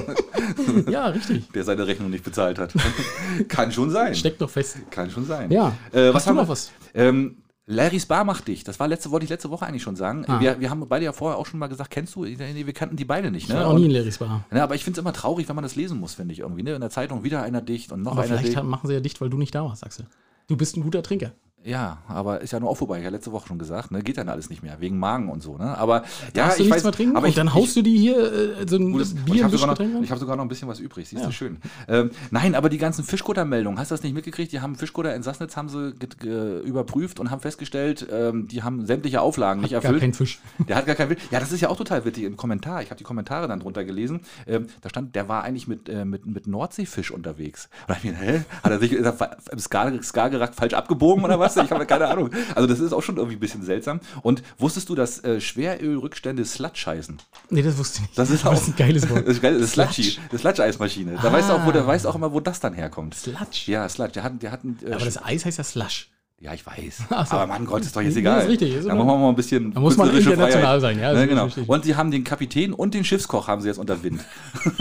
Speaker 3: Ja, richtig.
Speaker 4: der seine Rechnung nicht bezahlt hat. Kann schon sein.
Speaker 3: Steckt noch fest.
Speaker 4: Kann schon sein.
Speaker 3: Ja.
Speaker 4: Äh, was
Speaker 3: Hast du
Speaker 4: haben wir?
Speaker 3: noch was?
Speaker 4: Ähm, Larry's Bar macht dich. Das war letzte, wollte ich letzte Woche eigentlich schon sagen.
Speaker 3: Ah.
Speaker 4: Wir, wir haben beide ja vorher auch schon mal gesagt, kennst du? Ich sag, Nee, wir kannten die beide nicht.
Speaker 3: Ich
Speaker 4: Ne?
Speaker 3: war auch nie
Speaker 4: Und-
Speaker 3: in Larry's Bar.
Speaker 4: Ja, aber ich finde es immer traurig, wenn man das lesen muss, finde ich irgendwie. Ne? In der Zeitung wieder einer dicht und noch
Speaker 3: Aber
Speaker 4: einer
Speaker 3: vielleicht
Speaker 4: dicht.
Speaker 3: haben- machen sie ja dicht, weil du nicht da warst, Axel. Du bist ein guter Trinker.
Speaker 4: Ja, aber ist ja nur auch vorbei. Ich habe letzte Woche schon gesagt, ne? geht dann alles nicht mehr wegen Magen und so. Ne? Aber ja,
Speaker 3: Hast du
Speaker 4: ich
Speaker 3: nichts
Speaker 4: weiß.
Speaker 3: mehr trinken?
Speaker 4: aber
Speaker 3: und
Speaker 4: ich,
Speaker 3: dann haust du die hier äh, so ein
Speaker 4: Gutes,
Speaker 3: Bier
Speaker 4: ich
Speaker 3: in
Speaker 4: habe
Speaker 3: den
Speaker 4: sogar,
Speaker 3: Getränk
Speaker 4: noch-
Speaker 3: rein?
Speaker 4: ich hab sogar noch ein bisschen was übrig, siehst
Speaker 3: Ja.
Speaker 4: du schön. Ähm, nein, aber die ganzen Fischkuttermeldungen, hast du das nicht mitgekriegt? Die haben Fischkutter in Sassnitz haben sie get- ge- überprüft und haben festgestellt, ähm, die haben sämtliche Auflagen nicht
Speaker 3: Gar
Speaker 4: erfüllt.
Speaker 3: kein Fisch.
Speaker 4: der hat gar keinen Willen. Ja, das ist ja auch total witzig im Kommentar. Ich habe die Kommentare dann drunter gelesen. Ähm, da stand, der war eigentlich mit, äh, mit, mit Nordseefisch unterwegs. Und ich mir, hä? Hat er sich ist er fa- im Ska- Skagerrak falsch abgebogen oder was? Ich habe keine Ahnung. Also, das ist auch schon irgendwie ein bisschen seltsam. Und wusstest du, dass äh, Schwerölrückstände Slutsch heißen?
Speaker 3: Nee, das wusste ich nicht.
Speaker 4: Das ist
Speaker 3: Aber
Speaker 4: auch
Speaker 3: das ist ein geiles Wort. Ah.
Speaker 4: Das, ist geil, das ist Slutschi, das Sludge-Eismaschine. Da weißt du auch, wo, da weißt du auch immer, wo das dann herkommt.
Speaker 3: Sludge?
Speaker 4: Ja, Sludge. Der hat, der hat einen, äh,
Speaker 3: Aber das Eis heißt ja Slush.
Speaker 4: ja, ich weiß.
Speaker 3: Ach so.
Speaker 4: Aber Mann Gott, ist doch jetzt
Speaker 3: Nee,
Speaker 4: egal.
Speaker 3: das ist richtig, ist
Speaker 4: da
Speaker 3: in
Speaker 4: machen wir mal ein bisschen
Speaker 3: Da muss man
Speaker 4: künstlerische
Speaker 3: international
Speaker 4: Freiheit.
Speaker 3: sein, ja, das
Speaker 4: Ne,
Speaker 3: ist
Speaker 4: genau.
Speaker 3: richtig.
Speaker 4: Und sie haben den Kapitän und den Schiffskoch haben sie jetzt unter Wind.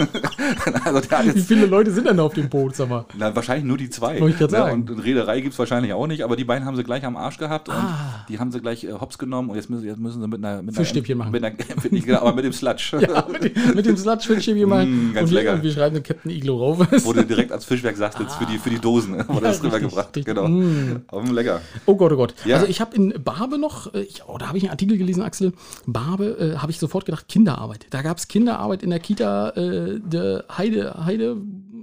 Speaker 4: also der hat
Speaker 3: Wie
Speaker 4: jetzt
Speaker 3: viele Leute sind denn da auf dem Boot, sag mal?
Speaker 4: na, wahrscheinlich nur die zwei.
Speaker 3: Wollte ich grad
Speaker 4: Ne,
Speaker 3: sagen.
Speaker 4: Und eine Reederei gibt es wahrscheinlich auch nicht, aber die beiden haben sie gleich am Arsch gehabt und die haben sie gleich äh, hops genommen und jetzt müssen, jetzt müssen sie mit einer. Mit einer-
Speaker 3: Ah. Fischstäbchen machen.
Speaker 4: Mit einer, nicht, genau, aber mit dem Sludge.
Speaker 3: Ja, mit, dem- mit dem Sludge wünsche ich mir mal.
Speaker 4: Mm, ganz
Speaker 3: und, wir,
Speaker 4: lecker.
Speaker 3: und wir schreiben den Captain Iglo rauf.
Speaker 4: wurde direkt ans Fischwerk sagt jetzt für die für die Dosen wurde das
Speaker 3: Ah. richtig,
Speaker 4: rübergebracht
Speaker 3: richtig.
Speaker 4: genau Mm, lecker
Speaker 3: Oh Gott, oh Gott.
Speaker 4: Ja.
Speaker 3: Also ich habe in Barbe noch, äh, ich, oh, da habe ich einen Artikel gelesen, Axel. Barbe, äh, habe ich sofort gedacht, Kinderarbeit. Da gab es Kinderarbeit in der Kita äh, der Heide, Heide,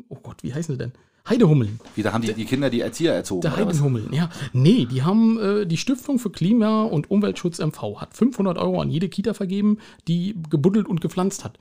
Speaker 3: oh Gott, wie heißen sie denn? Heidehummeln.
Speaker 4: wie da haben die, die Kinder die Erzieher erzogen
Speaker 3: Der
Speaker 4: oder was?
Speaker 3: Heidenhummeln, ja. Nee, die haben äh, die Stiftung für Klima- und Umweltschutz MV hat 500 Euro an jede Kita vergeben, die gebuddelt und gepflanzt hat.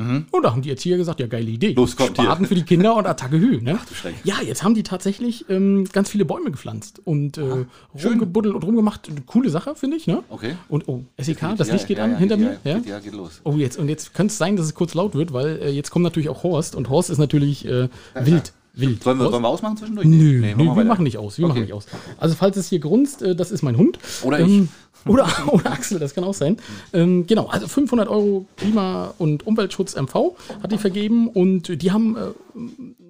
Speaker 3: Und da haben die Erzieher gesagt, ja, geile Idee.
Speaker 4: Mhm. Los, kommt hier.
Speaker 3: Spaten für die Kinder und Attacke Hü. Ne?
Speaker 4: Schreck.
Speaker 3: ja, jetzt haben die tatsächlich ähm, ganz viele Bäume gepflanzt und äh, rumgebuddelt und rumgemacht. Coole Sache, finde ich. Ne?
Speaker 4: Ah, Okay.
Speaker 3: Und oh, SEK, das
Speaker 4: Ja,
Speaker 3: Licht geht
Speaker 4: ja,
Speaker 3: an
Speaker 4: ja,
Speaker 3: hinter
Speaker 4: geht,
Speaker 3: mir.
Speaker 4: ja,
Speaker 3: Ja?
Speaker 4: Geht, ja geht los
Speaker 3: Oh, jetzt, und jetzt könnte es sein, dass es kurz laut wird, weil äh, jetzt kommt natürlich auch Horst und Horst ist natürlich äh, wild. Wild.
Speaker 4: sollen wir,
Speaker 3: Horst-
Speaker 4: sollen wir ausmachen zwischendurch
Speaker 3: Nö,
Speaker 4: Nee,
Speaker 3: nö, wir
Speaker 4: weiter.
Speaker 3: machen nicht aus. Wir machen nicht aus. Also falls es hier grunzt, äh, das ist mein Hund. Ähm,
Speaker 4: Oder
Speaker 3: Oder, oder Axel, das kann auch sein. Ähm, genau, also 500 Euro Klima- und Umweltschutz MV hat die vergeben und die haben äh,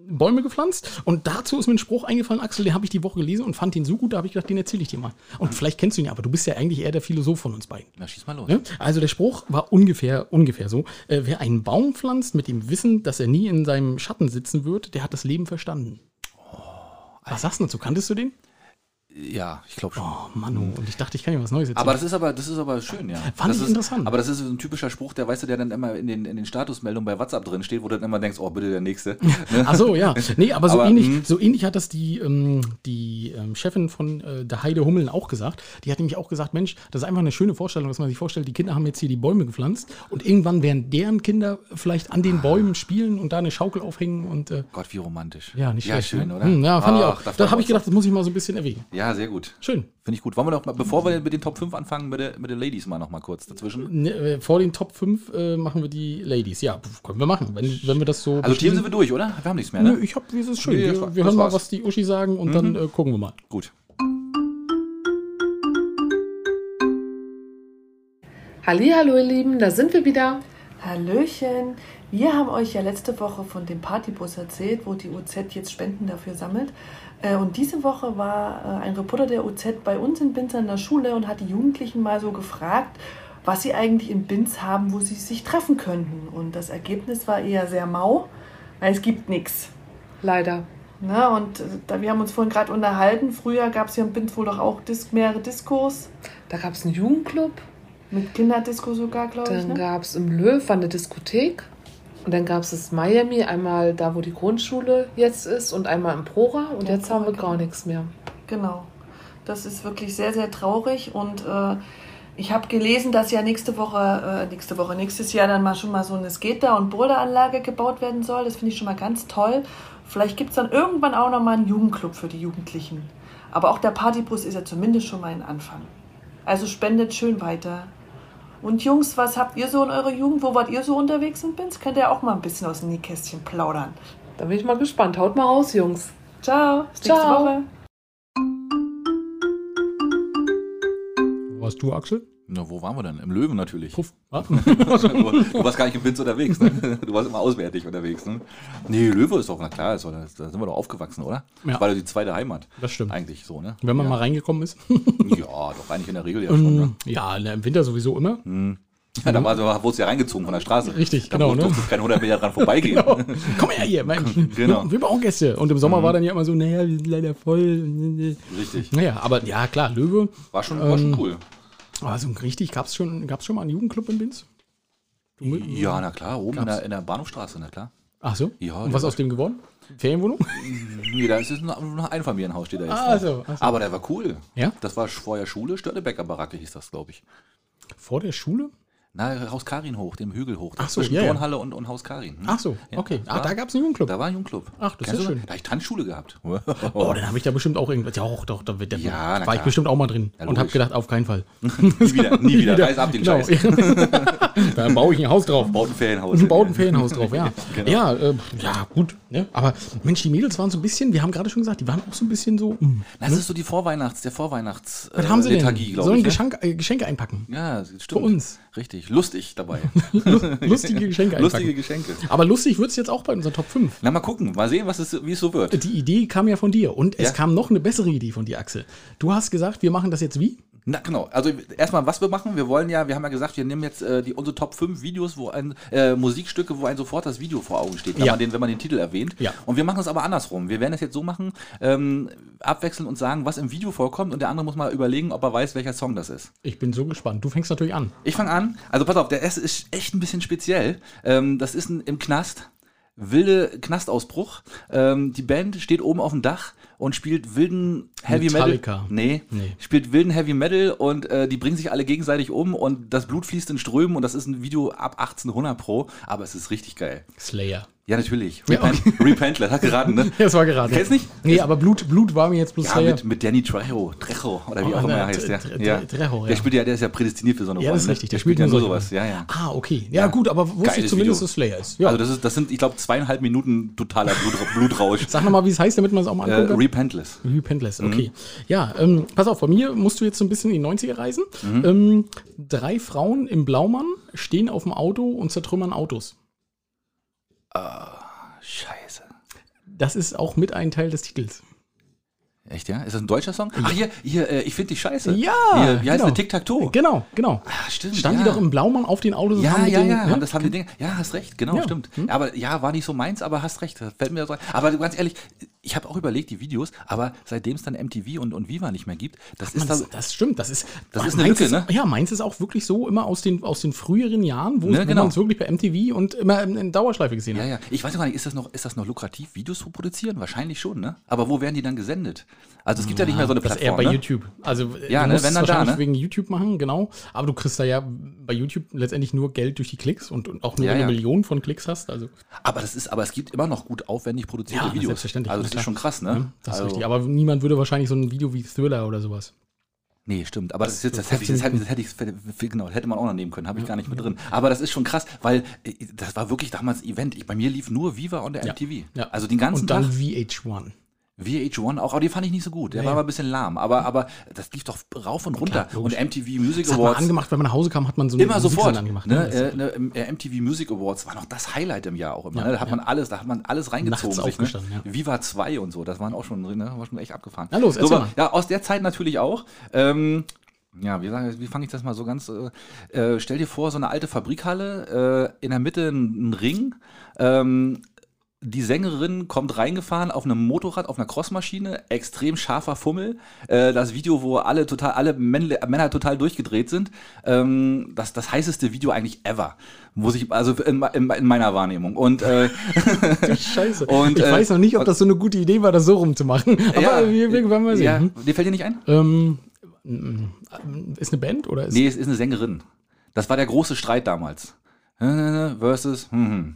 Speaker 3: Bäume gepflanzt. Und dazu ist mir ein Spruch eingefallen, Axel, den habe ich die Woche gelesen und fand den so gut, da habe ich gedacht, den erzähle ich dir mal. Und vielleicht kennst du ihn ja, aber du bist ja eigentlich eher der Philosoph von uns beiden.
Speaker 4: na schieß mal los
Speaker 3: Ne? Also der Spruch war ungefähr, ungefähr so. Äh, wer einen Baum pflanzt mit dem Wissen, dass er nie in seinem Schatten sitzen wird, der hat das Leben verstanden. was sagst du dazu? Kanntest du den?
Speaker 4: ja ich glaube schon
Speaker 3: Oh Mann, oh. und ich dachte, ich kann dir was Neues erzählen.
Speaker 4: Aber das ist aber, das ist aber schön, ja.
Speaker 3: Fand
Speaker 4: das
Speaker 3: ich
Speaker 4: ist,
Speaker 3: interessant.
Speaker 4: Aber das ist so ein typischer Spruch, der weißt du, der dann immer in den, in den Statusmeldungen bei WhatsApp drin steht, wo du dann immer denkst, oh, bitte der nächste. Ne?
Speaker 3: Ach so, ja. Nee, aber so
Speaker 4: Aber,
Speaker 3: ähnlich,
Speaker 4: hm.
Speaker 3: so ähnlich hat das die, ähm, die ähm, Chefin von äh, der Heide Hummeln auch gesagt. Die hat nämlich auch gesagt, Mensch, das ist einfach eine schöne Vorstellung, dass man sich vorstellt, die Kinder haben jetzt hier die Bäume gepflanzt und irgendwann werden deren Kinder vielleicht an den Bäumen spielen und da eine Schaukel aufhängen und äh,
Speaker 4: Gott, wie romantisch.
Speaker 3: ja, nicht schlecht.
Speaker 4: schön,
Speaker 3: ne?
Speaker 4: oder? Ah,
Speaker 3: Hm, ja, fand
Speaker 4: Ach,
Speaker 3: ich auch.
Speaker 4: freuen
Speaker 3: Da
Speaker 4: wir
Speaker 3: habe ich
Speaker 4: uns.
Speaker 3: gedacht, das muss ich mal so ein bisschen erwähnen.
Speaker 4: Ja, sehr gut.
Speaker 3: Schön.
Speaker 4: Finde ich gut. Wollen wir noch mal, bevor wir mit den Top 5 anfangen, mit, der- mit den Ladies mal noch mal kurz dazwischen.
Speaker 3: Ne, äh, vor den Top 5 äh, machen wir die Ladies. Ja, pf, können wir machen, wenn, wenn wir das so.
Speaker 4: Also Themen sind
Speaker 3: bestimmen.
Speaker 4: wir durch, oder? Wir haben nichts mehr, ne?
Speaker 3: Nö, ich hab, das ist schön.
Speaker 4: Nee, das war-
Speaker 3: wir wir
Speaker 4: das
Speaker 3: hören mal,
Speaker 4: war's. Mhm.
Speaker 3: was die Uschi sagen und dann äh, gucken wir mal.
Speaker 4: Gut.
Speaker 7: Hallihallo, ihr Lieben, da sind wir wieder. Hallöchen, wir haben euch ja letzte Woche von dem Partybus erzählt, wo die UZ jetzt Spenden dafür sammelt. Äh, Und diese Woche war äh, ein Reporter der UZ bei uns in Binz an der Schule und hat die Jugendlichen mal so gefragt, was sie eigentlich in Binz haben, wo sie sich treffen könnten. Und das Ergebnis war eher sehr mau, weil es gibt nichts.
Speaker 8: Leider.
Speaker 7: Na, und äh, da, wir haben uns vorhin gerade unterhalten, früher gab es ja in Binz wohl doch auch Dis mehrere Diskos,
Speaker 8: Da gab es einen Jugendclub,
Speaker 7: mit Kinderdisco sogar, glaube ich.
Speaker 8: dann
Speaker 7: Ne?
Speaker 8: gab es im Löw war eine Diskothek und dann gab es das Miami, einmal da, wo die Grundschule jetzt ist und einmal im Prora und
Speaker 7: Ja,
Speaker 8: jetzt haben wir
Speaker 7: Prora,
Speaker 8: gar
Speaker 7: genau.
Speaker 8: nichts mehr.
Speaker 7: Genau. Das ist wirklich sehr, sehr traurig und äh, ich habe gelesen, dass ja nächste Woche, äh, nächste Woche, nächstes Jahr dann mal schon mal so eine Skater- und Boulderanlage gebaut werden soll. Das finde ich schon mal ganz toll. Vielleicht gibt es dann irgendwann auch noch mal einen Jugendclub für die Jugendlichen. Aber auch der Partybus ist ja zumindest schon mal ein Anfang. Also spendet schön weiter. Und Jungs, was habt ihr so in eurer Jugend? Wo wart ihr so unterwegs in Binz? Könnt ihr auch mal ein bisschen aus dem Nähkästchen plaudern.
Speaker 8: Da bin ich mal gespannt. Haut mal raus, Jungs.
Speaker 7: Ciao, bis nächste
Speaker 8: Ciao.
Speaker 7: Woche.
Speaker 3: Wo warst du, Axel?
Speaker 4: Na, wo waren wir denn? Im Löwen natürlich.
Speaker 3: Puff. Ah.
Speaker 4: du, du warst gar nicht im Winz unterwegs, ne? Du warst immer auswärtig unterwegs, ne? Nee, Löwe ist doch, na klar, ist, doch- da sind wir doch aufgewachsen, oder?
Speaker 3: Ja.
Speaker 4: Das war doch die zweite Heimat.
Speaker 3: Das stimmt.
Speaker 4: Eigentlich so, ne?
Speaker 3: Wenn man
Speaker 4: ja.
Speaker 3: mal reingekommen ist.
Speaker 4: Ja, doch, eigentlich in der
Speaker 3: Ähm,
Speaker 4: Regel ja schon, ne?
Speaker 3: ja, na, im Winter sowieso immer.
Speaker 4: Ja, da war, da wurde es ja reingezogen von der Straße.
Speaker 3: Richtig,
Speaker 4: da
Speaker 3: genau,
Speaker 4: Da
Speaker 3: ne? Genau.
Speaker 4: durfte kein 100 Meter dran vorbeigehen.
Speaker 3: Komm her hier, Mensch.
Speaker 4: Genau. Mhm.
Speaker 3: Wir brauchen Gäste. Und im Sommer war dann ja immer so, naja, wir sind leider voll.
Speaker 4: Richtig.
Speaker 3: Naja, aber ja, klar, Löwe.
Speaker 4: War schon, war
Speaker 3: Ähm,
Speaker 4: schon cool.
Speaker 3: Also richtig, gab es schon, gab's schon mal einen Jugendclub in Binz? Du-
Speaker 4: Ja, na klar, oben in
Speaker 3: Gab's.
Speaker 4: der, in der Bahnhofstraße, na klar.
Speaker 3: Ach so?
Speaker 4: Ja,
Speaker 3: Und was
Speaker 4: der-
Speaker 3: aus dem geworden? Ferienwohnung?
Speaker 4: Nee, da ist es nur ein Einfamilienhaus, steht da jetzt.
Speaker 3: Ah,
Speaker 4: ne?
Speaker 3: so, ach so.
Speaker 4: Aber der war cool.
Speaker 3: Ja?
Speaker 4: Das war vorher Schule, Störtebecker Baracke hieß das, glaube ich.
Speaker 3: Vor der Schule?
Speaker 4: Na, Haus Karin hoch, dem Hügel hoch.
Speaker 3: Ach so,
Speaker 4: zwischen
Speaker 3: ja, ja.
Speaker 4: Turnhalle und, und Haus Karin. hm?
Speaker 3: Ach so,
Speaker 4: Ja,
Speaker 3: okay. Ah,
Speaker 4: war-
Speaker 3: da gab es einen Jugendclub.
Speaker 4: Da war ein Jugendclub.
Speaker 3: Ach, das ist
Speaker 4: Kennst
Speaker 3: ja
Speaker 4: du
Speaker 3: schön.
Speaker 4: Da hab ich Tanzschule gehabt.
Speaker 3: Oh, dann habe ich da bestimmt auch irgendwas. Ja, doch, doch, da, wird- da
Speaker 4: Ja, na
Speaker 3: war ich
Speaker 4: klar.
Speaker 3: bestimmt auch mal drin.
Speaker 4: Ja,
Speaker 3: und habe
Speaker 4: logisch.
Speaker 3: gedacht, auf keinen Fall.
Speaker 4: nie wieder, nie wieder. Reiß ab den
Speaker 3: Genau.
Speaker 4: Scheiß.
Speaker 3: da baue ich ein Haus drauf.
Speaker 4: Baut ein Ferienhaus. Genau.
Speaker 3: Ein baut ein Ferienhaus drauf, ja. Ja, äh, ja, gut. Ne? Aber Mensch, die Mädels waren so ein bisschen, wir haben gerade schon gesagt, die waren auch so ein bisschen so. mm.
Speaker 4: Das ist so die Vorweihnachts-, der Vorweihnachts-,
Speaker 3: Was haben sie denn?
Speaker 4: Äh, Lethargie, glaube
Speaker 3: Sollen
Speaker 4: ich. ne?
Speaker 3: Geschenk, äh, Geschenke einpacken.
Speaker 4: Ja, stimmt.
Speaker 3: Für uns.
Speaker 4: Richtig, lustig dabei.
Speaker 3: Lustige Geschenke einpacken.
Speaker 4: Lustige Geschenke.
Speaker 3: Aber lustig wird es jetzt auch bei unseren Top 5.
Speaker 4: Na, mal gucken, mal sehen, was es, wie es so wird.
Speaker 3: Die Idee kam ja von dir und es
Speaker 4: Ja.
Speaker 3: kam noch eine bessere Idee von dir, Axel. Du hast gesagt, wir machen das jetzt wie?
Speaker 4: Na genau, also erstmal, was wir machen, wir wollen ja, wir haben ja gesagt, wir nehmen jetzt äh, die, unsere Top 5 Videos, wo ein, äh, Musikstücke, wo ein sofort das Video vor Augen steht, wenn,
Speaker 3: Ja.
Speaker 4: man den, wenn man den Titel erwähnt.
Speaker 3: Ja.
Speaker 4: Und wir machen es aber andersrum. Wir werden es jetzt so machen, ähm, abwechseln und sagen, was im Video vorkommt und der andere muss mal überlegen, ob er weiß, welcher Song das ist.
Speaker 3: Ich bin so gespannt. Du fängst natürlich an.
Speaker 4: Ich fange an. Also pass auf, der erste ist echt ein bisschen speziell. Ähm, das ist ein, im Knast. Wilde Knastausbruch. Ähm, die Band steht oben auf dem Dach und spielt wilden Heavy
Speaker 3: Metallica.
Speaker 4: Metal. Nee,
Speaker 3: Nee.
Speaker 4: Spielt wilden Heavy Metal und äh, die bringen sich alle gegenseitig um und das Blut fließt in Strömen und das ist ein Video ab 1800 Pro, aber es ist richtig geil.
Speaker 3: Slayer.
Speaker 4: Ja, natürlich.
Speaker 3: Ja,
Speaker 4: Repent, Repentless, hat geraten, ne?
Speaker 3: Ja, das war gerade.
Speaker 4: Kennst nicht?
Speaker 3: Nee, aber Blut, Blut war mir jetzt bloß
Speaker 4: Ja,
Speaker 3: Slayer.
Speaker 4: mit, mit Danny Trejo, Trejo, oder wie
Speaker 3: Oh,
Speaker 4: auch immer
Speaker 3: na,
Speaker 4: er heißt. Ja.
Speaker 3: Tre- Tre-
Speaker 4: ja.
Speaker 3: Trejo, ja.
Speaker 4: Der spielt ja, der ist ja prädestiniert für so eine
Speaker 3: ja,
Speaker 4: Rolle.
Speaker 3: das ist
Speaker 4: ne?
Speaker 3: richtig.
Speaker 4: Der, spielt ja nur sowas.
Speaker 3: solche
Speaker 4: Ja,
Speaker 3: Rollen.
Speaker 4: ja.
Speaker 3: Ah, okay. Ja, gut, aber wusste ich
Speaker 4: Geiles
Speaker 3: zumindest,
Speaker 4: Video.
Speaker 3: dass Slayer ist. Ja.
Speaker 4: Also das, ist, das sind, ich glaube, zweieinhalb Minuten totaler Blut, Blutrausch.
Speaker 3: Sag nochmal, wie es heißt, damit man es auch mal
Speaker 4: äh, Mhm.
Speaker 3: angucken kann.
Speaker 4: Repentless.
Speaker 3: Repentless, okay. Ja, ähm, pass auf, bei mir musst du jetzt so ein bisschen in die 90er reisen.
Speaker 4: Mhm.
Speaker 3: Ähm, drei Frauen im Blaumann stehen auf dem Auto und zertrümmern Autos.
Speaker 4: Scheiße.
Speaker 3: Das ist auch mit ein Teil des Titels.
Speaker 4: Echt, ja? Ist das ein deutscher Song? Ach, hier, hier äh, ich finde dich scheiße.
Speaker 3: Ja,
Speaker 4: Hier, wie heißt
Speaker 3: genau.
Speaker 4: der? Tic-Tac-Toe.
Speaker 3: Genau, genau.
Speaker 4: Ah, stimmt.
Speaker 3: Standen
Speaker 4: ja.
Speaker 3: die doch im Blaumann auf den Autos
Speaker 4: Ja,
Speaker 3: mit
Speaker 4: ja,
Speaker 3: denen-
Speaker 4: ja,
Speaker 3: ne?
Speaker 4: haben das haben die Dinge. Ja, hast recht, genau,
Speaker 3: Ja. Hm?
Speaker 4: stimmt. Aber ja, war nicht so meins, aber hast recht. das Fällt mir so ein. Aber ganz ehrlich, ich habe auch überlegt, die Videos, aber seitdem es dann MTV und, und Viva nicht mehr gibt, das
Speaker 3: Man,
Speaker 4: ist
Speaker 3: das,
Speaker 4: das.
Speaker 3: das stimmt, das ist,
Speaker 4: Das
Speaker 3: me-
Speaker 4: ist eine
Speaker 3: meins
Speaker 4: Lücke, ne?
Speaker 3: Ja, meins ist auch wirklich so immer aus den, aus den früheren Jahren, wo,
Speaker 4: Ne,
Speaker 3: es- wo
Speaker 4: genau.
Speaker 3: man es wirklich bei MTV und immer in, in Dauerschleife gesehen
Speaker 4: Ja,
Speaker 3: hat.
Speaker 4: ja. Ich weiß gar nicht, ist das noch, ist das noch lukrativ, Videos zu produzieren? Wahrscheinlich schon, ne? Aber wo werden die dann gesendet? Also es gibt ja, nicht mehr so eine
Speaker 3: das ist
Speaker 4: Plattform.
Speaker 3: eher bei
Speaker 4: ne?
Speaker 3: YouTube. Also äh,
Speaker 4: Ja,
Speaker 3: du
Speaker 4: ne,
Speaker 3: musst
Speaker 4: wenn
Speaker 3: es
Speaker 4: dann da,
Speaker 3: wahrscheinlich
Speaker 4: ne?
Speaker 3: wegen YouTube machen, genau. Aber du kriegst da ja bei YouTube letztendlich nur Geld durch die Klicks und, und auch nur
Speaker 4: Ja,
Speaker 3: wenn du
Speaker 4: ja.
Speaker 3: Millionen von Klicks hast. Also
Speaker 4: Aber das ist, aber es gibt immer noch gut aufwendig produzierte
Speaker 3: Ja, na,
Speaker 4: Videos.
Speaker 3: selbstverständlich,
Speaker 4: Also
Speaker 3: na
Speaker 4: das
Speaker 3: klar.
Speaker 4: ist schon krass, ne?
Speaker 3: ne, das ist
Speaker 4: also,
Speaker 3: richtig. Aber niemand würde wahrscheinlich so ein Video wie Thriller oder sowas.
Speaker 4: nee, stimmt. Aber das ist jetzt, das hätte ich, das hätte, das hätte ich, genau, das hätte man auch noch nehmen können, habe ich gar nicht mit drin. Aber das ist schon krass, weil äh, das war wirklich damals ein Event. Ich, bei mir lief nur Viva on der MTV.
Speaker 3: Ja.
Speaker 4: Also den ganzen
Speaker 3: und dann
Speaker 4: Tag
Speaker 3: VH1.
Speaker 4: VH1 auch, aber den fand ich nicht so gut. Der war mal ein bisschen lahm. Aber, aber das lief doch rauf und runter. und MTV Music
Speaker 3: Das hat man
Speaker 4: Awards.
Speaker 3: angemacht, wenn man nach Hause kam, hat man so eine
Speaker 4: Immer sofort.
Speaker 3: Musiksendung angemacht.
Speaker 4: Ne?
Speaker 3: Das-
Speaker 4: Äh, ne, äh, MTV Music Awards war noch das Highlight im Jahr auch immer.
Speaker 3: Ja,
Speaker 4: ne? Da hat
Speaker 3: ja.
Speaker 4: man alles, da hat man alles reingezogen.
Speaker 3: Nachts aufgestanden,
Speaker 4: ne?
Speaker 3: ja.
Speaker 4: Viva 2 und so, das waren auch schon, ne? war schon echt abgefahren.
Speaker 3: Na los,
Speaker 4: so,
Speaker 3: erzähl
Speaker 4: aber-
Speaker 3: mal.
Speaker 4: Ja, aus der Zeit natürlich auch. Ähm, ja, wie, sag- wie fange ich das mal so ganz? Äh, äh, stell dir vor, so eine alte Fabrikhalle, äh, in der Mitte ein, ein Ring. Ähm, die Sängerin kommt reingefahren auf einem Motorrad, auf einer Crossmaschine, extrem scharfer Fummel. Äh, das Video, wo alle total, alle Männle, Männer total durchgedreht sind. Ähm, das, das heißeste Video eigentlich ever. Muss ich, also in, in, in meiner Wahrnehmung. Und äh,
Speaker 3: Scheiße.
Speaker 4: Und,
Speaker 3: ich
Speaker 4: äh,
Speaker 3: weiß noch nicht, ob das so eine gute Idee war, das so rumzumachen. Aber wir, wir werden mal sehen.
Speaker 4: Ja,
Speaker 3: Hm?
Speaker 4: dir fällt dir nicht ein?
Speaker 3: Ähm, ähm, ist eine Band oder ist
Speaker 4: Nee, es ist eine Sängerin. Das war der große Streit damals. Äh, Versus, hm, hm.
Speaker 3: äh,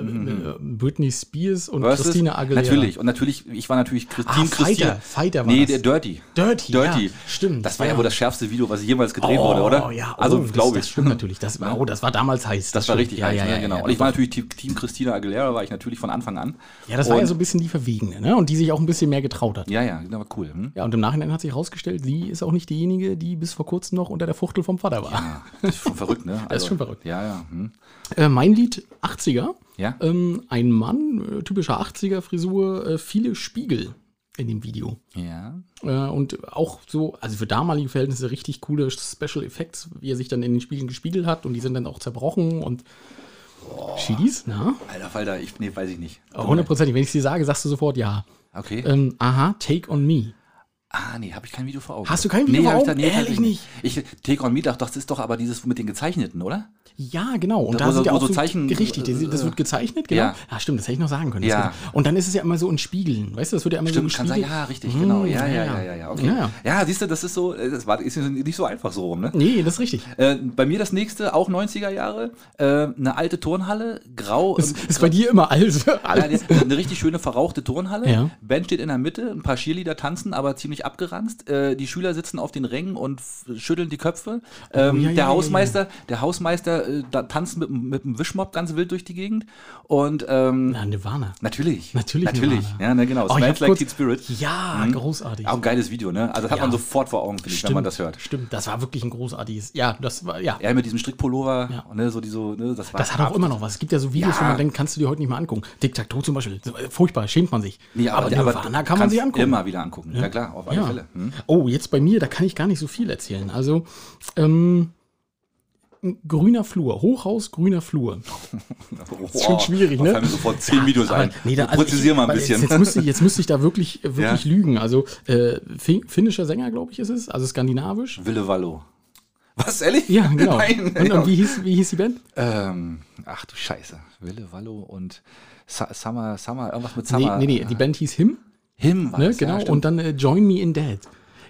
Speaker 3: äh, Britney Spears und
Speaker 4: Versus,
Speaker 3: Christina Aguilera?
Speaker 4: Mhm. Natürlich. Und natürlich, ich war natürlich Christine
Speaker 3: Ah,
Speaker 4: Christina.
Speaker 3: Fighter, Fighter war
Speaker 4: Nee, der
Speaker 3: das.
Speaker 4: Dirty.
Speaker 3: Dirty.
Speaker 4: Dirty.
Speaker 3: Ja, stimmt.
Speaker 4: Das war ja wohl das schärfste Video, was jemals gedreht
Speaker 3: oh,
Speaker 4: wurde, oder?
Speaker 3: Ja, oh,
Speaker 4: also
Speaker 3: das-
Speaker 4: glaube ich.
Speaker 3: Das stimmt natürlich. Das war, oh, das war damals heiß.
Speaker 4: Das war
Speaker 3: stimmt.
Speaker 4: richtig
Speaker 3: ja,
Speaker 4: heiß,
Speaker 3: ja,
Speaker 4: ne?
Speaker 3: ja,
Speaker 4: genau.
Speaker 3: Ja,
Speaker 4: und ich war natürlich Team, Team Christina Aguilera, war ich natürlich von Anfang an.
Speaker 3: ja, das war ja
Speaker 4: Und-
Speaker 3: so ein bisschen die Verwegene, ne? Und die sich auch ein bisschen mehr getraut hat.
Speaker 4: Ja, ja, genau, cool. Hm?
Speaker 3: Ja, und im Nachhinein hat sich herausgestellt, sie ist auch nicht diejenige, die bis vor kurzem noch unter der Fuchtel vom Vater war.
Speaker 4: Ah, Das ist schon verrückt, ne?
Speaker 3: Das ist schon verrückt.
Speaker 4: Ja, ja. Hm.
Speaker 3: Äh, mein Lied 80er.
Speaker 4: Ja.
Speaker 3: Ähm, ein Mann, äh, typischer 80er-Frisur, äh, viele Spiegel in dem Video.
Speaker 4: ja.
Speaker 3: Äh, und auch so, also für damalige Verhältnisse richtig coole Special Effects, wie er sich dann in den Spiegeln gespiegelt hat und die sind dann auch zerbrochen und. Schieß, na?
Speaker 4: Alter Falter, ich, nee, weiß ich nicht.
Speaker 3: Oh. Hundertprozentig. Wenn ich dir sage, sagst du sofort ja.
Speaker 4: Okay.
Speaker 3: Ähm, aha, Take on Me.
Speaker 4: Ah, nee, habe ich kein Video vor Augen.
Speaker 3: Hast du kein Video
Speaker 4: nee,
Speaker 3: vor
Speaker 4: hab ich
Speaker 3: Augen?
Speaker 4: da- nee,
Speaker 3: Ehrlich
Speaker 4: tatsächlich Ich, Take on Me, dachte, das ist doch aber dieses mit den Gezeichneten, oder?
Speaker 3: Ja, genau. Und
Speaker 4: Da
Speaker 3: da,
Speaker 4: wo so-
Speaker 3: sind ja
Speaker 4: wo
Speaker 3: auch
Speaker 4: so
Speaker 3: so
Speaker 4: Zeichen- äh,
Speaker 3: richtig. Das, das wird gezeichnet, genau.
Speaker 4: Ja.
Speaker 3: Ja. Ah, stimmt, das hätte ich noch sagen können.
Speaker 4: Ja.
Speaker 3: Das- Und dann ist es ja immer so in Spiegeln. Weißt du, das wird ja immer
Speaker 4: Stimmt,
Speaker 3: so
Speaker 4: kann sein.
Speaker 3: gespiegelt.
Speaker 4: Ja, richtig, genau.
Speaker 3: Mm,
Speaker 4: Ja, ja, ja, ja, ja. Okay. Ja,
Speaker 3: ja.
Speaker 4: siehst du, das ist so, äh, das war, ist nicht so einfach so rum, ne?
Speaker 3: Nee, das ist richtig.
Speaker 4: Äh, bei mir das nächste, auch 90er Jahre, äh, eine alte Turnhalle, grau.
Speaker 3: Das
Speaker 4: ähm,
Speaker 3: ist bei dir immer alles.
Speaker 4: Ja,
Speaker 3: alles.
Speaker 4: die- eine richtig schöne verrauchte Turnhalle.
Speaker 3: Ja.
Speaker 4: Band steht in der Mitte, ein paar Cheerleader tanzen, aber ziemlich abgeranzt. Äh, die Schüler sitzen auf den Rängen und f- schütteln die Köpfe. Ähm,
Speaker 3: Oh, ja, ja,
Speaker 4: der
Speaker 3: ja,
Speaker 4: Hausmeister, der Hausmeister äh, da tanzt mit, mit dem Wischmopp ganz wild durch die Gegend. Und ähm,
Speaker 3: Na, Nirvana.
Speaker 4: natürlich.
Speaker 3: Natürlich,
Speaker 4: Natürlich.
Speaker 3: Nirvana.
Speaker 4: Ja, ne, genau.
Speaker 3: Oh, ich
Speaker 4: Smells
Speaker 3: hab
Speaker 4: like
Speaker 3: kurz-
Speaker 4: Teen Spirit.
Speaker 3: Ja,
Speaker 4: Mhm.
Speaker 3: großartig.
Speaker 4: Auch ein geiles Video, ne? Also das hat
Speaker 3: Ja.
Speaker 4: man sofort vor Augen, finde ich, wenn man das hört.
Speaker 3: Stimmt, das war wirklich ein großartiges. Ja, das war, ja.
Speaker 4: Er mit diesem Strickpullover,
Speaker 3: Ja.
Speaker 4: ne, so die so, ne, das war
Speaker 3: Das hat auch immer noch was. Es gibt ja so Videos,
Speaker 4: Ja.
Speaker 3: wo man denkt, kannst du dir heute nicht mehr angucken. Tic Tac Toe zum Beispiel. So, äh, Furchtbar, schämt man sich.
Speaker 4: Nee, aber,
Speaker 3: aber
Speaker 4: aber
Speaker 3: Nirvana kann man
Speaker 4: kannst
Speaker 3: sich angucken.
Speaker 4: Immer wieder angucken. Ja, klar, auf alle
Speaker 3: Ja.
Speaker 4: Fälle. Hm?
Speaker 3: Oh, jetzt bei mir, da kann ich gar nicht so viel erzählen. Also, ähm, grüner Flur, Hochhaus, grüner Flur.
Speaker 4: Das
Speaker 3: ist schon schwierig, ne?
Speaker 4: Da fallen mir sofort zehn Videos
Speaker 3: Aber,
Speaker 4: ein.
Speaker 3: nee, da, also
Speaker 4: Präzisier
Speaker 3: ich-
Speaker 4: mal ein
Speaker 3: weil
Speaker 4: bisschen.
Speaker 3: Jetzt, jetzt, müsste, ich- jetzt müsste ich da wirklich, äh, wirklich
Speaker 4: Ja.
Speaker 3: lügen. Also, äh, fin- finnischer Sänger, glaube ich, ist es. Also skandinavisch.
Speaker 4: Wille Wallo. Was, ehrlich?
Speaker 3: Ja, genau.
Speaker 4: Nein,
Speaker 3: und,
Speaker 4: ja.
Speaker 3: und wie, hieß, wie hieß die Band?
Speaker 4: ähm, ach du Scheiße. Wille Wallo und Sa Summer, Summer, irgendwas mit
Speaker 3: Nee,
Speaker 4: Summer.
Speaker 3: nee, nee, die Band hieß Him.
Speaker 4: Him war
Speaker 3: Ne,
Speaker 4: es, ja,
Speaker 3: genau.
Speaker 4: Ah, stimmt. Oh.
Speaker 3: und dann äh, Join Me in Dead.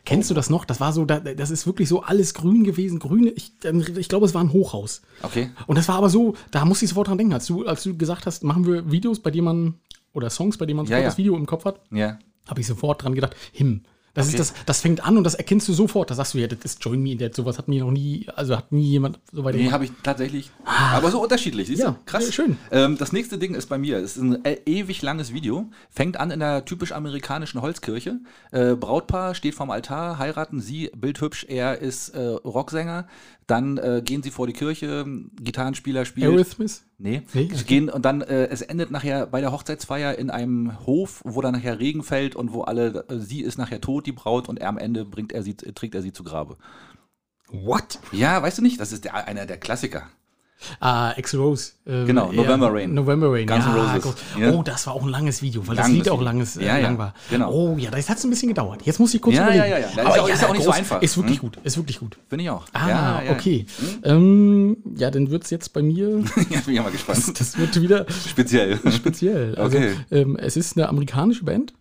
Speaker 3: Kennst du das noch? Das war so, da, das ist wirklich so alles grün gewesen. Grüne, ich, dann- ich glaube, es war ein Hochhaus.
Speaker 4: Okay.
Speaker 3: Und das war aber so, da musste ich sofort dran denken, als du, als du gesagt hast, machen wir Videos, bei denen man, oder Songs, bei denen man
Speaker 4: Ja,
Speaker 3: sofort
Speaker 4: ja.
Speaker 3: das Video im Kopf hat,
Speaker 4: Ja.
Speaker 3: habe ich sofort dran gedacht, him. Das, ist das, das fängt an und das erkennst du sofort. Da sagst du, ja, das ist Join Me in Dead. Sowas hat mir noch nie, also hat nie jemand so weit
Speaker 4: Nee,
Speaker 3: gemacht.
Speaker 4: habe ich tatsächlich. Aber so unterschiedlich, siehst
Speaker 3: Ah. Ja,
Speaker 4: du? Krass.
Speaker 3: ja, schön.
Speaker 4: Ähm, das nächste Ding ist bei mir. Es ist ein e- ewig langes Video. Fängt an in der typisch amerikanischen Holzkirche. Äh, Brautpaar steht vorm Altar, heiraten sie, bildhübsch, er ist äh, Rocksänger. Dann äh, gehen sie vor die Kirche, Gitarrenspieler spielt.
Speaker 3: Aerosmith?
Speaker 4: Nee.
Speaker 3: Nee,
Speaker 4: Sie
Speaker 3: okay.
Speaker 4: gehen und dann, äh, es endet nachher bei der Hochzeitsfeier in einem Hof, wo dann nachher Regen fällt und wo alle, äh, sie ist nachher tot, die Braut, und er am Ende bringt er sie, trägt er sie zu Grabe.
Speaker 3: What?
Speaker 4: Ja, weißt du nicht? Das ist der, einer der Klassiker.
Speaker 3: Ah, Ex Rose. ähm,
Speaker 4: Genau,
Speaker 3: ja,
Speaker 4: November Rain.
Speaker 3: November Rain.
Speaker 4: Guns N' Roses.
Speaker 3: groß.
Speaker 4: Ja.
Speaker 3: Oh, das war auch ein langes Video, weil
Speaker 4: Langes
Speaker 3: das Lied auch
Speaker 4: Video.
Speaker 3: langes äh,
Speaker 4: Ja, ja,
Speaker 3: lang war.
Speaker 4: genau.
Speaker 3: Oh ja, das hat es ein bisschen gedauert. Jetzt muss ich kurz
Speaker 4: Ja,
Speaker 3: überlegen.
Speaker 4: ja, ja, ja. Das
Speaker 3: Aber
Speaker 4: ist auch-
Speaker 3: ja,
Speaker 4: ist auch nicht so
Speaker 3: groß-
Speaker 4: einfach.
Speaker 3: Ist wirklich
Speaker 4: Hm?
Speaker 3: gut, ist wirklich gut.
Speaker 4: Finde ich auch.
Speaker 3: Ah,
Speaker 4: Ja, Hm? ja,
Speaker 3: okay. Ähm, ja, dann wird es jetzt bei mir,
Speaker 4: Ja, bin ich ja mal gespannt.
Speaker 3: das wird wieder
Speaker 4: Speziell.
Speaker 3: speziell. Also,
Speaker 4: Okay.
Speaker 3: ähm, es ist eine amerikanische Band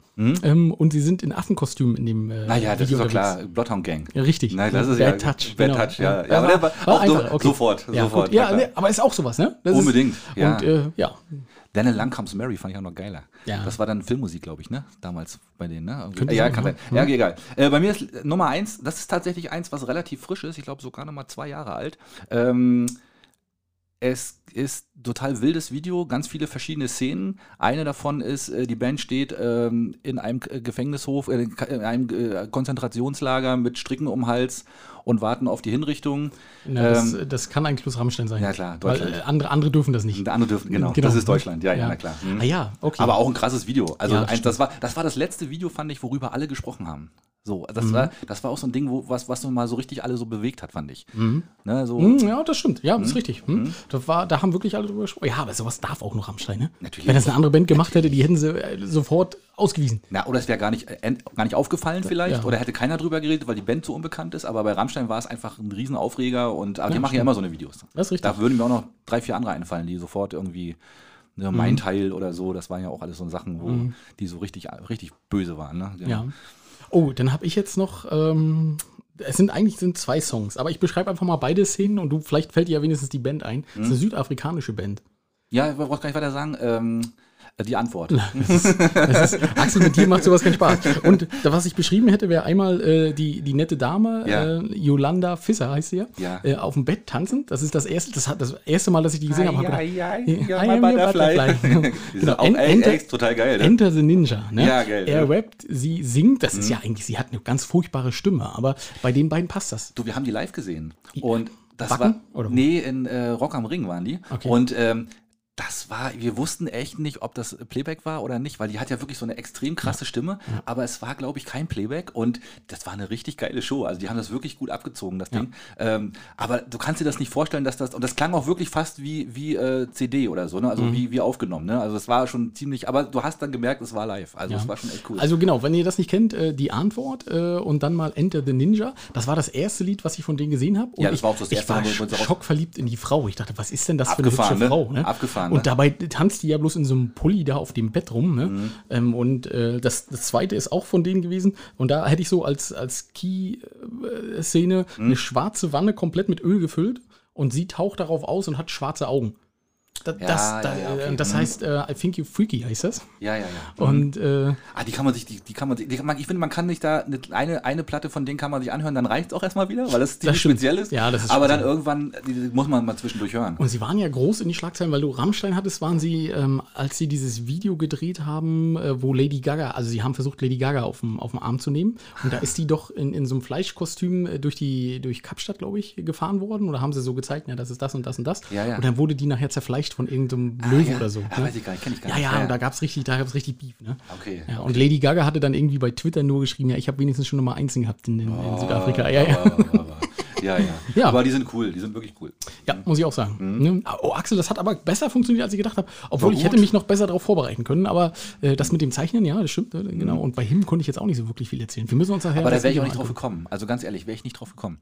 Speaker 3: ähm, und sie sind in Affenkostüm in dem äh,
Speaker 4: Naja, das
Speaker 3: Video
Speaker 4: ist doch
Speaker 3: unterwegs.
Speaker 4: klar. Bloodhound Gang.
Speaker 3: Ja, richtig.
Speaker 4: Nein, das ist
Speaker 3: Bad
Speaker 4: ja.
Speaker 3: Touch.
Speaker 4: Bad
Speaker 3: genau.
Speaker 4: Touch, ja. ja
Speaker 3: Ja,
Speaker 4: aber der war auch
Speaker 3: einfacher,
Speaker 4: so,
Speaker 3: okay.
Speaker 4: sofort.
Speaker 3: Ja,
Speaker 4: sofort.
Speaker 3: gut. ja
Speaker 4: na klar.
Speaker 3: nee, aber ist auch sowas, ne? Das
Speaker 4: Unbedingt,
Speaker 3: Ist,
Speaker 4: ja.
Speaker 3: Und äh, ja,
Speaker 4: Daniel Langkamps Mary fand ich auch noch geiler.
Speaker 3: Ja.
Speaker 4: Das war dann Filmmusik, glaube ich, ne? Damals bei denen, ne? Irgendwie-
Speaker 3: Könnte
Speaker 4: ja,
Speaker 3: sein, Hm.
Speaker 4: kann
Speaker 3: ja.
Speaker 4: sein. Ja, egal. Äh, bei mir ist äh, Nummer eins, das ist tatsächlich eins, was relativ frisch ist. Ich glaube sogar noch mal zwei Jahre alt. Ähm, Es ist total wildes Video, ganz viele verschiedene Szenen. Eine davon ist, äh, die Band steht ähm, in einem K- Gefängnishof, äh, in einem äh, Konzentrationslager mit Stricken um den Hals und warten auf die Hinrichtung.
Speaker 3: Na, das,
Speaker 4: Ähm,
Speaker 3: das kann eigentlich bloß Rammstein sein.
Speaker 4: Ja, klar,
Speaker 3: Weil,
Speaker 4: Deutschland.
Speaker 3: äh, andere, andere dürfen das nicht.
Speaker 4: Und andere dürfen, genau, das ist Deutschland, ja, ja, na klar. Mhm.
Speaker 3: Ah ja, okay.
Speaker 4: Aber auch ein krasses Video. Also
Speaker 3: Ja,
Speaker 4: ein,
Speaker 3: stimmt.
Speaker 4: das, war, das war das letzte Video, fand ich, worüber alle gesprochen haben. So, das,
Speaker 3: Mhm.
Speaker 4: war, das war auch so ein Ding, wo, was, was nun mal so richtig alle so bewegt hat, fand ich. Ne, so,
Speaker 3: Hm, ja, das stimmt. Ja,
Speaker 4: Mhm.
Speaker 3: ist richtig. Hm. Das war, da haben wirklich alle drüber gesprochen. Ja, aber sowas darf auch nur Rammstein, ne?
Speaker 4: Natürlich.
Speaker 3: Wenn das eine andere Band gemacht hätte, die hätten sie äh, sofort ausgewiesen.
Speaker 4: Na, oder es wäre gar nicht, äh, end- gar nicht aufgefallen vielleicht,
Speaker 3: Ja.
Speaker 4: oder hätte keiner drüber geredet, weil die Band so unbekannt ist, aber bei Rammstein war es einfach ein Riesenaufreger und aber die machen ja immer so eine Videos.
Speaker 3: Das ist richtig.
Speaker 4: Da würden mir auch noch drei, vier andere einfallen, die sofort irgendwie,
Speaker 3: Mhm.
Speaker 4: ne, mein Teil oder so, das waren ja auch alles so Sachen, wo die so richtig, richtig böse waren. Ne?
Speaker 3: Ja. Oh, dann habe ich jetzt noch. Ähm, es sind eigentlich sind zwei Songs, aber ich beschreibe einfach mal beide Szenen und du vielleicht fällt dir ja wenigstens die Band ein. Es ist eine
Speaker 4: Mhm.
Speaker 3: südafrikanische Band.
Speaker 4: Ja, man braucht gar nicht weiter sagen. Ähm, die Antwort.
Speaker 3: Das ist, Axel, mit dir macht sowas keinen Spaß. Und da, was ich beschrieben hätte, wäre einmal äh, die, die nette Dame,
Speaker 4: Ja.
Speaker 3: äh, Yolanda Fisser heißt sie ja,
Speaker 4: Ja.
Speaker 3: Äh, auf dem Bett tanzend. Das ist das erste, das, hat, das erste Mal, dass ich die gesehen habe. hab gedacht,
Speaker 4: ja,
Speaker 3: I am your butterfly.
Speaker 4: Die
Speaker 3: Genau,
Speaker 4: sind auch
Speaker 3: en-
Speaker 4: ey,
Speaker 3: enter-
Speaker 4: ey, ist total geil. Ne?
Speaker 3: Enter the Ninja. Ne?
Speaker 4: Ja, geil,
Speaker 3: Er
Speaker 4: ja. Mhm.
Speaker 3: rappt, sie singt. Das ist ja eigentlich, sie hat eine ganz furchtbare Stimme, aber bei den beiden passt das.
Speaker 4: Du, wir haben die live gesehen. Und das
Speaker 3: Wacken?
Speaker 4: war.
Speaker 3: Oder wo?
Speaker 4: nee, in äh, Rock am Ring waren die.
Speaker 3: Okay.
Speaker 4: Und ähm, das war, wir wussten echt nicht, ob das Playback war oder nicht, weil die hat ja wirklich so eine extrem krasse Stimme, aber es war, glaube ich, kein Playback und das war eine richtig geile Show. Also die haben das wirklich gut abgezogen, das Ding. Ähm, aber du kannst dir das nicht vorstellen, dass das, und das klang auch wirklich fast wie, wie äh, CD oder so, ne?
Speaker 3: Mhm.
Speaker 4: also wie, wie aufgenommen. Ne? Also es war schon ziemlich, aber du hast dann gemerkt, es war live. Also
Speaker 3: Ja.
Speaker 4: es war schon echt cool.
Speaker 3: Also genau, wenn ihr das nicht kennt, äh, die Antwort äh, und dann mal Enter the Ninja. Das war das erste Lied, was ich von denen gesehen habe. Und
Speaker 4: Ja, das
Speaker 3: ich,
Speaker 4: war auch das
Speaker 3: ich
Speaker 4: erste
Speaker 3: war
Speaker 4: Mal, wo wir uns auch-
Speaker 3: sch- schockverliebt in die Frau. Ich dachte, was ist denn das
Speaker 4: Abgefahren,
Speaker 3: für
Speaker 4: ne?
Speaker 3: eine hübsche Frau? Ne?
Speaker 4: Abgefahren,
Speaker 3: Und
Speaker 4: ne?
Speaker 3: dabei tanzt die ja bloß in so einem Pulli da auf dem Bett rum. Ne?
Speaker 4: Mhm.
Speaker 3: Ähm, und äh, das, das zweite ist auch von denen gewesen. Und da hätte ich so als, als Key-Szene
Speaker 4: Mhm.
Speaker 3: eine schwarze Wanne komplett mit Öl gefüllt. Und sie taucht darauf aus und hat schwarze Augen. Da,
Speaker 4: Ja,
Speaker 3: das,
Speaker 4: ja,
Speaker 3: da,
Speaker 4: ja, okay.
Speaker 3: und das
Speaker 4: Mhm.
Speaker 3: heißt, äh, I think you freaky heißt das.
Speaker 4: ja, ja, ja.
Speaker 3: Und äh,
Speaker 4: Ah, die kann man sich, die, die kann man sich, die kann man, ich finde, man kann nicht da eine, eine, eine Platte von denen kann man sich anhören, dann reicht es auch erstmal wieder, weil das ziemlich
Speaker 3: stimmt.
Speaker 4: speziell ist.
Speaker 3: Ja, das ist
Speaker 4: Aber
Speaker 3: speziell.
Speaker 4: dann irgendwann die, die muss man mal zwischendurch hören.
Speaker 3: Und sie waren ja groß in die Schlagzeilen, weil du Rammstein hattest, waren sie, ähm, als sie dieses Video gedreht haben, äh, wo Lady Gaga, also sie haben versucht, Lady Gaga auf dem auf dem Arm zu nehmen. Und da ist die doch in, in so einem Fleischkostüm äh, durch die durch Kapstadt, glaube ich, gefahren worden. Oder haben sie so gezeigt, ja, das ist das und das und das.
Speaker 4: Ja, ja.
Speaker 3: Und dann wurde die nachher zerfleischt von irgendeinem Löwen
Speaker 4: ja.
Speaker 3: oder so. Ne?
Speaker 4: Ah, weiß ich gar nicht, kenn ich gar
Speaker 3: ja,
Speaker 4: nicht.
Speaker 3: ja,
Speaker 4: Ja, ja.
Speaker 3: und da gab es richtig, da gab's richtig Beef. Ne?
Speaker 4: Okay.
Speaker 3: Ja, und Lady Gaga hatte dann irgendwie bei Twitter nur geschrieben, ja, ich habe wenigstens schon nochmal einzeln gehabt in, in, in
Speaker 4: Oh,
Speaker 3: Südafrika. Ja, ja.
Speaker 4: Aber, aber, ja, ja,
Speaker 3: Ja.
Speaker 4: Aber die sind cool, die sind wirklich cool.
Speaker 3: Ja, muss ich auch sagen.
Speaker 4: Mhm.
Speaker 3: Ne? Oh, Axel, das hat aber besser funktioniert, als ich gedacht habe. Obwohl
Speaker 4: Na
Speaker 3: ich
Speaker 4: gut.
Speaker 3: hätte mich noch besser darauf vorbereiten können, aber äh, das mit dem Zeichnen, ja, das stimmt. Ne? Genau. Und bei Him konnte ich jetzt auch nicht so wirklich viel erzählen. Wir müssen uns
Speaker 4: Mhm.
Speaker 3: nachher.
Speaker 4: Aber da
Speaker 3: das
Speaker 4: wäre ich auch
Speaker 3: Video
Speaker 4: nicht drauf
Speaker 3: angucken.
Speaker 4: gekommen. Also ganz ehrlich, wäre ich nicht drauf gekommen.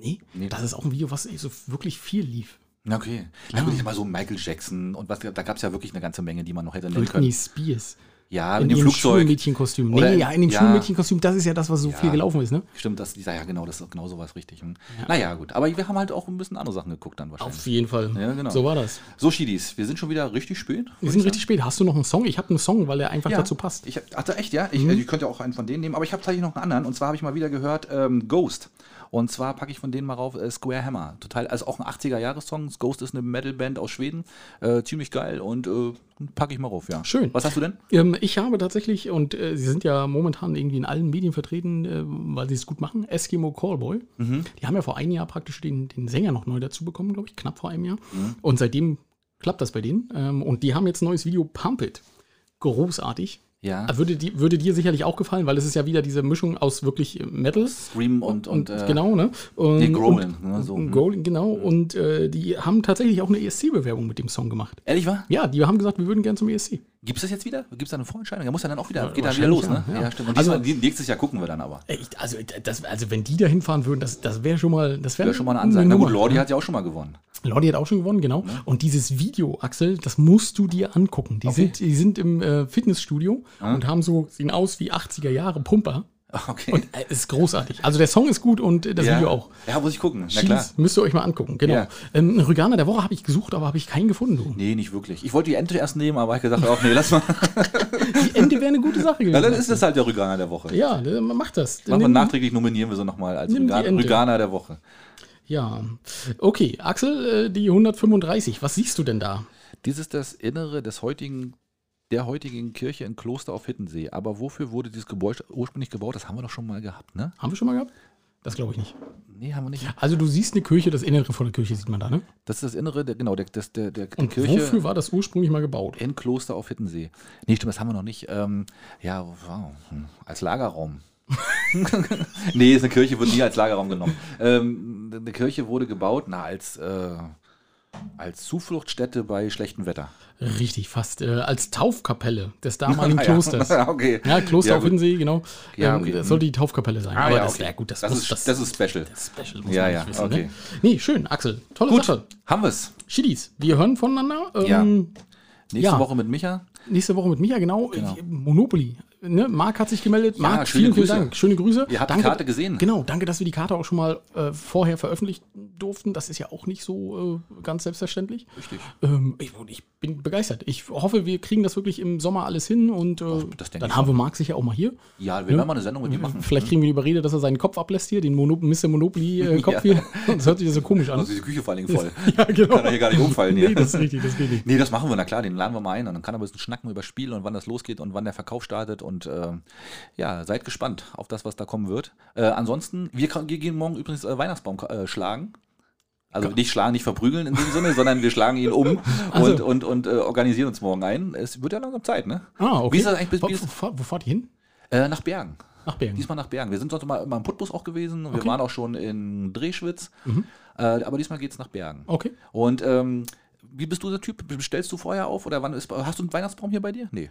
Speaker 3: Nee, das ist auch ein Video, was ey, so wirklich viel lief.
Speaker 4: Na, Okay.
Speaker 3: Ah.
Speaker 4: Da würde ich mal so Michael Jackson und was, da gab es ja wirklich eine ganze Menge, die man noch hätte nennen
Speaker 3: Britney
Speaker 4: können.
Speaker 3: Spears.
Speaker 4: Ja,
Speaker 3: in
Speaker 4: in dem
Speaker 3: ihrem
Speaker 4: Flugzeug.
Speaker 3: Schulmädchenkostüm.
Speaker 4: Oder
Speaker 3: Nee,
Speaker 4: in-
Speaker 3: ja, in dem
Speaker 4: ja.
Speaker 3: Schulmädchenkostüm, das ist ja das, was so viel gelaufen ist, ne?
Speaker 4: Stimmt, das, ja, ja, genau, das ist genau sowas richtig. Hm? Naja, gut. Aber wir haben halt auch ein bisschen andere Sachen geguckt dann wahrscheinlich.
Speaker 3: Auf jeden Fall.
Speaker 4: Ja, genau.
Speaker 3: So war das.
Speaker 4: So, Schiedis, wir sind schon wieder richtig spät.
Speaker 3: Wir sind richtig spät. Hast du noch einen Song? Ich habe einen Song, weil er einfach
Speaker 4: Ja.
Speaker 3: dazu passt. Mhm.
Speaker 4: Ich hab, hatte echt, ja. Ich, äh, ich könnte auch einen von denen nehmen, aber ich habe tatsächlich noch einen anderen. Und zwar habe ich mal wieder gehört ähm, Ghost. Und zwar packe ich von denen mal rauf äh, Square Hammer. Total, also auch ein 80er-Jahres-Song. Ghost ist eine Metal-Band aus Schweden. Äh, ziemlich geil und äh, packe ich mal rauf, ja.
Speaker 3: Schön.
Speaker 4: Was hast du denn?
Speaker 3: Ähm, ich habe tatsächlich, und äh, sie sind ja momentan irgendwie in allen Medien vertreten, äh, weil sie es gut machen, Eskimo Callboy.
Speaker 4: Mhm.
Speaker 3: Die haben ja vor einem Jahr praktisch den, den Sänger noch neu dazu bekommen, glaube ich, knapp vor einem Jahr.
Speaker 4: Mhm.
Speaker 3: Und seitdem klappt das bei denen. Ähm, und die haben jetzt ein neues Video, Pump It. Großartig. Äh,
Speaker 4: Ja.
Speaker 3: Würde, die, würde dir sicherlich auch gefallen, weil es ist ja wieder diese Mischung aus wirklich äh, Metal.
Speaker 4: Scream und. und, äh,
Speaker 3: genau, ne? Und,
Speaker 4: nee, Growlin,
Speaker 3: Und,
Speaker 4: ne, so,
Speaker 3: und
Speaker 4: hm.
Speaker 3: Growlin, genau. Und äh, die haben tatsächlich auch eine ESC-Bewerbung mit dem Song gemacht.
Speaker 4: Ehrlich war?
Speaker 3: Ja, die haben gesagt, wir würden gern zum E ESC.
Speaker 4: Gibt es das jetzt wieder? Gibt es da eine Vorentscheidung? Da muss ja dann auch wieder,
Speaker 3: Ja,
Speaker 4: geht dann wieder los, ne?
Speaker 3: wahrscheinlich, ja, ja.
Speaker 4: stimmt. Und
Speaker 3: Also-
Speaker 4: diesmal, die- nächstes Jahr gucken wir dann aber.
Speaker 3: Ey, Ich, also, das, also, wenn die da hinfahren würden, das, das wäre schon mal. Das wäre
Speaker 4: Wäre schon mal eine Ansage. Na gut,
Speaker 3: Nummer.
Speaker 4: Lordi hat ja auch schon mal gewonnen.
Speaker 3: Lordi hat auch schon gewonnen, genau. Und dieses Video, Axel, das musst du dir angucken. Die, sind, die sind im äh, Fitnessstudio und haben so, sehen aus wie 80er Jahre Pumper.
Speaker 4: Okay.
Speaker 3: Und äh, ist großartig. Also der Song ist gut und äh, das
Speaker 4: ja.
Speaker 3: Video auch.
Speaker 4: Ja, muss ich gucken. Na
Speaker 3: Schieds,
Speaker 4: klar.
Speaker 3: müsst ihr euch mal angucken, genau.
Speaker 4: Ja.
Speaker 3: Ähm, Rüganer der Woche habe ich gesucht, aber habe ich keinen gefunden. Du.
Speaker 4: Nee, nicht wirklich. Ich wollte die Ente erst nehmen, aber ich gesagt, ach nee, lass mal.
Speaker 3: Die Ente wäre eine gute Sache gewesen.
Speaker 4: Na, dann ist das halt der Rüganer der Woche.
Speaker 3: ja, äh, mach das.
Speaker 4: Machen wir
Speaker 3: Nimm-
Speaker 4: nachträglich nominieren wir sie nochmal als
Speaker 3: Nimm die
Speaker 4: Rügan-
Speaker 3: Ente.
Speaker 4: Rüganer der Woche.
Speaker 3: Ja. Okay, Axel, äh, die 135, was siehst du denn da?
Speaker 4: Dies ist das Innere des heutigen, der heutigen Kirche in Kloster auf Hittensee. Aber wofür wurde dieses Gebäude ursprünglich gebaut? Das haben wir doch schon mal gehabt, ne?
Speaker 3: Haben wir schon mal gehabt? Das glaube ich nicht.
Speaker 4: Nee, haben wir nicht.
Speaker 3: Also du siehst eine Kirche, das Innere von der Kirche sieht man da, ne?
Speaker 4: Das ist das Innere, der, genau, der, das, der, der, der
Speaker 3: Und
Speaker 4: Kirche
Speaker 3: wofür war das ursprünglich mal gebaut?
Speaker 4: in Kloster auf Hittensee. Nee, stimmt, das haben wir noch nicht. Ähm, ja, wow, hm, als Lagerraum. nee, ist eine Kirche, wird nie als Lagerraum genommen. Ähm, eine Kirche wurde gebaut, na, als, äh, als Zufluchtsstätte bei schlechtem Wetter.
Speaker 3: Richtig, fast. Äh, als Taufkapelle des damaligen
Speaker 4: Ah, ja.
Speaker 3: Klosters.
Speaker 4: Ja, okay.
Speaker 3: Ja, Kloster
Speaker 4: Ja,
Speaker 3: auf
Speaker 4: gut.
Speaker 3: Hiddensee, genau.
Speaker 4: Ja,
Speaker 3: ähm,
Speaker 4: okay.
Speaker 3: Das sollte die Taufkapelle sein.
Speaker 4: Ah,
Speaker 3: Aber
Speaker 4: ja,
Speaker 3: das,
Speaker 4: okay.
Speaker 3: ja, gut, das,
Speaker 4: Das
Speaker 3: muss,
Speaker 4: ist- das ist special.
Speaker 3: Das Special muss
Speaker 4: Ja,
Speaker 3: man
Speaker 4: ja,
Speaker 3: nicht wissen.
Speaker 4: okay.
Speaker 3: Ne? Nee, schön, Axel. Tolle
Speaker 4: Gut,
Speaker 3: Sache.
Speaker 4: haben wir es.
Speaker 3: Schiedis, wir hören voneinander.
Speaker 4: Ja.
Speaker 3: Ähm,
Speaker 4: Nächste
Speaker 3: Ja.
Speaker 4: Woche mit Micha.
Speaker 3: Nächste Woche mit Micha, genau.
Speaker 4: Genau.
Speaker 3: Äh, Monopoly. Ne? Marc hat sich gemeldet.
Speaker 4: Ja,
Speaker 3: Marc,
Speaker 4: schöne
Speaker 3: vielen, vielen
Speaker 4: Grüße.
Speaker 3: Dank. Schöne Grüße.
Speaker 4: Ihr habt die Karte gesehen.
Speaker 3: Genau, danke, dass wir die Karte auch schon mal äh, vorher veröffentlichen durften. Das ist ja auch nicht so äh, ganz selbstverständlich. Richtig. Ähm, ich, und ich bin begeistert. Ich hoffe, wir kriegen das wirklich im Sommer alles hin und äh,
Speaker 4: das denke ich
Speaker 3: dann haben wir Marc sicher auch mal hier.
Speaker 4: Ja, wir werden mal eine Sendung mit ihm machen.
Speaker 3: Vielleicht kriegen wir die überredet, dass er seinen Kopf ablässt hier, den Mono Mr. Monopoly-Kopf
Speaker 4: Ja.
Speaker 3: hier. Das hört sich so komisch an.
Speaker 4: Also die Küche vor allen Dingen voll.
Speaker 3: Ja, genau.
Speaker 4: Kann er hier gar nicht umfallen. hier.
Speaker 3: Nee, das ist richtig, das geht nicht.
Speaker 4: Nee, das machen wir, na klar, den laden wir mal ein und dann kann er ein bisschen schnacken über Spiel und wann das losgeht und wann der Verkauf startet und äh, ja, seid gespannt auf das, was da kommen wird. Äh, ansonsten, wir, kann- wir gehen morgen übrigens äh, Weihnachtsbaum äh, schlagen. Also nicht schlagen, nicht verprügeln in dem Sinne, sondern wir schlagen ihn um und, und, und äh, organisieren uns morgen ein. Es wird ja langsam Zeit, ne?
Speaker 3: Ah, okay.
Speaker 4: Wie ist das eigentlich?
Speaker 3: wo,
Speaker 4: Bis,
Speaker 3: wo,
Speaker 4: bis,
Speaker 3: fahr- wo fahrt ihr hin?
Speaker 4: äh, nach Bergen.
Speaker 3: Nach Bergen.
Speaker 4: Diesmal nach Bergen. Wir sind sonst mal immer im Putbus auch gewesen. Wir
Speaker 3: Okay.
Speaker 4: waren auch schon in Drehschwitz. Äh, aber diesmal geht's nach Bergen.
Speaker 3: Okay.
Speaker 4: Und ähm, wie bist du der Typ? Bestellst du vorher auf oder wann ist, hast du einen Weihnachtsbaum hier bei dir? Nee.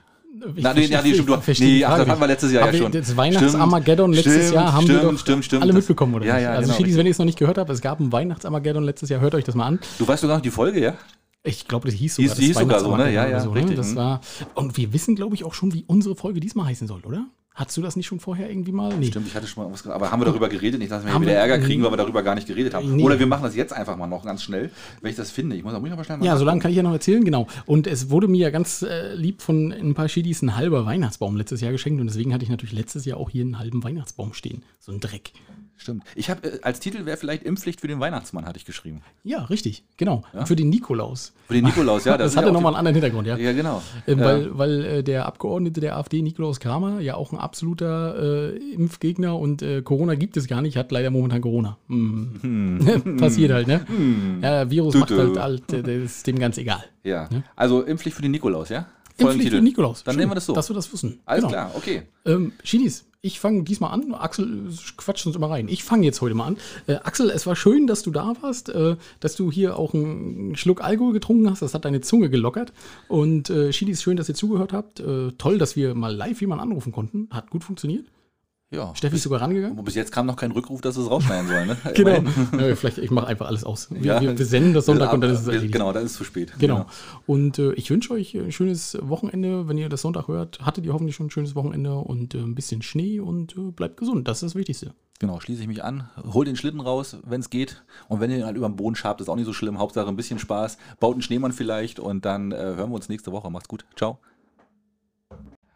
Speaker 3: Ich
Speaker 4: Na, nee, ja, nee,
Speaker 3: verstehe-
Speaker 4: stimmt, du,
Speaker 3: ich verstehe die
Speaker 4: nee, ach,
Speaker 3: Frage
Speaker 4: das hatten wir
Speaker 3: nicht.
Speaker 4: letztes Jahr
Speaker 3: Aber
Speaker 4: ja schon.
Speaker 3: Das Weihnachts-Armageddon
Speaker 4: Stimmt,
Speaker 3: letztes
Speaker 4: stimmt,
Speaker 3: Jahr haben
Speaker 4: stimmt,
Speaker 3: wir doch
Speaker 4: stimmt, stimmt,
Speaker 3: alle
Speaker 4: das-
Speaker 3: mitbekommen, oder
Speaker 4: Ja,
Speaker 3: nicht?
Speaker 4: ja,
Speaker 3: also
Speaker 4: genau,
Speaker 3: Schiedis,
Speaker 4: richtig.
Speaker 3: wenn ihr es noch nicht gehört habt, es gab ein Weihnachts-Armageddon letztes Jahr, hört euch das mal an.
Speaker 4: Du weißt sogar noch die Folge, ja?
Speaker 3: Ich glaube, das hieß
Speaker 4: Hieß-
Speaker 3: sogar
Speaker 4: hieß sogar so, ne?
Speaker 3: Weihnachts-Armageddon
Speaker 4: Ja,
Speaker 3: oder
Speaker 4: ja, richtig,
Speaker 3: Das
Speaker 4: mhm.
Speaker 3: war, und wir wissen, glaube ich, auch schon, wie unsere Folge diesmal heißen soll, oder? Hattest du das nicht schon vorher irgendwie mal? Nee.
Speaker 4: Stimmt, ich hatte schon mal was gesagt. Aber haben wir darüber geredet? Ich lasse mir hier
Speaker 3: Haben
Speaker 4: wieder
Speaker 3: wir-
Speaker 4: Ärger kriegen, weil wir darüber gar nicht geredet haben.
Speaker 3: Nee.
Speaker 4: Oder wir machen das jetzt einfach mal noch ganz schnell, wenn ich das finde. Ich muss, muss ich mal schnell mal
Speaker 3: Ja, so lange kann ich ja noch erzählen, genau. Und es wurde mir ja ganz äh, lieb von ein paar Schiedis ein halber Weihnachtsbaum letztes Jahr geschenkt und deswegen hatte ich natürlich letztes Jahr auch hier einen halben Weihnachtsbaum stehen. So ein Dreck.
Speaker 4: Stimmt. Ich habe äh, als Titel wäre vielleicht Impfpflicht für den Weihnachtsmann, hatte ich geschrieben.
Speaker 3: Ja, richtig, genau. Für den Nikolaus.
Speaker 4: Für den Nikolaus, ja.
Speaker 3: das
Speaker 4: sind
Speaker 3: hatte
Speaker 4: auch
Speaker 3: nochmal
Speaker 4: die-
Speaker 3: einen anderen Hintergrund, ja.
Speaker 4: Ja, genau.
Speaker 3: Ähm,
Speaker 4: Ja.
Speaker 3: Weil, weil äh, der Abgeordnete der AfD, Nikolaus Kramer, ja auch ein absoluter äh, Impfgegner und äh, Corona gibt es gar nicht, hat leider momentan Corona. Hm. Passiert halt, ne?
Speaker 4: Hm.
Speaker 3: Ja, Virus macht
Speaker 4: Tüte.
Speaker 3: halt, halt äh, das ist dem ganz egal.
Speaker 4: Ja. Also Impfpflicht für den Nikolaus, ja?
Speaker 3: Impfpflicht für Nikolaus.
Speaker 4: Dann
Speaker 3: Schön,
Speaker 4: nehmen wir das so.
Speaker 3: Dass wir das genau. wissen.
Speaker 4: Alles klar, okay.
Speaker 3: Ähm, Schinis, ich fange diesmal an. Axel äh, quatscht uns immer rein. Ich fange jetzt heute mal an. Äh, Axel, es war schön, dass du da warst, äh, dass du hier auch einen Schluck Alkohol getrunken hast. Das hat deine Zunge gelockert. Und äh, Schinis, schön, dass ihr zugehört habt. Äh, toll, dass wir mal live jemanden anrufen konnten. Hat gut funktioniert.
Speaker 4: Ja.
Speaker 3: Steffi ist sogar rangegangen.
Speaker 4: Bis jetzt kam noch kein Rückruf, dass es rausschneiden sollen, ne?
Speaker 3: Genau.
Speaker 4: Immerhin.
Speaker 3: Äh, vielleicht, ich mache einfach alles aus. Wir,
Speaker 4: Ja.
Speaker 3: wir, wir senden das Sonntag und dann ist es
Speaker 4: Wir-
Speaker 3: erledigt.
Speaker 4: Genau, dann ist es zu spät.
Speaker 3: Genau. Und äh, ich wünsche euch ein schönes Wochenende, wenn ihr das Sonntag hört. Hattet ihr hoffentlich schon ein schönes Wochenende und äh, ein bisschen Schnee und äh, bleibt gesund. Das ist das Wichtigste.
Speaker 4: Genau, schließe ich mich an, hol den Schlitten raus, wenn es geht. Und wenn ihr ihn halt über den Boden schabt, ist auch nicht so schlimm. Hauptsache ein bisschen Spaß. Baut einen Schneemann vielleicht und dann äh, hören wir uns nächste Woche. Macht's gut. Ciao.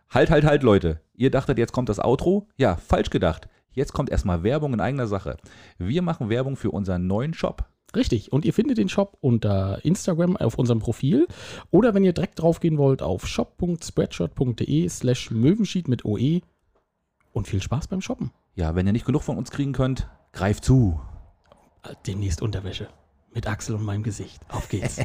Speaker 4: Halt, halt, halt, Leute. Ihr dachtet, jetzt kommt das Outro? Ja, falsch gedacht. Jetzt kommt erstmal Werbung in eigener Sache. Wir machen Werbung für unseren neuen Shop.
Speaker 3: Richtig. Und ihr findet den Shop unter Instagram auf unserem Profil. Oder wenn ihr direkt draufgehen wollt, auf shop.spreadshirt.de slash Möwenschied mit OE. Und viel Spaß beim Shoppen.
Speaker 4: Ja, wenn ihr nicht genug von uns kriegen könnt, greift zu.
Speaker 3: Demnächst Unterwäsche. Mit Axel und meinem Gesicht. Auf geht's.